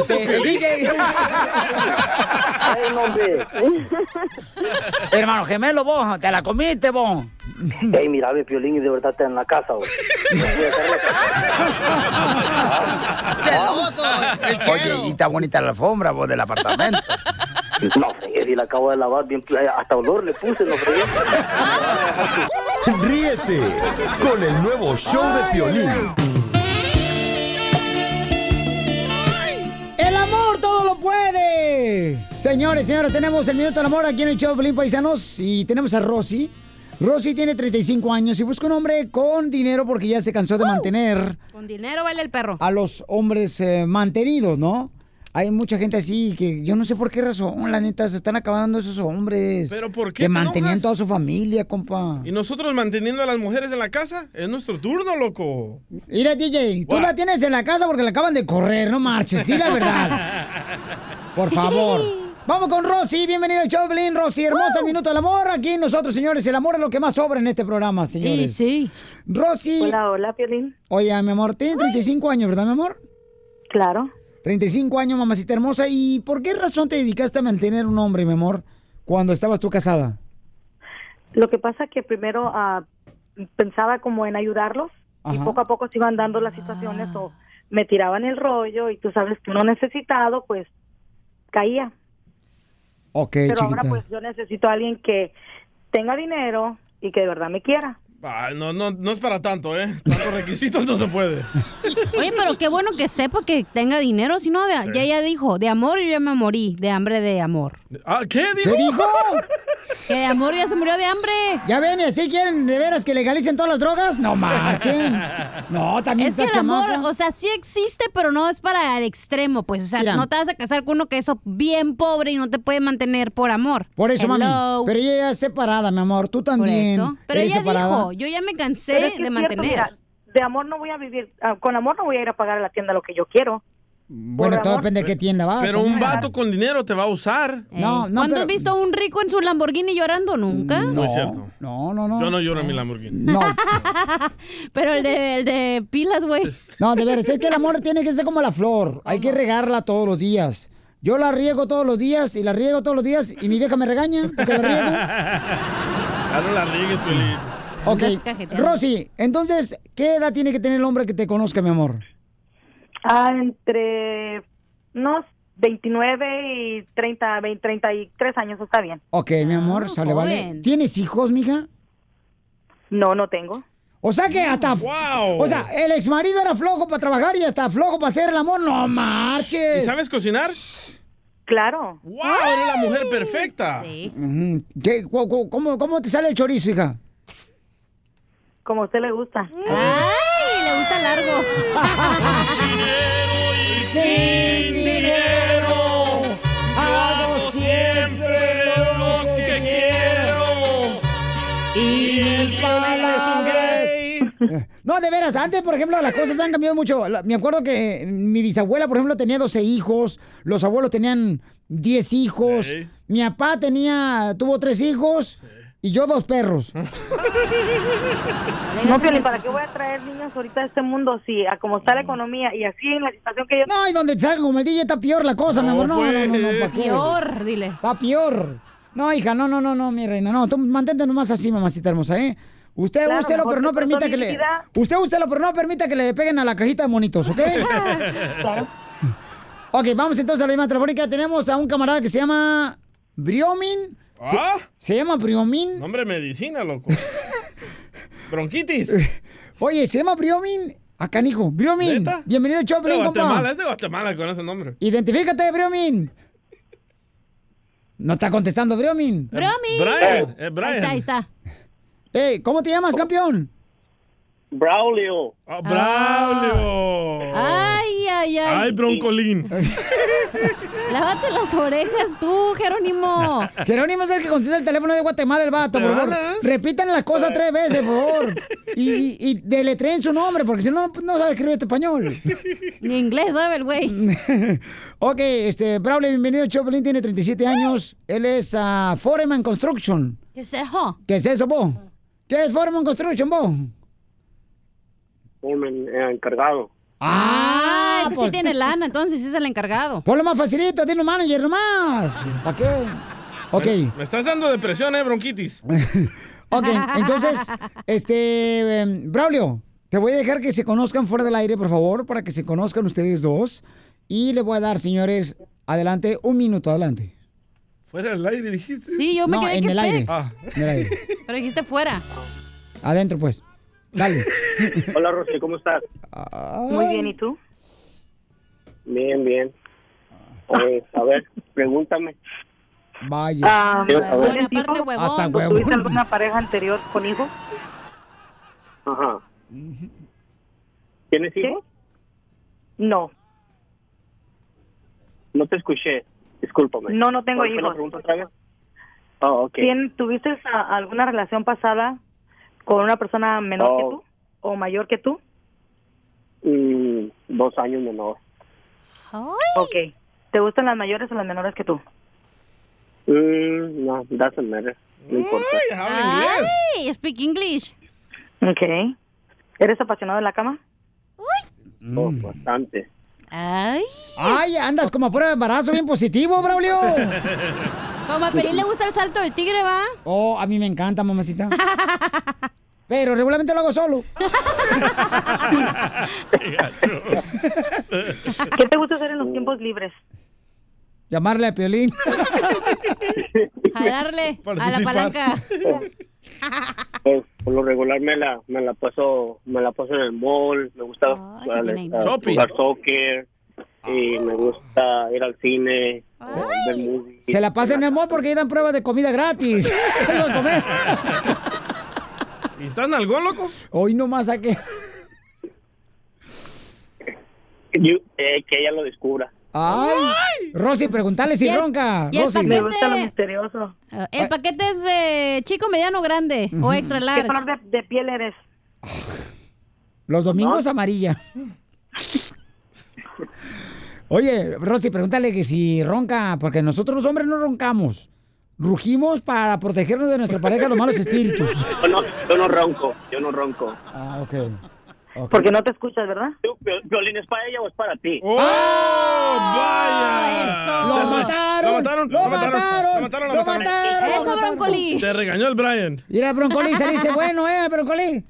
Speaker 1: el DJ.
Speaker 15: Ay, no, hombre.
Speaker 1: Hermano gemelo, vos, te la comiste, vos.
Speaker 15: Ey, mira, ve, Piolín, y de verdad está en la casa, güey.
Speaker 1: ¡Celoso! Oye, y está bonita la alfombra, vos, del apartamento.
Speaker 15: No, fregué, si la acabo de lavar bien, hasta olor le puse, no fregué.
Speaker 6: Ríete con el nuevo show de Piolín.
Speaker 1: ¡El amor todo lo puede! Señores, señores, tenemos el Minuto del Amor aquí en el show de Pelín Paisanos y tenemos a Rosy. Rosy tiene 35 años y busca un hombre con dinero porque ya se cansó de mantener
Speaker 8: Con dinero vale el perro.
Speaker 1: a los hombres eh, mantenidos, ¿no? Hay mucha gente así que yo no sé por qué razón, la neta, se están acabando esos hombres.
Speaker 2: ¿Pero por qué
Speaker 1: Que
Speaker 2: te
Speaker 1: mantenían
Speaker 2: enojas?
Speaker 1: toda su familia, compa.
Speaker 2: ¿Y nosotros manteniendo a las mujeres en la casa? Es nuestro turno, loco.
Speaker 1: Mira, DJ, tú
Speaker 2: What?
Speaker 1: la tienes en la casa porque la acaban de correr, no marches, di la verdad. Por favor. Vamos con Rosy, bienvenida al show, Belín. Rosy, hermosa, el minuto del amor. Aquí nosotros, señores, el amor es lo que más sobra en este programa, señores.
Speaker 8: Sí, sí.
Speaker 1: Rosy.
Speaker 24: Hola, hola, Piolín.
Speaker 1: Oye, mi amor, tienes 35 años, ¿verdad, mi amor?
Speaker 24: Claro.
Speaker 1: 35 años, mamacita hermosa. ¿Y por qué razón te dedicaste a mantener un hombre, mi amor, cuando estabas tú casada?
Speaker 24: Lo que pasa que primero ah, pensaba como en ayudarlos y
Speaker 16: Ajá.
Speaker 24: poco a poco se iban dando las situaciones o me tiraban el rollo y tú sabes que uno necesitado pues caía.
Speaker 1: Ok,
Speaker 24: Pero
Speaker 1: chiquita.
Speaker 24: ahora pues yo necesito a alguien que tenga dinero y que de verdad me quiera.
Speaker 2: Ah, no, no, no es para tanto, ¿eh? Tantos requisitos no se puede.
Speaker 8: Oye, pero qué bueno que sepa que tenga dinero, si no, de-
Speaker 2: Sí.
Speaker 8: ya ella dijo, de amor yo ya me morí, de hambre de amor.
Speaker 2: Ah, ¿Qué dijo?
Speaker 8: que de amor ya se murió de hambre.
Speaker 1: Ya ven, y así quieren de veras que legalicen todas las drogas. No marchen. No, también
Speaker 8: Es que el
Speaker 1: esta
Speaker 8: amor,
Speaker 1: chamaca.
Speaker 8: o sea, sí existe, pero no es para el extremo, pues, o sea,
Speaker 1: Mira.
Speaker 8: no te vas a casar con uno que es bien pobre y no te puede mantener por amor.
Speaker 1: Por eso,
Speaker 8: Hello.
Speaker 1: mami. Pero ella ya es separada, mi amor. Tú también.
Speaker 8: eso. Pero
Speaker 1: eres
Speaker 8: ella
Speaker 1: separada.
Speaker 8: dijo, yo ya me cansé
Speaker 24: Pero es que
Speaker 8: de
Speaker 24: es cierto,
Speaker 8: mantener.
Speaker 24: mira, de amor no voy a vivir, ah, con amor no voy a ir a pagar a la tienda lo que yo quiero.
Speaker 1: Bueno, todo depende de qué tienda va.
Speaker 2: Pero un
Speaker 1: también.
Speaker 2: vato con dinero te va a usar.
Speaker 1: Eh, No, no,
Speaker 8: ¿Cuándo
Speaker 1: pero-
Speaker 8: has visto a un rico en su Lamborghini llorando? Nunca.
Speaker 2: No es cierto.
Speaker 1: No, no, no.
Speaker 2: Yo no lloro en mi Lamborghini.
Speaker 1: No,
Speaker 8: Pero el de, el de pilas, güey.
Speaker 1: no, de veras, es que el amor tiene que ser como la flor. Hay que regarla todos los días. Yo la riego todos los días y la riego todos los días y mi vieja me regaña porque la riego.
Speaker 2: Ya no la riegues, Piolín.
Speaker 1: Ok.
Speaker 24: Andas cajeteando.
Speaker 1: Rosy, entonces, ¿qué edad tiene que tener el hombre que te conozca, mi amor?
Speaker 24: Ah, entre unos 29 y 30, 20, 33 años está bien.
Speaker 1: Ok, mi amor, sale, vale.
Speaker 24: Ah, joven.
Speaker 1: ¿Tienes hijos, mija?
Speaker 24: No, no tengo.
Speaker 1: O sea que hasta. O sea, el ex marido era flojo para trabajar y hasta flojo para hacer el amor. ¡No marches!
Speaker 2: ¿Y sabes cocinar?
Speaker 24: Claro.
Speaker 2: ¡Wow! Eres la mujer perfecta.
Speaker 1: Ujú. ¿Qué- cu- cu- cómo, cómo te sale el chorizo, hija?
Speaker 24: Como a usted le gusta.
Speaker 8: Ah, ¡Ay! Le gusta largo.
Speaker 24: Sin dinero,
Speaker 11: hago siempre lo que quiero. Y mi
Speaker 1: palabras-
Speaker 11: palabra
Speaker 1: No, de veras, antes, por ejemplo, las cosas han cambiado mucho. La- Me acuerdo que mi bisabuela, por ejemplo, tenía 12 hijos, los abuelos tenían 10 hijos,
Speaker 11: Sí.
Speaker 1: mi papá tenía, tuvo 3 hijos y yo dos perros.
Speaker 24: No, Piolín,
Speaker 1: pues,
Speaker 24: ¿para qué voy a traer niños ahorita a este mundo si a como está la economía y así en la situación que yo...
Speaker 1: No, y donde salgo como el DJ está peor la cosa, mi
Speaker 24: No,
Speaker 1: amor. No, no, no, no,
Speaker 24: pues.
Speaker 1: pa' qué.
Speaker 24: Peor,
Speaker 8: dile.
Speaker 1: Está peor. No, hija, no, no, no, no, mi reina. No, tú mantente nomás así, mamacita hermosa, ¿eh? Usted
Speaker 24: Claro,
Speaker 1: úselo,
Speaker 24: mejor
Speaker 1: pero no
Speaker 24: que por
Speaker 1: permita que le.
Speaker 24: solidaridad.
Speaker 1: Usted úselo, pero no permita que le peguen a la cajita de monitos, ¿ok? ok, vamos entonces a la llamada telefónica. Tenemos a un camarada que se llama Briomin. Se-
Speaker 2: ¿Ah?
Speaker 1: Se, llama Briomin.
Speaker 2: Nombre medicina, loco. Bronquitis.
Speaker 1: Oye, se llama Briomin. Acá, hijo. Briomin. Bienvenido,
Speaker 2: de
Speaker 1: Choplin,
Speaker 2: Guatemala,
Speaker 1: compa.
Speaker 2: es de Guatemala con ese nombre.
Speaker 1: Identifícate, Briomin. No está contestando, Briomin.
Speaker 8: Bromi.
Speaker 2: Brian, eh, Brian.
Speaker 8: Ahí está, ahí está.
Speaker 1: Eh, ¿Cómo te llamas, campeón?
Speaker 2: Braulio.
Speaker 7: Ah,
Speaker 2: Braulio.
Speaker 8: Ay, ay, ay.
Speaker 2: Ay, broncolín.
Speaker 8: Lávate las orejas tú, Jerónimo.
Speaker 1: Jerónimo es el que contesta el teléfono de Guatemala, el vato, por favor.
Speaker 8: ¿Te
Speaker 1: Repitan las cosas tres veces, por favor. Y, y, y deletreen su nombre, porque si no, no sabe escribir este español.
Speaker 8: Ni inglés sabe el güey.
Speaker 1: ok, este, Braulio, bienvenido. Choplin tiene 37 años. Él es ah, Foreman Construction.
Speaker 8: ¿Qué es eso?
Speaker 1: ¿Qué es eso, vos? ¿Qué es Foreman Construction, vos?
Speaker 17: Foreman eh, encargado.
Speaker 8: Ah, ese
Speaker 1: pues.
Speaker 8: sí tiene lana, entonces ese es el encargado.
Speaker 1: Ponlo más facilito, tiene un manager nomás. ¿Para qué? Ok.
Speaker 2: Me, me estás dando depresión, eh, bronquitis.
Speaker 1: Ok, entonces, este, em, Braulio, te voy a dejar que se conozcan fuera del aire, por favor, para que se conozcan ustedes dos. Y le voy a dar, señores, adelante, un minuto, adelante.
Speaker 2: Fuera del aire, dijiste.
Speaker 8: Sí, yo me
Speaker 1: no,
Speaker 8: quedé
Speaker 1: en
Speaker 8: que
Speaker 1: el aire,
Speaker 8: pex.
Speaker 1: en el aire.
Speaker 8: Pero dijiste fuera.
Speaker 1: Adentro, pues. Dale.
Speaker 17: Hola, Rosy, ¿cómo estás?
Speaker 24: Muy bien, ¿y tú?
Speaker 17: Bien, bien. Oye, a ver, pregúntame.
Speaker 1: Vaya.
Speaker 17: Ah, Quiero saber.
Speaker 24: ¿Tienes
Speaker 17: buena parte,
Speaker 24: pues, hijos?
Speaker 17: huevón. Hasta
Speaker 24: ¿Tú ¿Tuviste
Speaker 17: huevón.
Speaker 24: alguna pareja anterior con hijos?
Speaker 17: Ajá. ¿Tienes hijos?
Speaker 24: No,
Speaker 17: No te escuché. Discúlpame.
Speaker 24: No, no tengo
Speaker 17: ¿Cuál fue la
Speaker 24: hijos.
Speaker 17: pregunta otra vez? Oh, ok.
Speaker 24: ¿Tien- ¿Tuviste a- alguna relación pasada con una persona menor que tú o mayor que tú?
Speaker 17: Mm, dos años menor.
Speaker 24: Ok. ¿Te gustan las mayores o las menores que tú?
Speaker 17: Mm, no, doesn't matter. No importa.
Speaker 8: Ay, speak English.
Speaker 24: Ok. ¿Eres apasionado de la cama?
Speaker 17: Oh, bastante.
Speaker 8: Ay.
Speaker 1: Mm. Ay, andas como a prueba de embarazo, bien positivo, Braulio.
Speaker 8: Como a Pelín le gusta el salto del tigre, ¿va?
Speaker 1: Oh, a mí me encanta, mamacita. Pero regularmente lo hago solo.
Speaker 24: ¿Qué te gusta hacer en los tiempos libres?
Speaker 1: Llamarle a Piolín.
Speaker 8: Jalarle a la palanca.
Speaker 20: Por, Pues, por lo regular me la, me la paso, me la paso en el mall, me gusta
Speaker 8: sí
Speaker 20: al-
Speaker 8: tiene.
Speaker 20: a-
Speaker 8: Shopping.
Speaker 20: jugar soccer
Speaker 1: Ah.
Speaker 20: y me gusta ir al cine, ver movies.
Speaker 1: Se la pasa en el mall porque ahí dan pruebas de comida gratis. Algo de comer.
Speaker 2: ¿Y estás nalgón, loco?
Speaker 1: Hoy nomás a que.
Speaker 20: Yo- eh, que ella lo descubra.
Speaker 1: ¡Ay! Rosy, preguntale
Speaker 8: Y
Speaker 1: si
Speaker 8: el-
Speaker 1: ronca.
Speaker 8: y el
Speaker 1: Rosy.
Speaker 8: paquete- Me gusta lo
Speaker 24: misterioso.
Speaker 8: El paquete es eh, chico, mediano, grande o extra large.
Speaker 24: ¿Qué color de, de piel eres?
Speaker 1: Los domingos amarilla. Oye, Rosy, pregúntale que si ronca, porque nosotros los hombres no roncamos. Rugimos para protegernos de nuestra pareja de los malos espíritus.
Speaker 20: Yo no, yo no ronco, yo no ronco.
Speaker 1: Ah, ok.
Speaker 24: Porque no te escuchas, ¿verdad?
Speaker 20: ¿Tú, Pio- Piolín, es para ella o es para ti?
Speaker 2: ¡Oh, vaya!
Speaker 24: eso.
Speaker 1: Ah, ¡Lo
Speaker 2: ¡Lo
Speaker 1: mataron!
Speaker 2: mataron!
Speaker 1: ¡Lo
Speaker 2: ¡Lo
Speaker 1: mataron!
Speaker 2: mataron!
Speaker 1: ¡Lo mataron!
Speaker 8: Eso,
Speaker 1: ¡Lo mataron!
Speaker 8: brócoli.
Speaker 2: Te regañó el Brian.
Speaker 1: Mira, brócoli, saliste bueno, ¿eh, brócoli?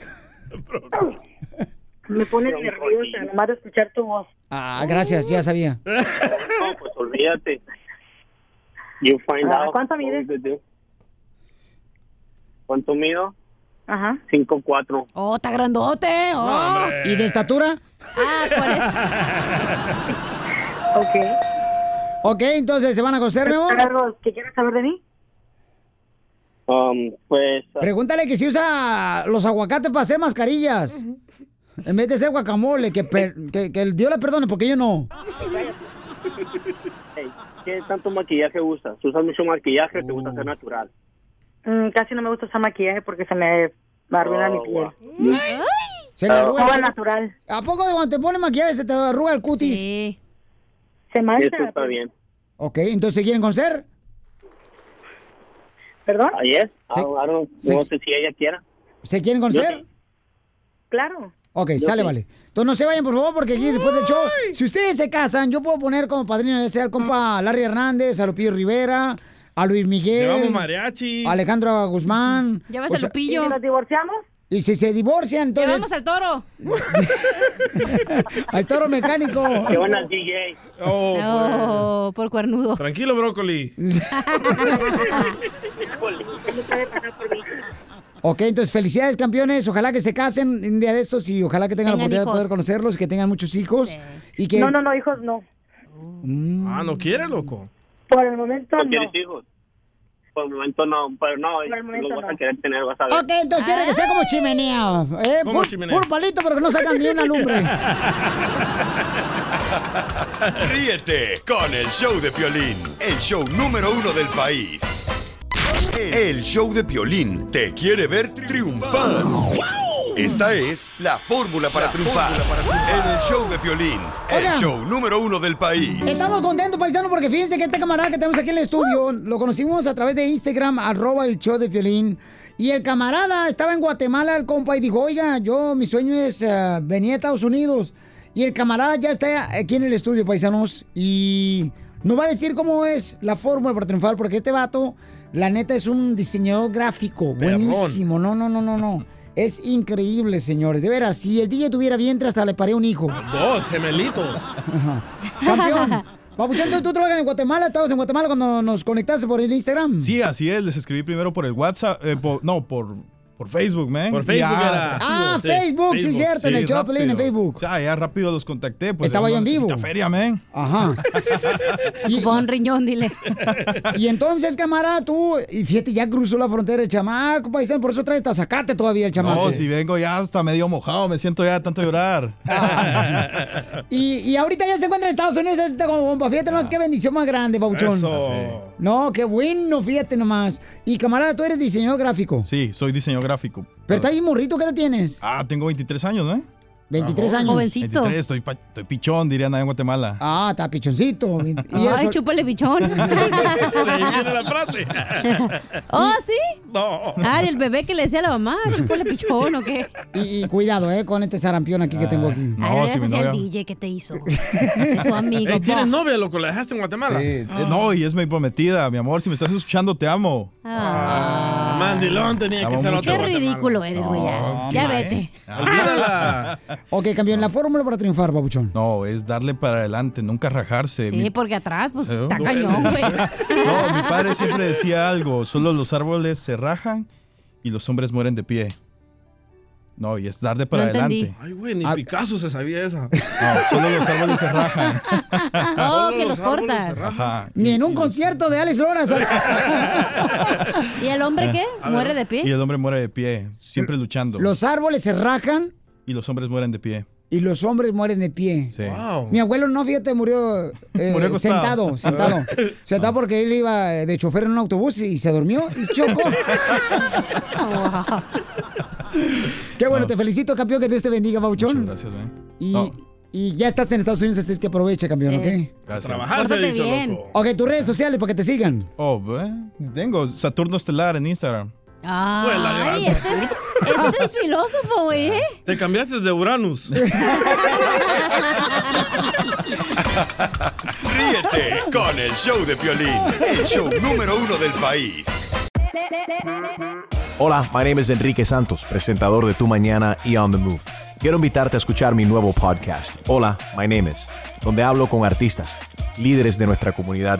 Speaker 24: Me pones nerviosa, nomás de escuchar tu voz.
Speaker 1: Ah, gracias, ya sabía.
Speaker 20: No, pues olvídate. You find
Speaker 24: Ah,
Speaker 20: out.
Speaker 24: ¿cuánto
Speaker 20: what
Speaker 24: mides?
Speaker 20: they do. ¿Cuánto mido?
Speaker 24: Ajá.
Speaker 20: 5'4".
Speaker 8: Oh, está grandote. Oh.
Speaker 1: ¿Y de estatura?
Speaker 8: Ah, por eso.
Speaker 24: Ok.
Speaker 1: Ok, entonces se van a conocer, mi amor.
Speaker 24: Carlos, ¿qué quieres saber de mí?
Speaker 20: Um, pues...
Speaker 1: Pregúntale que si usa los aguacates para hacer mascarillas. En vez de hacer guacamole, que, per- que, que el Dios la perdone, porque yo no.
Speaker 20: Hey, ¿Qué tanto maquillaje usas? ¿Usas mucho maquillaje o te
Speaker 24: Uh.
Speaker 20: gusta ser natural?
Speaker 24: Mm, casi no me gusta usar maquillaje porque se me arruina mi
Speaker 20: Oh,
Speaker 24: piel.
Speaker 1: Se le
Speaker 24: Ah.
Speaker 1: arruga.
Speaker 24: Todo al natural.
Speaker 1: ¿A poco de cuando te pone maquillaje se te arruga el cutis?
Speaker 8: Sí.
Speaker 24: Se mancha.
Speaker 20: Eso está bien.
Speaker 1: Ok, entonces ¿se quieren conocer.
Speaker 24: ¿Perdón?
Speaker 20: Ahí es. Ah,
Speaker 1: Se- se-
Speaker 20: no sé si ella quiera.
Speaker 1: ¿Se quieren conocer?
Speaker 24: Claro.
Speaker 1: Ok,
Speaker 20: Yo
Speaker 1: sale,
Speaker 20: sí.
Speaker 1: vale. Entonces no se vayan, por favor, porque aquí después del show, si ustedes se casan, yo puedo poner como padrino ya sea al compa Larry Hernández, a Lupillo Rivera, a Luis Miguel.
Speaker 2: Llevamos mariachi.
Speaker 1: a Alejandro Guzmán.
Speaker 8: Llevas
Speaker 1: O
Speaker 8: a
Speaker 1: sea,
Speaker 8: Lupillo.
Speaker 24: ¿Y nos divorciamos?
Speaker 1: Y si se divorcian, entonces.
Speaker 8: Llevamos al toro.
Speaker 1: al toro mecánico.
Speaker 20: Llevan al DJ.
Speaker 2: Oh,
Speaker 8: Oh, por cuernudo.
Speaker 2: Tranquilo, brócoli.
Speaker 1: Ok, entonces felicidades campeones, ojalá que se casen un día de estos y ojalá que tengan, la
Speaker 24: Tengan
Speaker 1: oportunidad
Speaker 24: hijos.
Speaker 1: de poder conocerlos y que tengan muchos hijos y que
Speaker 24: No, no, no, hijos no.
Speaker 2: Ah, no quiere, loco.
Speaker 24: Por el momento
Speaker 20: ¿No
Speaker 24: no.
Speaker 20: quieres hijos? Por el momento no, pero no,
Speaker 24: Por el momento
Speaker 20: lo vas a
Speaker 24: no.
Speaker 20: querer tener, vas a ver.
Speaker 1: Ok, entonces quiere que sea como chimenea. Eh,
Speaker 20: Como
Speaker 1: pur-
Speaker 20: chimenea.
Speaker 1: puro palito, pero que no sacan ni una lumbre.
Speaker 6: Ríete con el show de Piolín, el show número uno del país. El show de Piolín te quiere ver triunfar. Esta es la fórmula para triunfar. En el show de Piolín, el
Speaker 1: Oigan.
Speaker 6: show número uno del país.
Speaker 1: Estamos contentos, paisano, porque fíjense que este camarada que tenemos aquí en el estudio, lo conocimos a través de Instagram, arroba el show de violín. Y el camarada estaba en Guatemala, el compa, y dijo, oiga, yo, mi sueño es eh, venir a Estados Unidos. Y el camarada ya está aquí en el estudio, paisanos, y nos va a decir cómo es la fórmula para triunfar, porque este vato, la neta, es un diseñador gráfico,
Speaker 3: Perrón.
Speaker 1: buenísimo. No, no, no, no, no. Es increíble, señores. De veras, si el DJ tuviera vientre, hasta le paré un hijo.
Speaker 2: Dos gemelitos.
Speaker 1: Campeón. Papuchón, ¿tú, tú trabajas en Guatemala, estabas en Guatemala cuando nos conectaste por el Instagram.
Speaker 26: Sí, así es. Les escribí primero por el WhatsApp. eh, por- no, por, por Facebook, man.
Speaker 2: Por Facebook
Speaker 26: Ya,
Speaker 2: era.
Speaker 1: Ah, Facebook, sí, cierto, en el show de
Speaker 26: rápido.
Speaker 1: Piolín, en Facebook.
Speaker 26: O sea, ya rápido los contacté. Pues
Speaker 1: Estaba
Speaker 26: uno
Speaker 1: yo en
Speaker 26: necesita
Speaker 1: vivo.
Speaker 26: feria, man.
Speaker 1: Ajá.
Speaker 8: Ocupaba un riñón, dile.
Speaker 1: Y entonces, camarada, tú, y fíjate, ya cruzó la frontera el chamaco, paisano, por eso traes sacate todavía el chamaco.
Speaker 26: No, si vengo ya hasta medio mojado, me siento ya de tanto llorar.
Speaker 1: y, y ahorita ya se encuentra en Estados Unidos, este compa, fíjate nomás qué bendición más grande, Papuchón.
Speaker 26: Ah. Eso.
Speaker 1: No, qué bueno, fíjate nomás. Y camarada, tú eres diseñador gráfico.
Speaker 26: Sí, soy diseñador gráfico.
Speaker 1: Pero está ahí morrito, ¿qué edad tienes?
Speaker 26: Ah, tengo 23 años, ¿no?
Speaker 1: 23 años. Jovencito.
Speaker 26: 23, estoy, pa- estoy pichón, dirían allá en Guatemala.
Speaker 1: Ah, está pichoncito. Y
Speaker 8: Ay,
Speaker 1: eso-
Speaker 8: chúpale bichón.
Speaker 26: la frase.
Speaker 8: oh, ¿sí?
Speaker 26: No.
Speaker 8: Ah, del bebé que le decía a la mamá, chúpale pichón o qué.
Speaker 1: Y, y cuidado, eh, con este sarampión aquí que tengo aquí.
Speaker 8: Ah, no, si el DJ que te hizo. Es su amigo.
Speaker 26: Ey,
Speaker 8: pa.
Speaker 26: ¿tienes novia?
Speaker 2: Ve, loco, la dejaste en Guatemala. Ah.
Speaker 26: Eh, No, y es mi prometida, mi amor. Si me estás escuchando, te amo.
Speaker 8: Ah.
Speaker 2: mandilón tenía que ser otro.
Speaker 8: Qué ridículo eres, güey. ya.
Speaker 26: Ah,
Speaker 8: ya vete.
Speaker 1: Ok, cambió la fórmula para triunfar, babuchón.
Speaker 26: No, es darle para adelante, nunca rajarse. Mi-
Speaker 8: Sí, porque atrás, pues,
Speaker 26: Eh,
Speaker 8: está
Speaker 26: duele.
Speaker 8: cañón, güey.
Speaker 26: No, mi padre siempre decía algo, solo los árboles se rajan y los hombres mueren de pie. No, y es darle para adelante.
Speaker 2: Ay, güey, ni
Speaker 26: Ah.
Speaker 2: Picasso se sabía
Speaker 26: No,
Speaker 2: esa.
Speaker 26: solo los árboles se rajan.
Speaker 8: Oh, que los
Speaker 2: árboles
Speaker 8: cortas.
Speaker 26: Ajá.
Speaker 1: Ni en un concierto de Alex Lora.
Speaker 8: ¿Y el hombre qué? ¿Muere de
Speaker 26: Y
Speaker 8: pie?
Speaker 26: el hombre muere de pie, siempre luchando.
Speaker 1: Los árboles se rajan
Speaker 26: Y los hombres mueren de pie.
Speaker 1: y los hombres mueren de pie.
Speaker 26: Sí. Wow.
Speaker 1: Mi abuelo no, fíjate, murió, eh,
Speaker 26: Murió acostado.
Speaker 1: sentado, sentado. Sentado porque él iba de chofer en un autobús y se durmió y chocó. Qué bueno, te felicito, campeón, que Dios te bendiga, Bauchón.
Speaker 26: gracias, eh.
Speaker 1: Y, y ya estás en Estados Unidos, así es que aprovecha, campeón,
Speaker 26: Sí.
Speaker 1: ¿ok?
Speaker 26: Gracias. A trabajar, se ha
Speaker 1: Pórtate
Speaker 26: dicho,
Speaker 1: bien.
Speaker 26: loco.
Speaker 1: Ok, tus redes sociales para que te sigan.
Speaker 26: Oh, bueno, tengo Saturno Estelar en Instagram.
Speaker 8: Ay, este es, este es filósofo, güey. ¿eh?
Speaker 2: Te cambiaste de Uranus.
Speaker 6: Ríete con el show de Piolín, el show número uno del país.
Speaker 18: Hola, my name is Enrique Santos, presentador de Tu Mañana y On the Move. Quiero invitarte a escuchar mi nuevo podcast, Hola, my name is, donde hablo con artistas, líderes de nuestra comunidad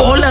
Speaker 17: Hola